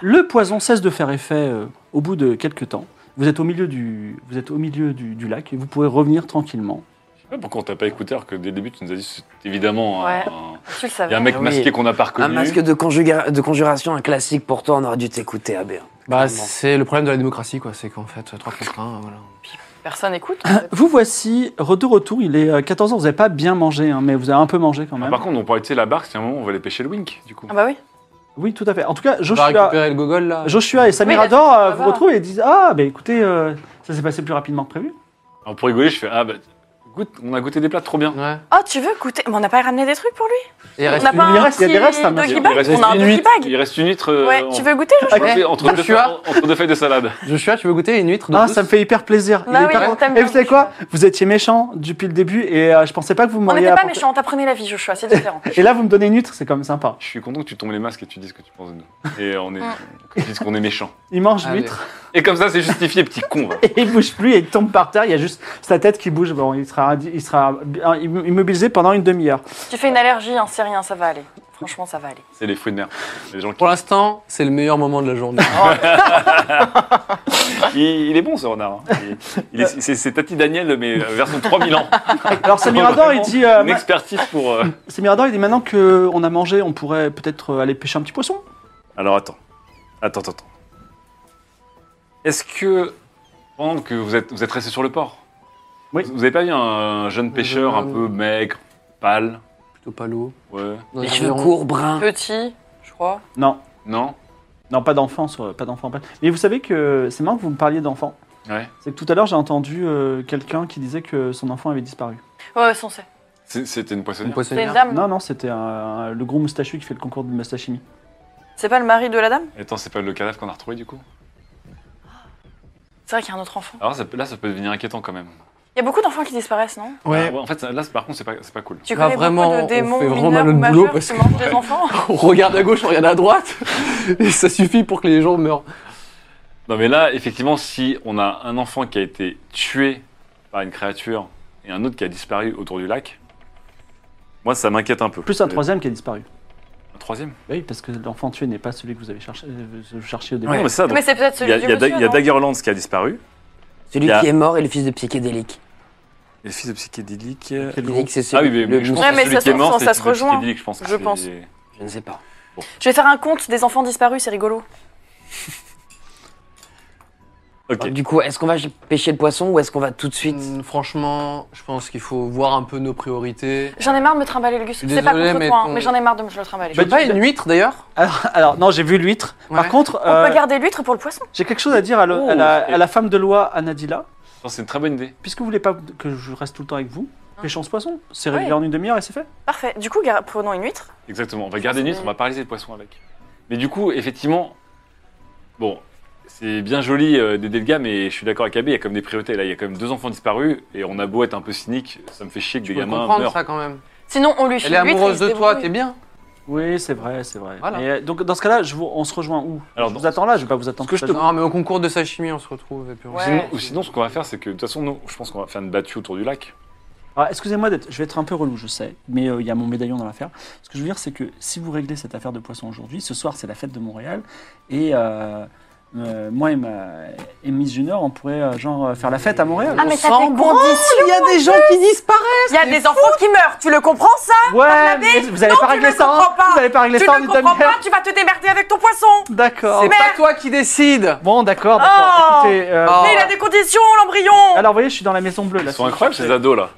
Speaker 1: Le poison cesse de faire effet euh, au bout de quelques temps. Vous êtes au milieu du, vous êtes au milieu du, du lac et vous pouvez revenir tranquillement.
Speaker 2: Je sais pas pourquoi on t'a pas écouté alors que dès le début tu nous as dit c'est évidemment un-
Speaker 3: Ouais.
Speaker 2: un-
Speaker 3: Tu le
Speaker 2: il y a
Speaker 3: savais.
Speaker 2: un mec
Speaker 6: Ah oui.
Speaker 2: masqué qu'on n'a pas
Speaker 6: Un
Speaker 2: reconnu.
Speaker 6: masque de, conjuga- de conjuration, un classique pour toi, on aurait dû t'écouter, hein. AB.
Speaker 4: Bah,
Speaker 6: Clairement.
Speaker 4: c'est le problème de la démocratie, quoi. C'est qu'en fait, 3 contre 1, voilà.
Speaker 3: Personne Ah écoute. en fait.
Speaker 1: Vous voici, retour retour, il est euh, 14 ans, vous n'avez pas bien mangé, hein, mais vous avez un peu mangé quand
Speaker 2: Ah,
Speaker 1: même.
Speaker 2: par contre, on pourrait utiliser la barque, c'est un moment où on va aller pêcher le wink du coup.
Speaker 3: Ah bah oui.
Speaker 1: Oui, tout à fait. En tout cas,
Speaker 4: On va
Speaker 1: Joshua,
Speaker 4: récupérer le gogol, là.
Speaker 1: Joshua et Samirador
Speaker 3: Oui, là,
Speaker 1: euh,
Speaker 3: ça
Speaker 1: vous
Speaker 3: va.
Speaker 1: retrouvent et disent Ah, ben écoutez, euh, ça s'est passé plus rapidement que prévu.
Speaker 2: Alors, pour rigoler, je fais ah bah goûte, on a goûté des plats trop bien.
Speaker 4: Ouais.
Speaker 3: Oh tu veux goûter Mais on n'a pas ramené des trucs pour lui
Speaker 4: Et il
Speaker 3: On
Speaker 4: reste
Speaker 3: n'a
Speaker 4: une-
Speaker 3: pas
Speaker 1: il
Speaker 3: un
Speaker 1: reste- il y a des
Speaker 3: petit
Speaker 1: restes à manger.
Speaker 3: doggy
Speaker 2: Il
Speaker 3: bag
Speaker 2: reste
Speaker 3: On a un
Speaker 2: une
Speaker 3: doggy
Speaker 2: huître. Il
Speaker 3: bag.
Speaker 2: reste une huître euh,
Speaker 3: Ouais.
Speaker 2: en-
Speaker 3: Tu veux goûter Jojo
Speaker 2: entre, entre deux,
Speaker 4: Joshua.
Speaker 2: entre deux feuilles de salade.
Speaker 4: Joshua, tu veux goûter une huître de
Speaker 1: Ah,
Speaker 4: douce
Speaker 1: ça me fait hyper plaisir. Il
Speaker 3: Bah
Speaker 1: est
Speaker 3: oui,
Speaker 1: hyper
Speaker 3: on
Speaker 1: content.
Speaker 3: t'aime
Speaker 1: Et
Speaker 3: bien,
Speaker 1: vous savez quoi Vous étiez méchant depuis le début et euh, je pensais pas que vous
Speaker 3: On
Speaker 1: m'auriez
Speaker 3: n'était pas
Speaker 1: apporté-
Speaker 3: méchants, on t'apprenait la vie Joshua, c'est différent.
Speaker 1: Et là, vous me donnez une huître, c'est quand même sympa.
Speaker 2: Je suis content que tu tombes les masques et tu dis ce que tu penses de nous. Et on est, que tu dises qu'on est méchants.
Speaker 1: Il mange
Speaker 4: Allez.
Speaker 1: l'huître
Speaker 2: Et comme ça, c'est justifié, petit con. va.
Speaker 1: et il bouge plus et il tombe par terre. Il y a juste sa tête qui bouge. Bon, il sera, il sera immobilisé pendant une demi-heure.
Speaker 3: tu fais une allergie, hein, c'est rien, ça va aller. Franchement, ça va aller.
Speaker 2: C'est les fruits de mer. Les gens qui-
Speaker 4: Pour l'instant, c'est le meilleur moment de la journée.
Speaker 2: il, il est bon ce renard. hein. Il- il est- C'est c'est Tati Daniel, mais euh, version 3000 ans.
Speaker 1: Alors c'est Mirador, il dit. euh,
Speaker 2: Une expertise pour. euh,
Speaker 1: C'est Mirador, il dit maintenant qu'on a mangé, on pourrait peut-être euh, aller pêcher un petit poisson.
Speaker 2: Alors attends. Attends, attends, attends. Est-ce que. Pendant que vous êtes, vous êtes resté sur le port
Speaker 1: Oui.
Speaker 2: Vous n'avez pas vu un jeune pêcheur un peu maigre, pâle
Speaker 4: Plutôt pas l'eau.
Speaker 2: Ouais.
Speaker 4: Dans
Speaker 6: Les
Speaker 4: les
Speaker 6: cheveux
Speaker 4: environs.
Speaker 6: courts, bruns.
Speaker 3: Petit, je crois.
Speaker 1: Non,
Speaker 2: Non
Speaker 1: non, pas d'enfant, sur- pas d'enfant. pas- Mais vous savez que c'est marrant que vous me parliez d'enfant.
Speaker 2: Ouais.
Speaker 1: C'est que tout à l'heure j'ai entendu euh, quelqu'un qui disait que son enfant avait disparu.
Speaker 3: Ouais, ouais, censé.
Speaker 2: C'est- C'était une
Speaker 4: Une
Speaker 2: poissonnière.
Speaker 3: C'est une
Speaker 4: poissonnière.
Speaker 3: dame.
Speaker 1: Non, non, c'était un- un- le gros moustachu qui fait le concours de moustachini.
Speaker 3: C'est pas le mari de la dame
Speaker 2: Attends, c'est pas le cadavre qu'on a retrouvé du coup
Speaker 3: C'est vrai qu'il y a un autre enfant.
Speaker 2: Alors ça peut- là, ça peut devenir inquiétant quand même.
Speaker 3: Il y a beaucoup d'enfants qui disparaissent, non
Speaker 2: Ah, en fait, ça- là, c'est- par contre, c'est pas, c'est pas cool.
Speaker 3: Tu
Speaker 4: Là,
Speaker 3: connais
Speaker 4: vraiment,
Speaker 3: beaucoup
Speaker 4: on
Speaker 3: de démons
Speaker 4: fait vraiment
Speaker 3: mineurs
Speaker 4: mal
Speaker 3: ou
Speaker 4: notre boulot
Speaker 3: majeurs
Speaker 4: parce
Speaker 3: qui
Speaker 4: que-
Speaker 3: mangent des enfants
Speaker 4: On regarde à gauche, on regarde à droite. Et ça suffit pour que les gens meurent.
Speaker 2: Non, mais là, effectivement, si on a un enfant qui a été tué par une créature et un autre qui a disparu autour du lac, moi, ça m'inquiète un peu.
Speaker 1: Plus un troisième qui a disparu.
Speaker 2: Un troisième
Speaker 1: Bah Oui, parce que l'enfant tué n'est pas celui que vous avez cherché, euh, vous cherchiez au début.
Speaker 2: Non, mais ça, donc,
Speaker 3: Mais c'est peut-être
Speaker 2: il
Speaker 3: celui
Speaker 2: y a,
Speaker 3: du
Speaker 2: il y a Da-
Speaker 3: monsieur,
Speaker 2: il y a
Speaker 3: non
Speaker 2: Daggerlands qui a disparu.
Speaker 6: Celui
Speaker 2: Il y a-
Speaker 6: qui est mort et le fils de psychédélique.
Speaker 2: Et le fils de psychédélique.
Speaker 1: Quel gros-
Speaker 6: Psychédélique, c'est
Speaker 2: Ah
Speaker 6: celui.
Speaker 2: oui, mais, mais
Speaker 6: le
Speaker 2: je pense
Speaker 3: Ouais,
Speaker 2: que
Speaker 3: mais
Speaker 2: celui
Speaker 3: ça
Speaker 2: qui est
Speaker 3: se-
Speaker 2: mort,
Speaker 3: ça
Speaker 2: c'est
Speaker 3: se
Speaker 2: le fils de
Speaker 3: rejoint.
Speaker 2: psychédélique, je pense. que
Speaker 3: Je
Speaker 2: c'est-
Speaker 3: pense.
Speaker 6: Je ne sais pas.
Speaker 3: Je vais faire un compte des enfants disparus, c'est rigolo.
Speaker 2: Ok.
Speaker 6: Alors, du coup, est-ce qu'on va pêcher le poisson ou est-ce qu'on va tout de suite
Speaker 4: Hum, Franchement, je pense qu'il faut voir un peu nos priorités.
Speaker 3: J'en ai marre de me trimballer le gus.
Speaker 4: suis
Speaker 3: C'est pas
Speaker 4: désolé,
Speaker 3: contre
Speaker 4: mais
Speaker 3: toi, hein,
Speaker 4: ton- Bah,
Speaker 3: mais j'en ai marre de me le trimballer.
Speaker 4: Tu veux pas une huître d'ailleurs
Speaker 1: Alors, alors, non, j'ai vu l'huître. Par
Speaker 4: Ouais.
Speaker 1: contre,
Speaker 3: On
Speaker 1: euh,
Speaker 3: peut garder l'huître pour le poisson.
Speaker 1: j'ai quelque chose à dire à, le- à la, à la femme de loi, Anadila.
Speaker 2: Je pense que c'est une très bonne idée.
Speaker 1: Puisque vous voulez pas que je reste tout le temps avec vous, pêchons ce poisson. C'est
Speaker 3: Ouais.
Speaker 1: réglé en une demi-heure et c'est fait.
Speaker 3: Parfait. Du coup, gar- prenons une huître.
Speaker 2: Exactement. On va garder une
Speaker 3: c'est-
Speaker 2: huître, on va paralyser le poisson avec. Mais du coup, effectivement, bon, c'est bien joli euh, d'aider le gars, mais je suis d'accord avec Abé, il y a quand même des priorités. Là, il y a quand même deux enfants disparus, et on a beau être un peu cynique, ça me fait chier que
Speaker 4: Je
Speaker 2: des
Speaker 4: peux
Speaker 2: gamins
Speaker 4: comprendre
Speaker 2: meurent.
Speaker 4: ça quand même.
Speaker 3: Sinon, on lui file
Speaker 4: Elle est
Speaker 3: l'huître et
Speaker 4: amoureuse
Speaker 3: il se
Speaker 4: de toi,
Speaker 3: débrouille.
Speaker 4: t'es bien.
Speaker 1: Oui, c'est vrai, c'est vrai.
Speaker 4: Voilà.
Speaker 1: Mais, euh, donc dans ce cas-là, je vous- on se rejoint où
Speaker 2: Alors,
Speaker 1: Je vous
Speaker 2: dans-
Speaker 1: attends là, je vais pas vous attendre.
Speaker 2: Ce que
Speaker 1: toute
Speaker 2: je
Speaker 1: la
Speaker 4: Non, mais au concours de sashimi, on se retrouve. Et puis on...
Speaker 3: Ouais.
Speaker 2: Sinon, ou sinon, ce qu'on va faire, c'est que de toute façon, nous, je pense qu'on va faire une battue autour du lac.
Speaker 1: journée. Alors, Ah, Excusez-moi d'être, je vais être un peu relou, je sais, mais euh, il y a mon médaillon dans l'affaire. Ce que je veux dire, c'est que si vous réglez cette affaire de poisson aujourd'hui, ce soir c'est la fête de Montréal et euh, euh, moi et, ma, et Miss Junior, on pourrait euh, genre euh, faire la fête à Montréal.
Speaker 3: Ah, mais ça
Speaker 4: s'en
Speaker 3: fait
Speaker 4: branle,
Speaker 3: condition,
Speaker 4: Il y a des gens qui disparaissent.
Speaker 3: Il y a des enfants qui meurent, tu le comprends ça
Speaker 1: ouais, mais vous n'allez pas
Speaker 3: tu
Speaker 1: régler
Speaker 3: le
Speaker 1: ça. hein.
Speaker 3: comprends pas.
Speaker 1: Vous n'allez pas régler
Speaker 3: Tu
Speaker 1: ça en
Speaker 3: ne
Speaker 1: une
Speaker 3: comprends
Speaker 1: demi-heure.
Speaker 3: pas, tu vas te démerder avec ton poisson
Speaker 1: D'accord.
Speaker 4: C'est pas toi qui décide.
Speaker 1: Bon, d'accord, d'accord.
Speaker 3: Oh.
Speaker 1: Écoutez, euh,
Speaker 4: Oh.
Speaker 3: Mais il a des conditions, l'embryon
Speaker 1: alors vous voyez, je suis dans la maison bleue là.
Speaker 2: Ils sont incroyables, ces ados, là.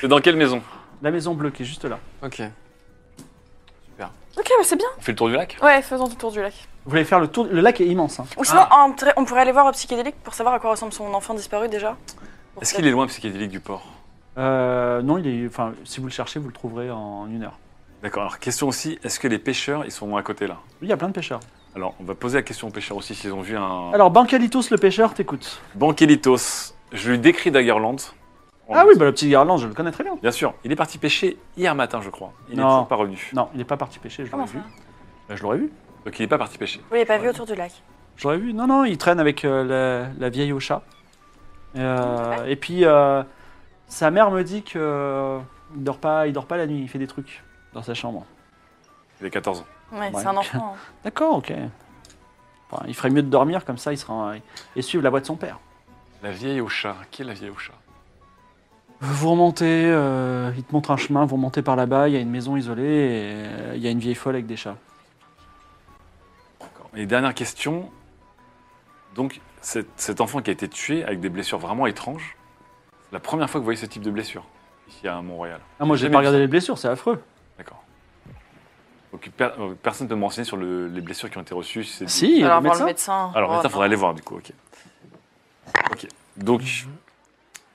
Speaker 2: C'est dans quelle maison
Speaker 1: La maison bleue qui est juste là.
Speaker 4: Ok.
Speaker 3: Ok, mais c'est bien.
Speaker 2: On fait le tour du lac
Speaker 3: Ouais, faisons le tour du lac.
Speaker 1: Vous voulez faire le tour Le lac est immense. hein.
Speaker 3: Ou sinon,
Speaker 4: Ah.
Speaker 3: on, pourrait- on pourrait aller voir au psychédélique pour savoir à quoi ressemble son enfant disparu déjà. Pour
Speaker 2: Est-ce
Speaker 3: peut-être-
Speaker 2: qu'il est loin, psychédélique, du port
Speaker 1: Euh, non, il est. Enfin, si vous le cherchez, vous le trouverez en une heure.
Speaker 2: D'accord. Alors, question aussi, est-ce que les pêcheurs, ils sont à côté, là
Speaker 1: Oui, il y a plein de pêcheurs.
Speaker 2: Alors, on va poser la question aux pêcheurs aussi s'ils ont vu un.
Speaker 1: Alors, Bancalitos, le pêcheur, t'écoute.
Speaker 2: Banquelitos, je lui décris Daggerland.
Speaker 1: Ah oui, bah, le petit garland, je le connais très bien.
Speaker 2: Bien sûr, il est parti pêcher hier matin, je crois. Il n'est
Speaker 1: Non.
Speaker 2: toujours pas revenu.
Speaker 1: Non, il n'est pas parti pêcher, je
Speaker 3: Comment
Speaker 1: l'aurais
Speaker 3: ça
Speaker 1: vu. Bah, je l'aurais vu.
Speaker 2: Donc il n'est pas parti pêcher.
Speaker 3: Vous l'avez pas vu autour du lac
Speaker 1: Je l'aurais vu. Non, non, il traîne avec euh, la, la vieille au chat. Euh, Et puis, euh, sa mère me dit que euh, il dort pas, il dort pas la nuit, il fait des trucs dans sa chambre.
Speaker 2: Il a 14 ans.
Speaker 3: Ouais,
Speaker 1: Ouais.
Speaker 3: c'est un enfant. hein.
Speaker 1: D'accord, ok. Enfin, il ferait mieux de dormir comme ça, il sera en- et suivre la voie de son père.
Speaker 2: La vieille au chat. Qui est la vieille au chat
Speaker 1: Vous remontez, euh, il te montre un chemin, vous remontez par là-bas, il y a une maison isolée, et euh, il y a une vieille folle avec des chats.
Speaker 2: D'accord. Et dernière question. Donc cet, cet enfant qui a été tué avec des blessures vraiment étranges, c'est la première fois que vous voyez ce type de blessure ici à Montréal.
Speaker 1: Ah, moi, j'ai
Speaker 2: Jamais
Speaker 1: pas
Speaker 2: vu
Speaker 1: regardé
Speaker 2: ça.
Speaker 1: les blessures, c'est affreux.
Speaker 2: D'accord. Donc per- euh, personne ne peut me renseigner sur le- les blessures qui ont été reçues. si c'est-
Speaker 1: Si, il y a
Speaker 3: Alors,
Speaker 1: le
Speaker 3: voir
Speaker 1: médecin.
Speaker 3: le médecin.
Speaker 2: Alors,
Speaker 3: Oh,
Speaker 2: ça,
Speaker 3: non.
Speaker 2: faudrait aller voir du coup, ok. Ok. Donc,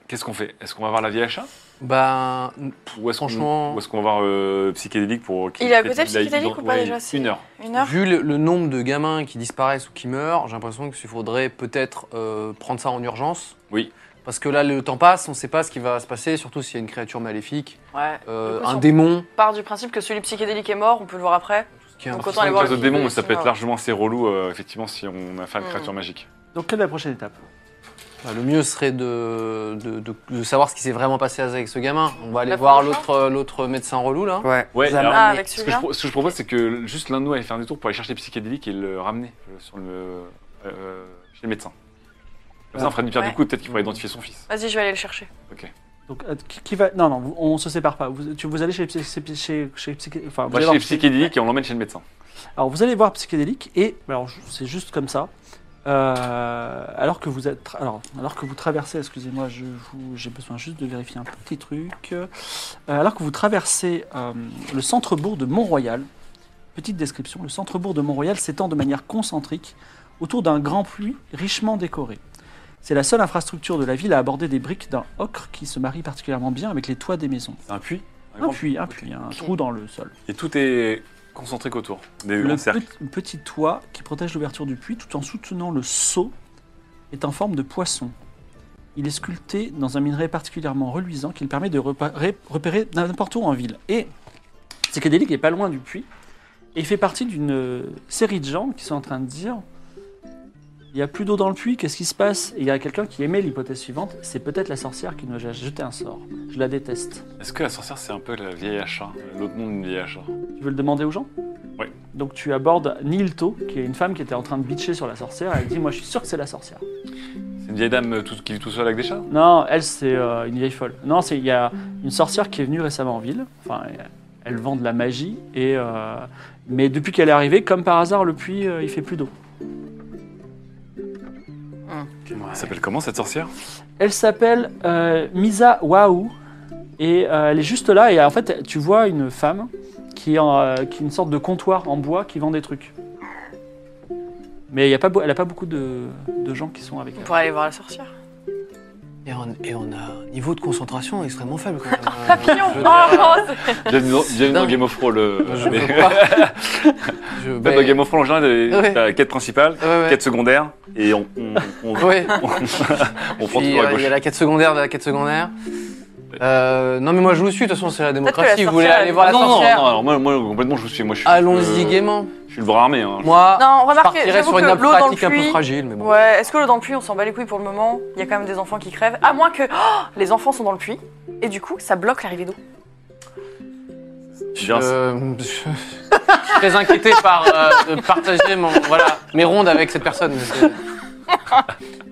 Speaker 2: qu'est-ce qu'on fait Est-ce qu'on va voir la vieille achat
Speaker 4: Bah,
Speaker 2: Ou est-ce qu'on
Speaker 4: Franchement-
Speaker 2: ou est-ce qu'on va voir euh, psychédélique pour. qu'il-
Speaker 3: Il est à
Speaker 2: qu'il-
Speaker 3: côté de
Speaker 2: qu'il aille
Speaker 3: psychédélique
Speaker 2: dans-
Speaker 3: ou pas,
Speaker 2: ouais,
Speaker 3: déjà, c'est-
Speaker 2: Une heure.
Speaker 3: Une heure
Speaker 4: vu le, le nombre de gamins qui disparaissent ou qui meurent, j'ai l'impression qu'il faudrait peut-être euh, prendre ça en urgence.
Speaker 2: Oui.
Speaker 4: Parce que là, le temps passe, on ne sait pas ce qui va se passer, surtout s'il y a une créature maléfique,
Speaker 3: Ouais.
Speaker 4: euh,
Speaker 3: Du coup, si
Speaker 4: un
Speaker 3: on
Speaker 4: démon.
Speaker 3: part du principe que celui psychédélique est mort, on peut le voir après.
Speaker 4: qui est un-
Speaker 3: Donc,
Speaker 2: Parce
Speaker 3: autant aller
Speaker 2: qu'on
Speaker 3: voir
Speaker 2: est face
Speaker 3: le Mm.
Speaker 2: au démon,
Speaker 3: film,
Speaker 2: mais ça peut être
Speaker 3: sinon.
Speaker 2: largement assez relou, euh, effectivement, si on a fait une créature magique.
Speaker 1: Donc, quelle est la prochaine étape
Speaker 4: Bah, le mieux serait de, de, de- de savoir ce qui s'est vraiment passé avec ce gamin. On va aller
Speaker 3: Bah,
Speaker 4: voir
Speaker 3: franchement.
Speaker 4: l'autre euh, l'autre médecin relou là.
Speaker 6: Ouais.
Speaker 2: Ouais,
Speaker 6: Ça
Speaker 2: alors-
Speaker 6: m'a
Speaker 3: Ah,
Speaker 6: amené.
Speaker 3: avec
Speaker 2: Ce que, je,
Speaker 3: celui-là
Speaker 2: pro- ce que je propose, c'est que juste l'un de nous aille faire des tours pour aller chercher psychédélique et le ramener euh, sur le, euh, chez le médecin. Comme ça, on ferait du pire du
Speaker 3: Ouais.
Speaker 2: coup, peut-être qu'il pourrait identifier son fils.
Speaker 3: Vas-y, je vais aller le chercher.
Speaker 1: Donc, euh, qui, qui va Non, non, vous- on se sépare pas. Vous, tu, vous allez chez, chez, chez, chez psyché- enfin, vous
Speaker 2: On va
Speaker 1: allez
Speaker 2: chez
Speaker 1: voir
Speaker 2: les psychédéliques et on l'emmène chez le médecin.
Speaker 1: Alors vous allez voir psychédélique et alors je- c'est juste comme ça. Euh, alors que vous êtes, alors alors que vous traversez, excusez-moi, je vous- j'ai besoin juste de vérifier un petit truc. Euh, alors que vous traversez euh, le centre-bourg de Mont-Royal, petite description, le centre-bourg de Mont-Royal s'étend de manière concentrique autour d'un grand puits richement décoré. C'est la seule infrastructure de la ville à aborder des briques d'un ocre qui se marie particulièrement bien avec les toits des maisons.
Speaker 2: C'est un puits
Speaker 1: Un puits, un puits, un trou dans le sol.
Speaker 2: Et tout est concentré autour. Des
Speaker 1: Le
Speaker 2: grands cercles.
Speaker 1: petit, petit toit qui protège l'ouverture du puits tout en soutenant le seau est en forme de poisson. Il est sculpté dans un minerai particulièrement reluisant qu'il permet de repa- ré- repérer n'importe où en ville. Et Psychédélique est pas loin du puits et il fait partie d'une euh, série de gens qui sont en train de dire il n'y a plus d'eau dans le puits, qu'est-ce qui se passe Et il y a quelqu'un qui émet l'hypothèse suivante c'est peut-être la sorcière qui nous a jeté un sort. Je la déteste.
Speaker 2: Est-ce que la sorcière, c'est un peu la vieille achat L'autre nom d'une vieille achat
Speaker 1: Tu veux le demander aux gens
Speaker 2: Ouais.
Speaker 1: Donc tu abordes Nilto, qui est une femme qui était en train de bitcher sur la sorcière. Elle dit Moi, je suis sûr que c'est la sorcière.
Speaker 2: C'est une vieille dame euh, tout- qui vit tout seule avec des chats
Speaker 1: Non, elle, c'est euh, une vieille folle. Non, c'est il y a une sorcière qui est venue récemment en ville. Enfin, elle vend de la magie. Et, euh, mais depuis qu'elle est arrivée, comme par hasard, le puits, euh, il fait plus d'eau.
Speaker 2: Elle s'appelle comment cette sorcière
Speaker 1: Elle s'appelle euh, Misa Waou. Et euh, elle est juste là. Et en fait, tu vois une femme qui est, en, euh, qui est une sorte de comptoir en bois qui vend des trucs. Mais il y a pas, beau- elle n'a pas beaucoup de, de gens qui sont avec
Speaker 3: On
Speaker 1: elle.
Speaker 3: pourrait aller voir la sorcière.
Speaker 4: Et on, et on a un niveau de concentration extrêmement faible. Quand même.
Speaker 3: Papillon
Speaker 4: Je-
Speaker 3: Oh, oh, c'est-
Speaker 2: Bienvenue dans- bienvenue dans
Speaker 4: dingue.
Speaker 2: Game of Thrones. Le...
Speaker 4: Je
Speaker 2: mais-
Speaker 4: veux pas. Je-
Speaker 2: En fait, dans Game of Thrones, en général,
Speaker 4: Ouais.
Speaker 2: t'as la quête principale,
Speaker 4: Ouais, ouais.
Speaker 2: quête secondaire, et on, on, on,
Speaker 4: Ouais.
Speaker 2: on- on prend
Speaker 4: Puis,
Speaker 2: toujours à
Speaker 4: euh, il
Speaker 2: gauche.
Speaker 4: y a la quête secondaire de la quête secondaire. Euh, non, mais moi je vous suis, de toute façon, c'est la
Speaker 3: que la
Speaker 4: démocratie. Vous voulez
Speaker 3: sorcière,
Speaker 4: aller
Speaker 3: elle-
Speaker 4: voir la
Speaker 2: Ah non, non, non,
Speaker 4: sorcière
Speaker 2: alors moi, moi, complètement, je vous suis. Moi, je suis
Speaker 4: Allons-y
Speaker 2: euh,
Speaker 4: gaiement.
Speaker 2: Je suis le bras armé. Hein.
Speaker 4: Moi,
Speaker 3: Non,
Speaker 4: je
Speaker 3: remarquez,
Speaker 4: partirais
Speaker 3: j'avoue
Speaker 4: sur une
Speaker 3: que
Speaker 4: nappe
Speaker 3: l'eau dans le
Speaker 4: pratique un peu
Speaker 3: puits.
Speaker 4: fragile, mais bon.
Speaker 3: Ouais, est-ce que l'eau dans le puits, on s'en bat les couilles pour le moment Il y a quand même des enfants qui crèvent. À moins que oh, les enfants sont dans le puits et du coup, ça bloque l'arrivée d'eau.
Speaker 2: Bien, c'est-
Speaker 4: Euh, je... je suis très inquiété par euh, de partager mon, voilà, mes rondes avec cette personne.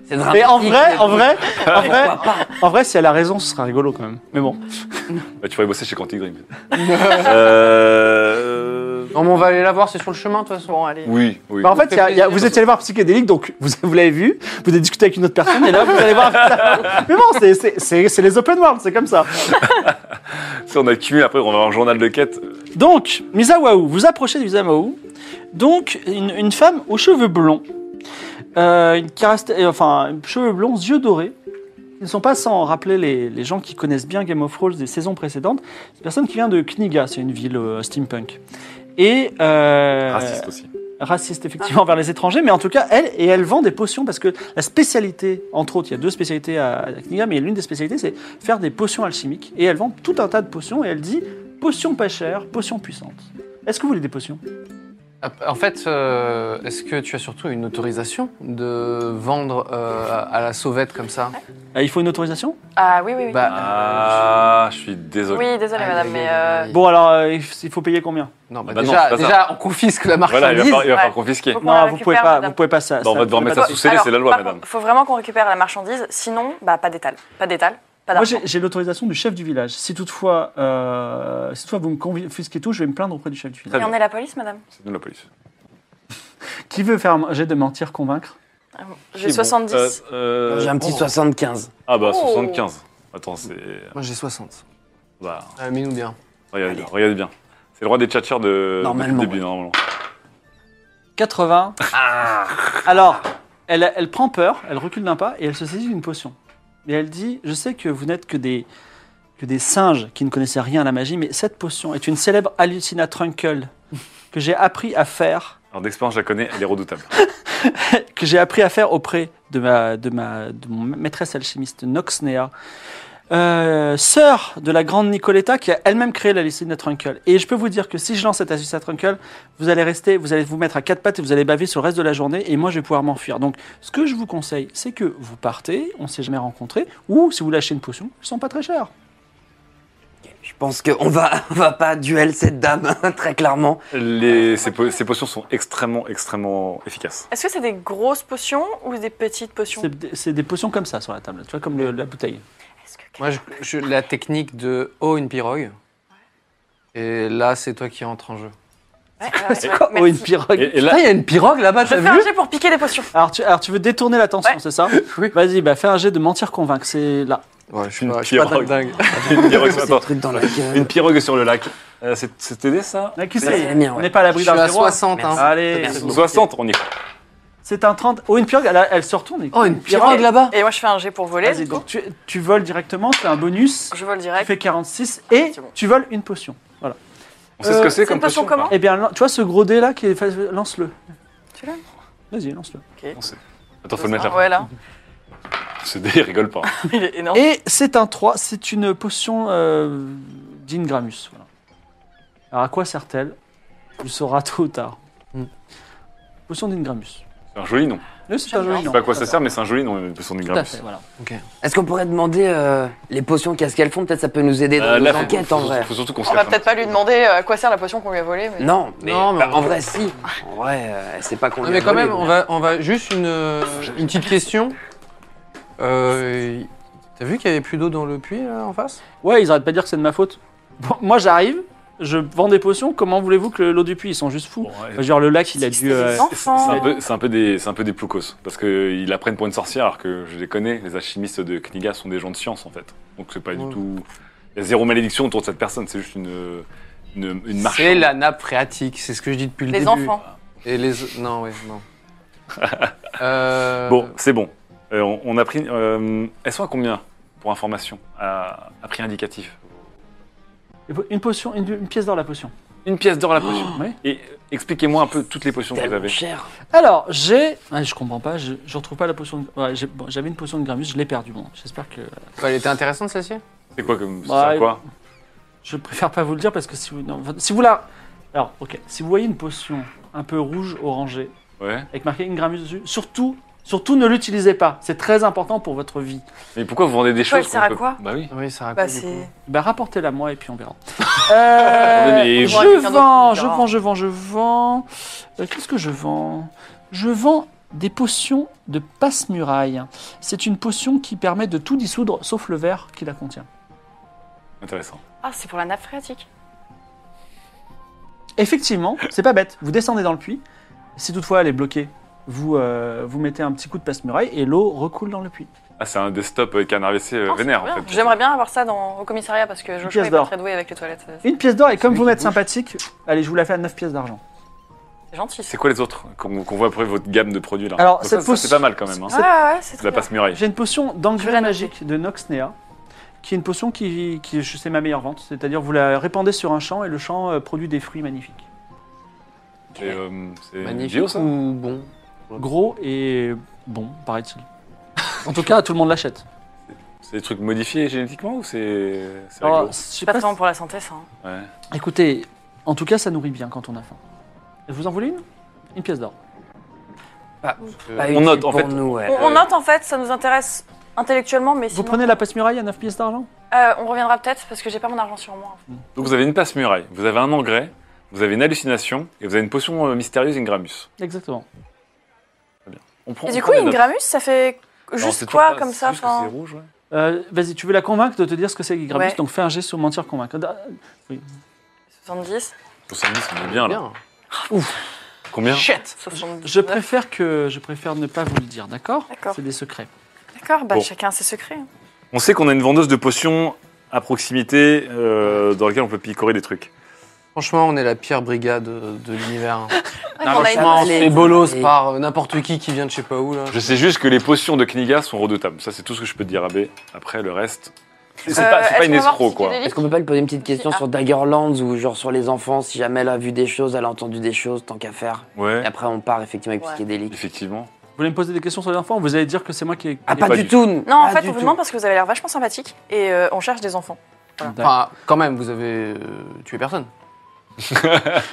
Speaker 6: C'est dramatique.
Speaker 1: Mais en vrai, Eh, en vrai,
Speaker 3: Ah,
Speaker 1: en vrai,
Speaker 6: Pourquoi pas
Speaker 1: en vrai, si elle a raison, ce sera rigolo quand même. Mais bon.
Speaker 2: Bah, tu pourrais bosser chez Quantic Dream. euh...
Speaker 4: Non, mais on va aller la voir, c'est sur le chemin, de toute façon.
Speaker 3: Bon, allez.
Speaker 2: Oui, oui.
Speaker 1: Bah, en fait, il y a- il y a- vous étiez allé voir Psychédélique, donc vous, vous l'avez vu, vous avez discuté avec une autre personne, et là, vous allez voir. Mais bon, c'est- c'est- c'est c'est les open world, c'est comme ça.
Speaker 2: Si on accumule, après, on va avoir un journal de quête. euh,
Speaker 1: Donc, Misawaou, vous approchez de Misawaou. Donc, une, une femme aux cheveux blonds, euh, qui reste- euh, enfin, cheveux blonds, yeux dorés. Ils ne sont pas sans rappeler les, les gens qui connaissent bien Game of Thrones des saisons précédentes. C'est une personne qui vient de Kniga, c'est une ville euh, steampunk. Et euh,
Speaker 2: Raciste aussi.
Speaker 1: raciste effectivement envers les étrangers, mais en tout cas, elle, et elle vend des potions parce que la spécialité, entre autres, il y a deux spécialités à, à Kniga, mais l'une des spécialités, c'est faire des potions alchimiques. Et elle vend tout un tas de potions et elle dit potions pas chères, potions puissantes. Est-ce que vous voulez des potions
Speaker 4: En fait, euh, est-ce que tu as surtout une autorisation de vendre euh, à- à la sauvette comme ça
Speaker 1: Euh, Il faut une autorisation
Speaker 3: Ah oui, oui, oui.
Speaker 4: Bah,
Speaker 2: Ah, je suis désolé.
Speaker 3: oui, désolé,
Speaker 4: aïe,
Speaker 3: madame,
Speaker 4: aïe,
Speaker 3: mais.
Speaker 4: aïe,
Speaker 3: euh,
Speaker 4: aïe.
Speaker 1: Bon, alors, euh, il f- il faut payer combien
Speaker 4: Non, bah,
Speaker 2: Bah non,
Speaker 4: déjà,
Speaker 2: c'est pas ça.
Speaker 4: déjà, on confisque la marchandise.
Speaker 2: Voilà, il va falloir, il va
Speaker 3: Ouais.
Speaker 2: falloir confisquer.
Speaker 3: Faut qu'on la
Speaker 1: Non, vous pouvez
Speaker 3: récupère,
Speaker 1: pas,
Speaker 3: madame.
Speaker 1: vous pouvez pas ça.
Speaker 2: Bah,
Speaker 1: ça,
Speaker 2: on va
Speaker 1: vous
Speaker 2: devoir
Speaker 1: pouvez
Speaker 2: mettre
Speaker 1: pas
Speaker 2: ça
Speaker 1: ça.
Speaker 2: sous scellé, c'est la loi,
Speaker 3: par
Speaker 2: madame.
Speaker 3: contre, faut vraiment qu'on récupère la marchandise, sinon, bah, pas d'étal. Pas d'étal, pas
Speaker 1: Moi,
Speaker 3: d'argent.
Speaker 1: j'ai j'ai l'autorisation du chef du village. Si toutefois, euh, si toutefois vous me confisquez tout, je vais me plaindre auprès du chef du village.
Speaker 2: Très
Speaker 3: Et
Speaker 2: bien.
Speaker 3: on est la police, madame
Speaker 2: C'est nous la police.
Speaker 1: Qui veut faire un jet de mentir convaincre
Speaker 3: Ah bon,
Speaker 2: Qui,
Speaker 3: J'ai
Speaker 2: bon,
Speaker 3: 70.
Speaker 2: euh, euh,
Speaker 6: J'ai un petit
Speaker 4: oh.
Speaker 6: 75.
Speaker 2: Ah bah,
Speaker 3: Oh.
Speaker 2: 75. Attends, c'est...
Speaker 4: Moi, j'ai 60.
Speaker 2: Bah,
Speaker 4: Euh, Mets-nous bien.
Speaker 2: regarde,
Speaker 6: Allez.
Speaker 2: regarde bien. C'est le roi des tchatchers de...
Speaker 6: Normalement,
Speaker 2: depuis le début, normalement.
Speaker 1: 80. Alors, elle, elle prend peur, elle recule d'un pas et elle se saisit d'une potion. Et elle dit Je sais que vous n'êtes que des, que des singes qui ne connaissaient rien à la magie, mais cette potion est une célèbre hallucina trunkle que j'ai appris à faire
Speaker 2: Alors, d'expérience, je la connais, elle est redoutable.
Speaker 1: que j'ai appris à faire auprès de ma de ma de mon maîtresse alchimiste Noxnea. euh, sœur de la grande Nicoletta, qui a elle-même créé la Lysine Trunkle. Et je peux vous dire que si je lance cette astuce à Trunkle, vous allez rester, vous allez vous mettre à quatre pattes et vous allez baver sur le reste de la journée, et moi je vais pouvoir m'enfuir. Donc ce que je vous conseille, c'est que vous partez, on ne s'est jamais rencontrés, ou si vous lâchez une potion, elles sont pas très chères.
Speaker 6: Je pense qu'on va, on va pas duel cette dame, très clairement.
Speaker 2: Les, ces, po- ces potions sont extrêmement, extrêmement efficaces.
Speaker 3: Est-ce que c'est des grosses potions ou des petites potions
Speaker 1: C'est c'est des potions comme ça sur la table, tu vois, comme le- la bouteille.
Speaker 3: Est-ce que
Speaker 4: Moi, je, je- la technique de oh une pirogue. Et là, c'est toi qui rentres en jeu.
Speaker 3: Ouais, ouais, ouais, ouais,
Speaker 1: Quoi Oh,
Speaker 3: merci.
Speaker 1: une pirogue
Speaker 2: Et, et
Speaker 4: Là,
Speaker 2: là,
Speaker 4: il y a une pirogue là-bas,
Speaker 3: Je
Speaker 4: t'as
Speaker 3: fais un
Speaker 4: vu
Speaker 3: jet pour piquer des potions.
Speaker 1: alors tu, alors tu veux détourner l'attention,
Speaker 3: Ouais.
Speaker 1: c'est ça
Speaker 4: Oui.
Speaker 1: Vas-y, bah fais un jet de mentir convaincre, c'est là.
Speaker 4: Ouais, je suis
Speaker 2: Une
Speaker 4: pas, je suis pas
Speaker 2: pirogue.
Speaker 4: dingue.
Speaker 2: une pirogue,
Speaker 6: C'est
Speaker 2: attends,
Speaker 6: truc dans la gueule.
Speaker 2: une pirogue sur le lac. Euh, c'est- c'est TD ça
Speaker 1: Ah, qui
Speaker 6: C'est
Speaker 1: sait
Speaker 6: la mienne, ouais.
Speaker 1: On n'est pas à
Speaker 4: Je
Speaker 1: l'abri
Speaker 4: suis
Speaker 1: d'un
Speaker 4: à
Speaker 1: zéro.
Speaker 4: 60. hein.
Speaker 1: Allez,
Speaker 6: Merci.
Speaker 2: 60, on y est.
Speaker 1: c'est un 30. Oh, une pirogue, elle, elle se retourne. et-
Speaker 4: Oh, une pirogue
Speaker 3: Et-
Speaker 4: là-bas
Speaker 3: Et moi, je fais un jet pour voler.
Speaker 1: Ah, Vas-y,
Speaker 3: du coup.
Speaker 1: donc tu, tu voles directement, tu as un bonus,
Speaker 3: Je vole
Speaker 1: tu
Speaker 3: direct.
Speaker 1: fais 46 et
Speaker 3: C'est bon.
Speaker 1: tu voles une potion.
Speaker 2: On sait ce que
Speaker 3: Euh,
Speaker 2: c'est
Speaker 3: c'est
Speaker 2: comme
Speaker 3: une potion
Speaker 2: potion ou pas
Speaker 3: comment
Speaker 1: Eh bien, lan- tu vois ce gros dé là qui est. face- Lance-le.
Speaker 3: Tu l'as
Speaker 1: Vas-y, lance-le.
Speaker 2: Attends, faut le mettre là.
Speaker 3: Ah, Ouais, là.
Speaker 2: Ce dé, il rigole pas.
Speaker 3: Il est énorme.
Speaker 1: Et c'est un 3, c'est une potion euh, d'Ingramus. voilà. Alors à quoi sert-elle Tu le sauras tôt ou tard.
Speaker 4: Hmm.
Speaker 1: Potion d'Ingramus.
Speaker 2: C'est un joli nom.
Speaker 1: Oui, c'est un joli
Speaker 2: Je sais
Speaker 1: nom.
Speaker 2: pas Bah, à quoi ça sert, mais c'est un joli nom, une potion de
Speaker 1: Tout à
Speaker 2: Gramus.
Speaker 1: fait, voilà.
Speaker 6: Est-ce qu'on pourrait demander euh, les potions, qu'est-ce qu'elles font Peut-être ça peut nous aider dans
Speaker 2: Euh,
Speaker 6: nos
Speaker 2: là, faut-
Speaker 6: enquêtes
Speaker 2: faut-
Speaker 6: en vrai.
Speaker 2: Faut surtout qu'on se
Speaker 3: On va
Speaker 2: calme.
Speaker 3: peut-être pas lui demander euh, à quoi sert la potion qu'on lui a volée. mais-
Speaker 6: Non, mais,
Speaker 4: Non, mais
Speaker 6: bah,
Speaker 4: on-
Speaker 6: en vrai, si. En vrai, euh, c'est pas qu'on
Speaker 4: Non,
Speaker 6: lui
Speaker 4: mais
Speaker 6: a
Speaker 4: quand
Speaker 6: volé,
Speaker 4: même, on va, on va juste une, euh, une petite question. Euh, T'as vu qu'il y avait plus d'eau dans le puits là, en face
Speaker 1: Ouais, ils arrêtent pas de dire que c'est de ma faute. Bon, moi j'arrive, je vends des potions, comment voulez-vous que l'eau du puits Ils sont juste fous.
Speaker 2: Bon, ouais.
Speaker 1: Enfin, genre le lac, il a dû. euh,
Speaker 3: Enfant.
Speaker 2: C'est- C'est un peu, c'est un peu des, c'est un peu des ploucos, parce qu'ils apprennent pour une sorcière, alors que je les connais, les alchimistes de Kniga sont des gens de science en fait. Donc c'est pas
Speaker 4: Ouais.
Speaker 2: du tout. Il y a zéro malédiction autour de cette personne, c'est juste une, une, une marche.
Speaker 4: C'est la nappe phréatique, c'est ce que je dis depuis le
Speaker 3: Les
Speaker 4: début.
Speaker 3: enfants.
Speaker 4: Et les. Non, ouais, non. Euh,
Speaker 2: Bon, c'est bon. Euh, on, on a pris. euh, elles sont à combien pour information à, à prix indicatif
Speaker 1: Une potion, une, une pièce d'or la potion.
Speaker 2: Une pièce d'or la potion.
Speaker 1: oui.
Speaker 2: Oh, Et expliquez-moi un peu toutes les potions que vous
Speaker 6: Tellement
Speaker 2: avez.
Speaker 6: cher.
Speaker 1: Alors, j'ai. Ah, je comprends pas, je, je retrouve pas la potion. de- ouais, j'ai- bon, j'avais une potion de Gramus, je l'ai perdue. Bon, j'espère que.
Speaker 4: bah, Elle était intéressante celle-ci
Speaker 2: C'est quoi comme. c'est
Speaker 1: Ouais.
Speaker 2: quoi
Speaker 1: Je préfère pas vous le dire parce que si vous. non, enfin, si vous la. Alors, ok. Si vous voyez une potion un peu rouge, orangée,
Speaker 2: Ouais.
Speaker 1: avec marqué Ingramus dessus, surtout, surtout ne l'utilisez pas. C'est très important pour votre vie.
Speaker 2: Mais pourquoi vous vendez des
Speaker 3: Quoi,
Speaker 2: choses
Speaker 3: elle
Speaker 2: qu'on
Speaker 3: sert à
Speaker 2: peut-
Speaker 3: quoi
Speaker 2: Bah oui.
Speaker 4: Oui, ça
Speaker 3: Bah,
Speaker 4: raconte.
Speaker 3: c'est.
Speaker 1: Bah, rapportez-la moi et puis on verra. Euh,
Speaker 2: Mais- mais-
Speaker 3: Ouais, quelqu'un
Speaker 1: je,
Speaker 3: d'autre
Speaker 1: vends,
Speaker 3: nous
Speaker 1: je
Speaker 3: dira.
Speaker 1: vends, je vends, je vends, Euh, Qu'est-ce que je vends Je vends des potions de passe-muraille. C'est une potion qui permet de tout dissoudre sauf le verre qui la contient.
Speaker 2: Intéressant.
Speaker 3: Ah, c'est pour la nappe phréatique.
Speaker 1: Effectivement, c'est pas bête. Vous descendez dans le puits. Si toutefois elle est bloquée, vous, euh, vous mettez un petit coup de passe-muraille et l'eau recoule dans le puits.
Speaker 2: Ah, c'est un desktop avec un AVC
Speaker 3: Ah, c'est
Speaker 2: Euh, vénère
Speaker 3: trop
Speaker 2: en
Speaker 3: bien.
Speaker 2: fait.
Speaker 3: J'aimerais bien avoir ça dans- au commissariat parce que Joshua
Speaker 1: pièce
Speaker 3: est pas
Speaker 1: d'or.
Speaker 3: très doué avec les toilettes. Euh, C'est
Speaker 1: Une pièce d'or et comme
Speaker 4: lui
Speaker 1: vous
Speaker 4: qui
Speaker 1: m'êtes
Speaker 4: bouge.
Speaker 1: sympathique, allez, je vous la fais à 9 pièces d'argent.
Speaker 3: gentil.
Speaker 2: C'est quoi les autres qu'on qu'on voit après votre gamme de produits là
Speaker 1: Alors,
Speaker 2: Donc
Speaker 1: cette
Speaker 2: ça, ça,
Speaker 1: fausse-
Speaker 2: c'est pas mal quand même. Hein.
Speaker 3: Ouais, ouais, ouais, c'est
Speaker 2: La
Speaker 3: très bien.
Speaker 2: passe muraille.
Speaker 1: J'ai une potion
Speaker 3: Je
Speaker 1: d'engrais
Speaker 3: vais la
Speaker 1: magique de Noxnea, qui est une potion qui, qui je- c'est ma meilleure vente. C'est-à-dire, vous la répandez sur un champ et le champ euh, produit des fruits magnifiques.
Speaker 2: Et, euh, C'est
Speaker 4: Magnifique
Speaker 2: bio, ça
Speaker 4: ou bon
Speaker 1: Gros et bon, paraît-il. en tout cas, tout le monde l'achète.
Speaker 2: C'est des trucs modifiés génétiquement ou c'est. C'est
Speaker 1: Alors,
Speaker 2: rigolo
Speaker 1: je sais
Speaker 3: C'est pas
Speaker 1: pas
Speaker 3: très bon pour la santé, ça. hein.
Speaker 2: Ouais.
Speaker 1: si- Écoutez, en tout cas, ça nourrit bien quand on a faim. Vous en voulez une Une pièce d'or.
Speaker 6: Pas
Speaker 2: On
Speaker 6: utile
Speaker 2: note, en
Speaker 6: pour
Speaker 2: fait.
Speaker 6: nous, ouais.
Speaker 3: On,
Speaker 2: euh.
Speaker 3: on note en fait, ça nous intéresse intellectuellement, mais
Speaker 1: Vous
Speaker 3: sinon,
Speaker 1: prenez la passe-muraille à 9 pièces d'argent
Speaker 3: Euh, on reviendra peut-être parce que j'ai pas mon argent sur moi.
Speaker 2: Donc vous avez une passe muraille, vous avez un engrais, vous avez une hallucination et vous avez une potion euh, mystérieuse Ingramus.
Speaker 1: Exactement.
Speaker 2: On prend,
Speaker 3: Et
Speaker 2: on
Speaker 3: du
Speaker 2: prend
Speaker 3: coup,
Speaker 2: les notes.
Speaker 3: Ingramus, ça fait
Speaker 2: Alors,
Speaker 3: juste
Speaker 2: c'est toujours
Speaker 3: quoi
Speaker 2: pas-
Speaker 3: comme
Speaker 2: c'est
Speaker 3: ça
Speaker 2: juste que
Speaker 3: enfin,
Speaker 2: C'est rouge, ouais.
Speaker 1: Euh, Vas-y, tu veux la convaincre de te dire ce que c'est Gigramus,
Speaker 3: Ouais.
Speaker 1: donc fais un geste sur mentir convaincre. Euh,
Speaker 3: 70
Speaker 2: 70, on est bien là.
Speaker 4: Bien.
Speaker 2: Combien
Speaker 3: Shit 70.
Speaker 1: Je préfère que je préfère ne pas vous le dire, d'accord
Speaker 3: D'accord.
Speaker 1: C'est des secrets.
Speaker 3: D'accord, bah
Speaker 2: Bon.
Speaker 3: chacun ses secrets.
Speaker 2: On sait qu'on a une vendeuse de potions à proximité euh, dans laquelle on peut picorer des trucs.
Speaker 4: Franchement, on est la pire brigade euh, de l'univers.
Speaker 3: mais on a
Speaker 4: Franchement, on
Speaker 3: une-
Speaker 4: se fait bolos par euh, n'importe qui qui vient de je sais pas où là.
Speaker 2: Je sais juste que les potions de Kniga sont redoutables. Ça, c'est tout ce que je peux te dire, Abbé. Après, le reste. C'est pas, c'est
Speaker 3: Euh, est-ce
Speaker 2: pas une
Speaker 3: qu'on va voir
Speaker 2: escroc,
Speaker 3: si
Speaker 2: quoi.
Speaker 3: c'est des
Speaker 6: Est-ce qu'on peut pas lui poser une petite question
Speaker 3: Ah.
Speaker 6: sur Daggerlands ou genre sur les enfants, si jamais elle a vu des choses, elle a entendu des choses, tant qu'à faire.
Speaker 2: Ouais,
Speaker 6: Et après, on part effectivement avec
Speaker 3: Ouais.
Speaker 6: Psychédélique.
Speaker 2: effectivement.
Speaker 1: voulez me poser des questions sur les enfants Vous allez dire que c'est moi qui ai.
Speaker 6: Ah,
Speaker 1: qui ai-
Speaker 6: pas,
Speaker 2: pas
Speaker 6: du
Speaker 2: du
Speaker 6: tout.
Speaker 3: Non, en
Speaker 6: pas
Speaker 3: fait,
Speaker 6: du
Speaker 3: on vous
Speaker 6: tout.
Speaker 3: demande parce que vous avez l'air vachement sympathique et euh, on cherche des enfants.
Speaker 4: Enfin, quand même, vous avez euh, tué personne.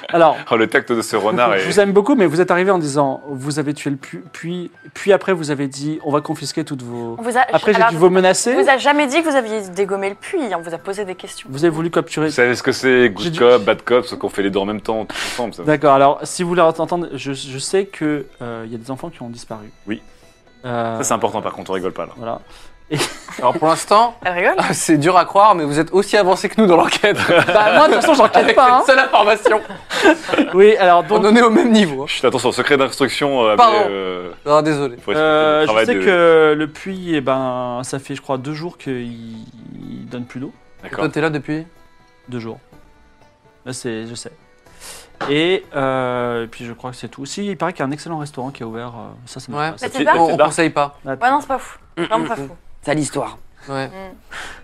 Speaker 1: Alors,
Speaker 2: Oh, le tact de ce renard
Speaker 1: je
Speaker 2: est.
Speaker 1: vous aime beaucoup, mais vous êtes arrivé en disant vous avez tué le pu- puis puis après vous avez dit on va confisquer toutes vos.
Speaker 3: On vous a,
Speaker 1: Après j'ai
Speaker 3: alors,
Speaker 1: dû vous menacer.
Speaker 3: on vous a jamais dit que vous aviez dégommé le puits, hein, on vous a posé des questions.
Speaker 1: Vous avez voulu capturer.
Speaker 2: Vous savez ce que c'est, good
Speaker 1: J'ai dit-
Speaker 2: cop, bad cop, ce qu'on fait les deux en même temps, tous ensemble. Ça.
Speaker 1: D'accord, alors si vous voulez entendre, je, je sais qu'il il y a des enfants qui ont disparu.
Speaker 2: Oui.
Speaker 1: Euh,
Speaker 2: Ça, c'est important par contre, on rigole pas là.
Speaker 1: Voilà.
Speaker 4: Alors pour l'instant,
Speaker 3: Elle rigole
Speaker 4: c'est dur à croire, mais vous êtes aussi avancé que nous dans l'enquête.
Speaker 1: Bah, moi, de toute façon, j'enquête
Speaker 4: Avec cette
Speaker 1: pas. hein.
Speaker 4: seule information,
Speaker 1: Oui, alors donc.
Speaker 4: on en est au même niveau. hein.
Speaker 2: Chut, attention, secret d'instruction. euh,
Speaker 4: Pardon.
Speaker 2: mais, euh,
Speaker 4: Non, Ah, désolé.
Speaker 2: faut respecter le
Speaker 1: Euh, je
Speaker 2: travail
Speaker 1: sais
Speaker 2: de-
Speaker 1: que le puits, eh ben, ça fait, je crois, deux jours qu'il il donne plus d'eau.
Speaker 2: D'accord.
Speaker 4: Toi, t'es là depuis
Speaker 1: Deux jours. Là, c'est, je sais. Et, euh, et puis, je crois que c'est tout. Si, il paraît qu'il y a un excellent restaurant qui est ouvert. euh, Ça, ça
Speaker 4: Ouais.
Speaker 1: m'intéresse.
Speaker 3: Mais
Speaker 2: Ça
Speaker 3: c'est
Speaker 2: fait-
Speaker 3: pas-
Speaker 2: ça
Speaker 4: On,
Speaker 2: fait
Speaker 4: on
Speaker 2: dark.
Speaker 4: conseille pas.
Speaker 1: Ah.
Speaker 3: Ouais, non, c'est pas fou.
Speaker 6: Mm,
Speaker 3: Vraiment
Speaker 6: mm,
Speaker 3: pas
Speaker 6: mm.
Speaker 3: fou.
Speaker 6: Ça l'histoire.
Speaker 4: Ouais,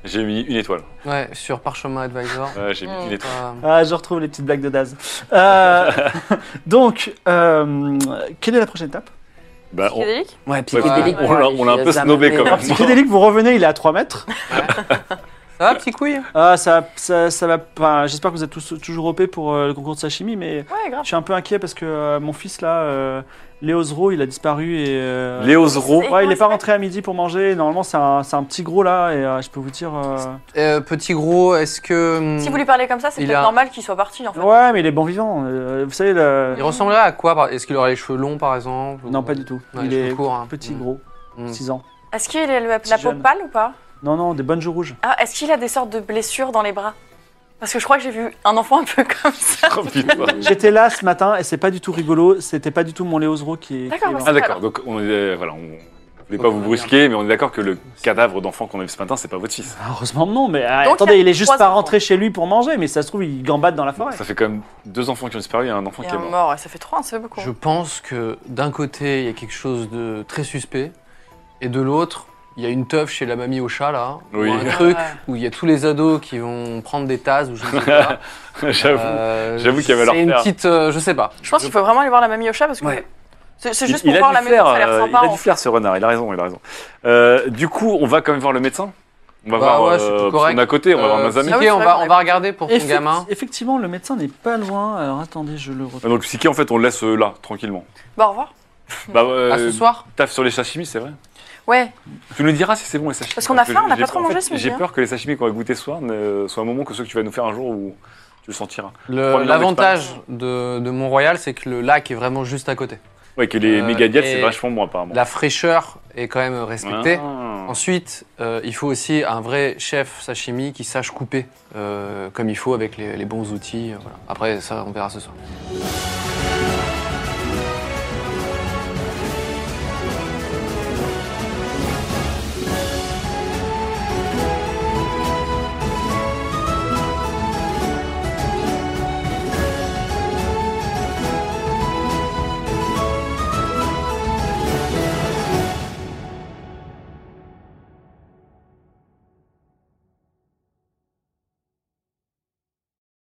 Speaker 2: J'ai mis une étoile.
Speaker 4: ouais, sur Parchemin Advisor.
Speaker 2: Ouais, j'ai
Speaker 3: Mm.
Speaker 2: mis une étoile.
Speaker 4: Euh,
Speaker 1: Ah, je retrouve les petites blagues de Daz. Euh, donc, euh, quelle est la prochaine étape
Speaker 2: Bah, on,
Speaker 3: Psychédélique
Speaker 6: Ouais, psychédélique.
Speaker 2: on l'a- on l'a un peu
Speaker 6: Ça m'a
Speaker 2: snobé
Speaker 6: fait-
Speaker 2: quand
Speaker 1: Alors,
Speaker 2: même.
Speaker 1: psychédélique, vous revenez, il est à 3 mètres.
Speaker 4: Ça va, petit couille
Speaker 1: Ah, ça, ça, ça va pas. J'espère que vous êtes tous, toujours OP pour euh, le concours de sashimi, mais
Speaker 3: Ouais,
Speaker 1: je
Speaker 3: grave.
Speaker 1: suis un peu inquiet parce que euh, mon fils là, euh, Léozro, il a disparu et. euh,
Speaker 2: Léo Zro.
Speaker 3: Et
Speaker 1: Ouais, il est
Speaker 3: comment
Speaker 1: pas rentré à midi pour manger. Normalement, c'est un, c'est un petit gros là, et euh, je peux vous dire. euh,
Speaker 4: Euh, Petit gros, est-ce que. hum,
Speaker 3: Si vous lui parlez comme ça, c'est
Speaker 4: Il
Speaker 3: peut-être
Speaker 4: a-
Speaker 3: normal qu'il soit parti en fait.
Speaker 1: Ouais, mais il est bon vivant. euh, vous savez, le...
Speaker 4: Il ressemblerait à quoi par- Est-ce qu'il aurait les cheveux longs par exemple ou-
Speaker 1: non, pas du tout.
Speaker 4: Non,
Speaker 1: il
Speaker 4: les cheveux
Speaker 1: est
Speaker 4: courts, hein.
Speaker 1: petit,
Speaker 4: Mm.
Speaker 1: gros,
Speaker 4: Mm.
Speaker 1: 6 ans.
Speaker 3: Est-ce qu'il a la,
Speaker 1: Petit
Speaker 3: la peau
Speaker 1: jeune.
Speaker 3: pâle ou pas
Speaker 1: Non, non, des bonnes joues rouges.
Speaker 3: Ah, est-ce qu'il a des sortes de blessures dans les bras Parce que je crois que j'ai vu un enfant un peu comme ça.
Speaker 2: Oh, putain.
Speaker 1: J'étais là ce matin et c'est pas du tout rigolo. C'était pas du tout mon Léozro qui. est-
Speaker 3: D'accord,
Speaker 1: qui est
Speaker 3: bah,
Speaker 1: mort.
Speaker 2: Ah d'accord, donc on est, euh, voilà, on ne voulait pas vous brusquer, mais on est d'accord que le cadavre d'enfant qu'on a vu ce matin, c'est pas votre fils.
Speaker 1: Ah, Heureusement non, mais ah,
Speaker 3: Donc,
Speaker 1: attendez,
Speaker 3: il y a
Speaker 1: il est juste
Speaker 3: trois
Speaker 1: pas
Speaker 3: enfants.
Speaker 1: rentré chez lui pour manger, mais si ça se trouve, il gambade dans la forêt.
Speaker 2: Ça fait quand même deux enfants qui ont disparu et un enfant
Speaker 3: Et
Speaker 2: qui est
Speaker 3: un
Speaker 2: mort.
Speaker 3: mort, ouais, ça fait trois, ça fait beaucoup.
Speaker 4: Je pense que d'un côté, il y a quelque chose de très suspect, et de l'autre, il y a une teuf chez la mamie au chat là,
Speaker 2: Oui.
Speaker 4: ou un truc
Speaker 3: Ah Ouais.
Speaker 4: où il y a tous les ados qui vont prendre des tasses ou je ne sais quoi.
Speaker 2: J'avoue.
Speaker 4: Euh,
Speaker 2: J'avoue qu'il y avait leur
Speaker 4: C'est une
Speaker 2: faire.
Speaker 4: petite, euh, je sais pas.
Speaker 3: Je pense qu'il faut vraiment aller voir la mamie au chat parce que
Speaker 6: Ouais.
Speaker 3: c'est c'est
Speaker 2: Il,
Speaker 3: juste pour
Speaker 2: il a
Speaker 3: voir
Speaker 2: dû
Speaker 3: la maison,
Speaker 2: faire,
Speaker 3: ça a l'air
Speaker 2: euh,
Speaker 3: sympa. hein.
Speaker 2: il a
Speaker 3: en
Speaker 2: dû faire ce renard, il a raison, il a raison. Euh, du coup, on va quand même voir le médecin. On va
Speaker 4: Bah
Speaker 2: voir euh,
Speaker 4: ouais, c'est plus
Speaker 2: parce
Speaker 4: correct.
Speaker 2: qu'on est à côté, on va voir
Speaker 4: Euh,
Speaker 2: nos amis.
Speaker 4: Psyché,
Speaker 3: Ah oui,
Speaker 4: on
Speaker 3: c'est
Speaker 4: va,
Speaker 3: vrai,
Speaker 4: on va regarder pour ton
Speaker 1: Effect-
Speaker 4: gamin.
Speaker 1: Effectivement, le médecin n'est pas loin. Alors attendez, je le retrouve.
Speaker 2: Donc psyché, en fait, on le laisse euh, là, tranquillement.
Speaker 3: fait. Bah, au revoir.
Speaker 2: Bah, euh,
Speaker 4: À ce soir
Speaker 2: taf sur les sashimis, c'est vrai.
Speaker 3: Ouais,
Speaker 2: Tu nous diras si c'est bon les sashimis.
Speaker 3: Parce qu'on a faim, on n'a
Speaker 2: j'ai
Speaker 3: pas
Speaker 2: peur-
Speaker 3: trop
Speaker 2: en
Speaker 3: mangé
Speaker 2: fait,
Speaker 3: ce midi,
Speaker 2: J'ai
Speaker 3: hein.
Speaker 2: peur que les sashimis qu'on va goûter ce soir ne soient un moment que ceux que tu vas nous faire un jour où tu le sentiras.
Speaker 4: Le-
Speaker 2: Première
Speaker 4: L'avantage de, de Mont-Royal, c'est que le lac est vraiment juste à côté.
Speaker 2: Ouais, que les
Speaker 4: Euh,
Speaker 2: méga diètes,
Speaker 4: et-
Speaker 2: c'est vachement bon apparemment.
Speaker 4: La fraîcheur est quand même respectée.
Speaker 2: Ah.
Speaker 4: Ensuite, euh, il faut aussi un vrai chef sashimi qui sache couper euh, comme il faut avec les, les bons outils. euh, voilà. Après, ça, on verra ce soir.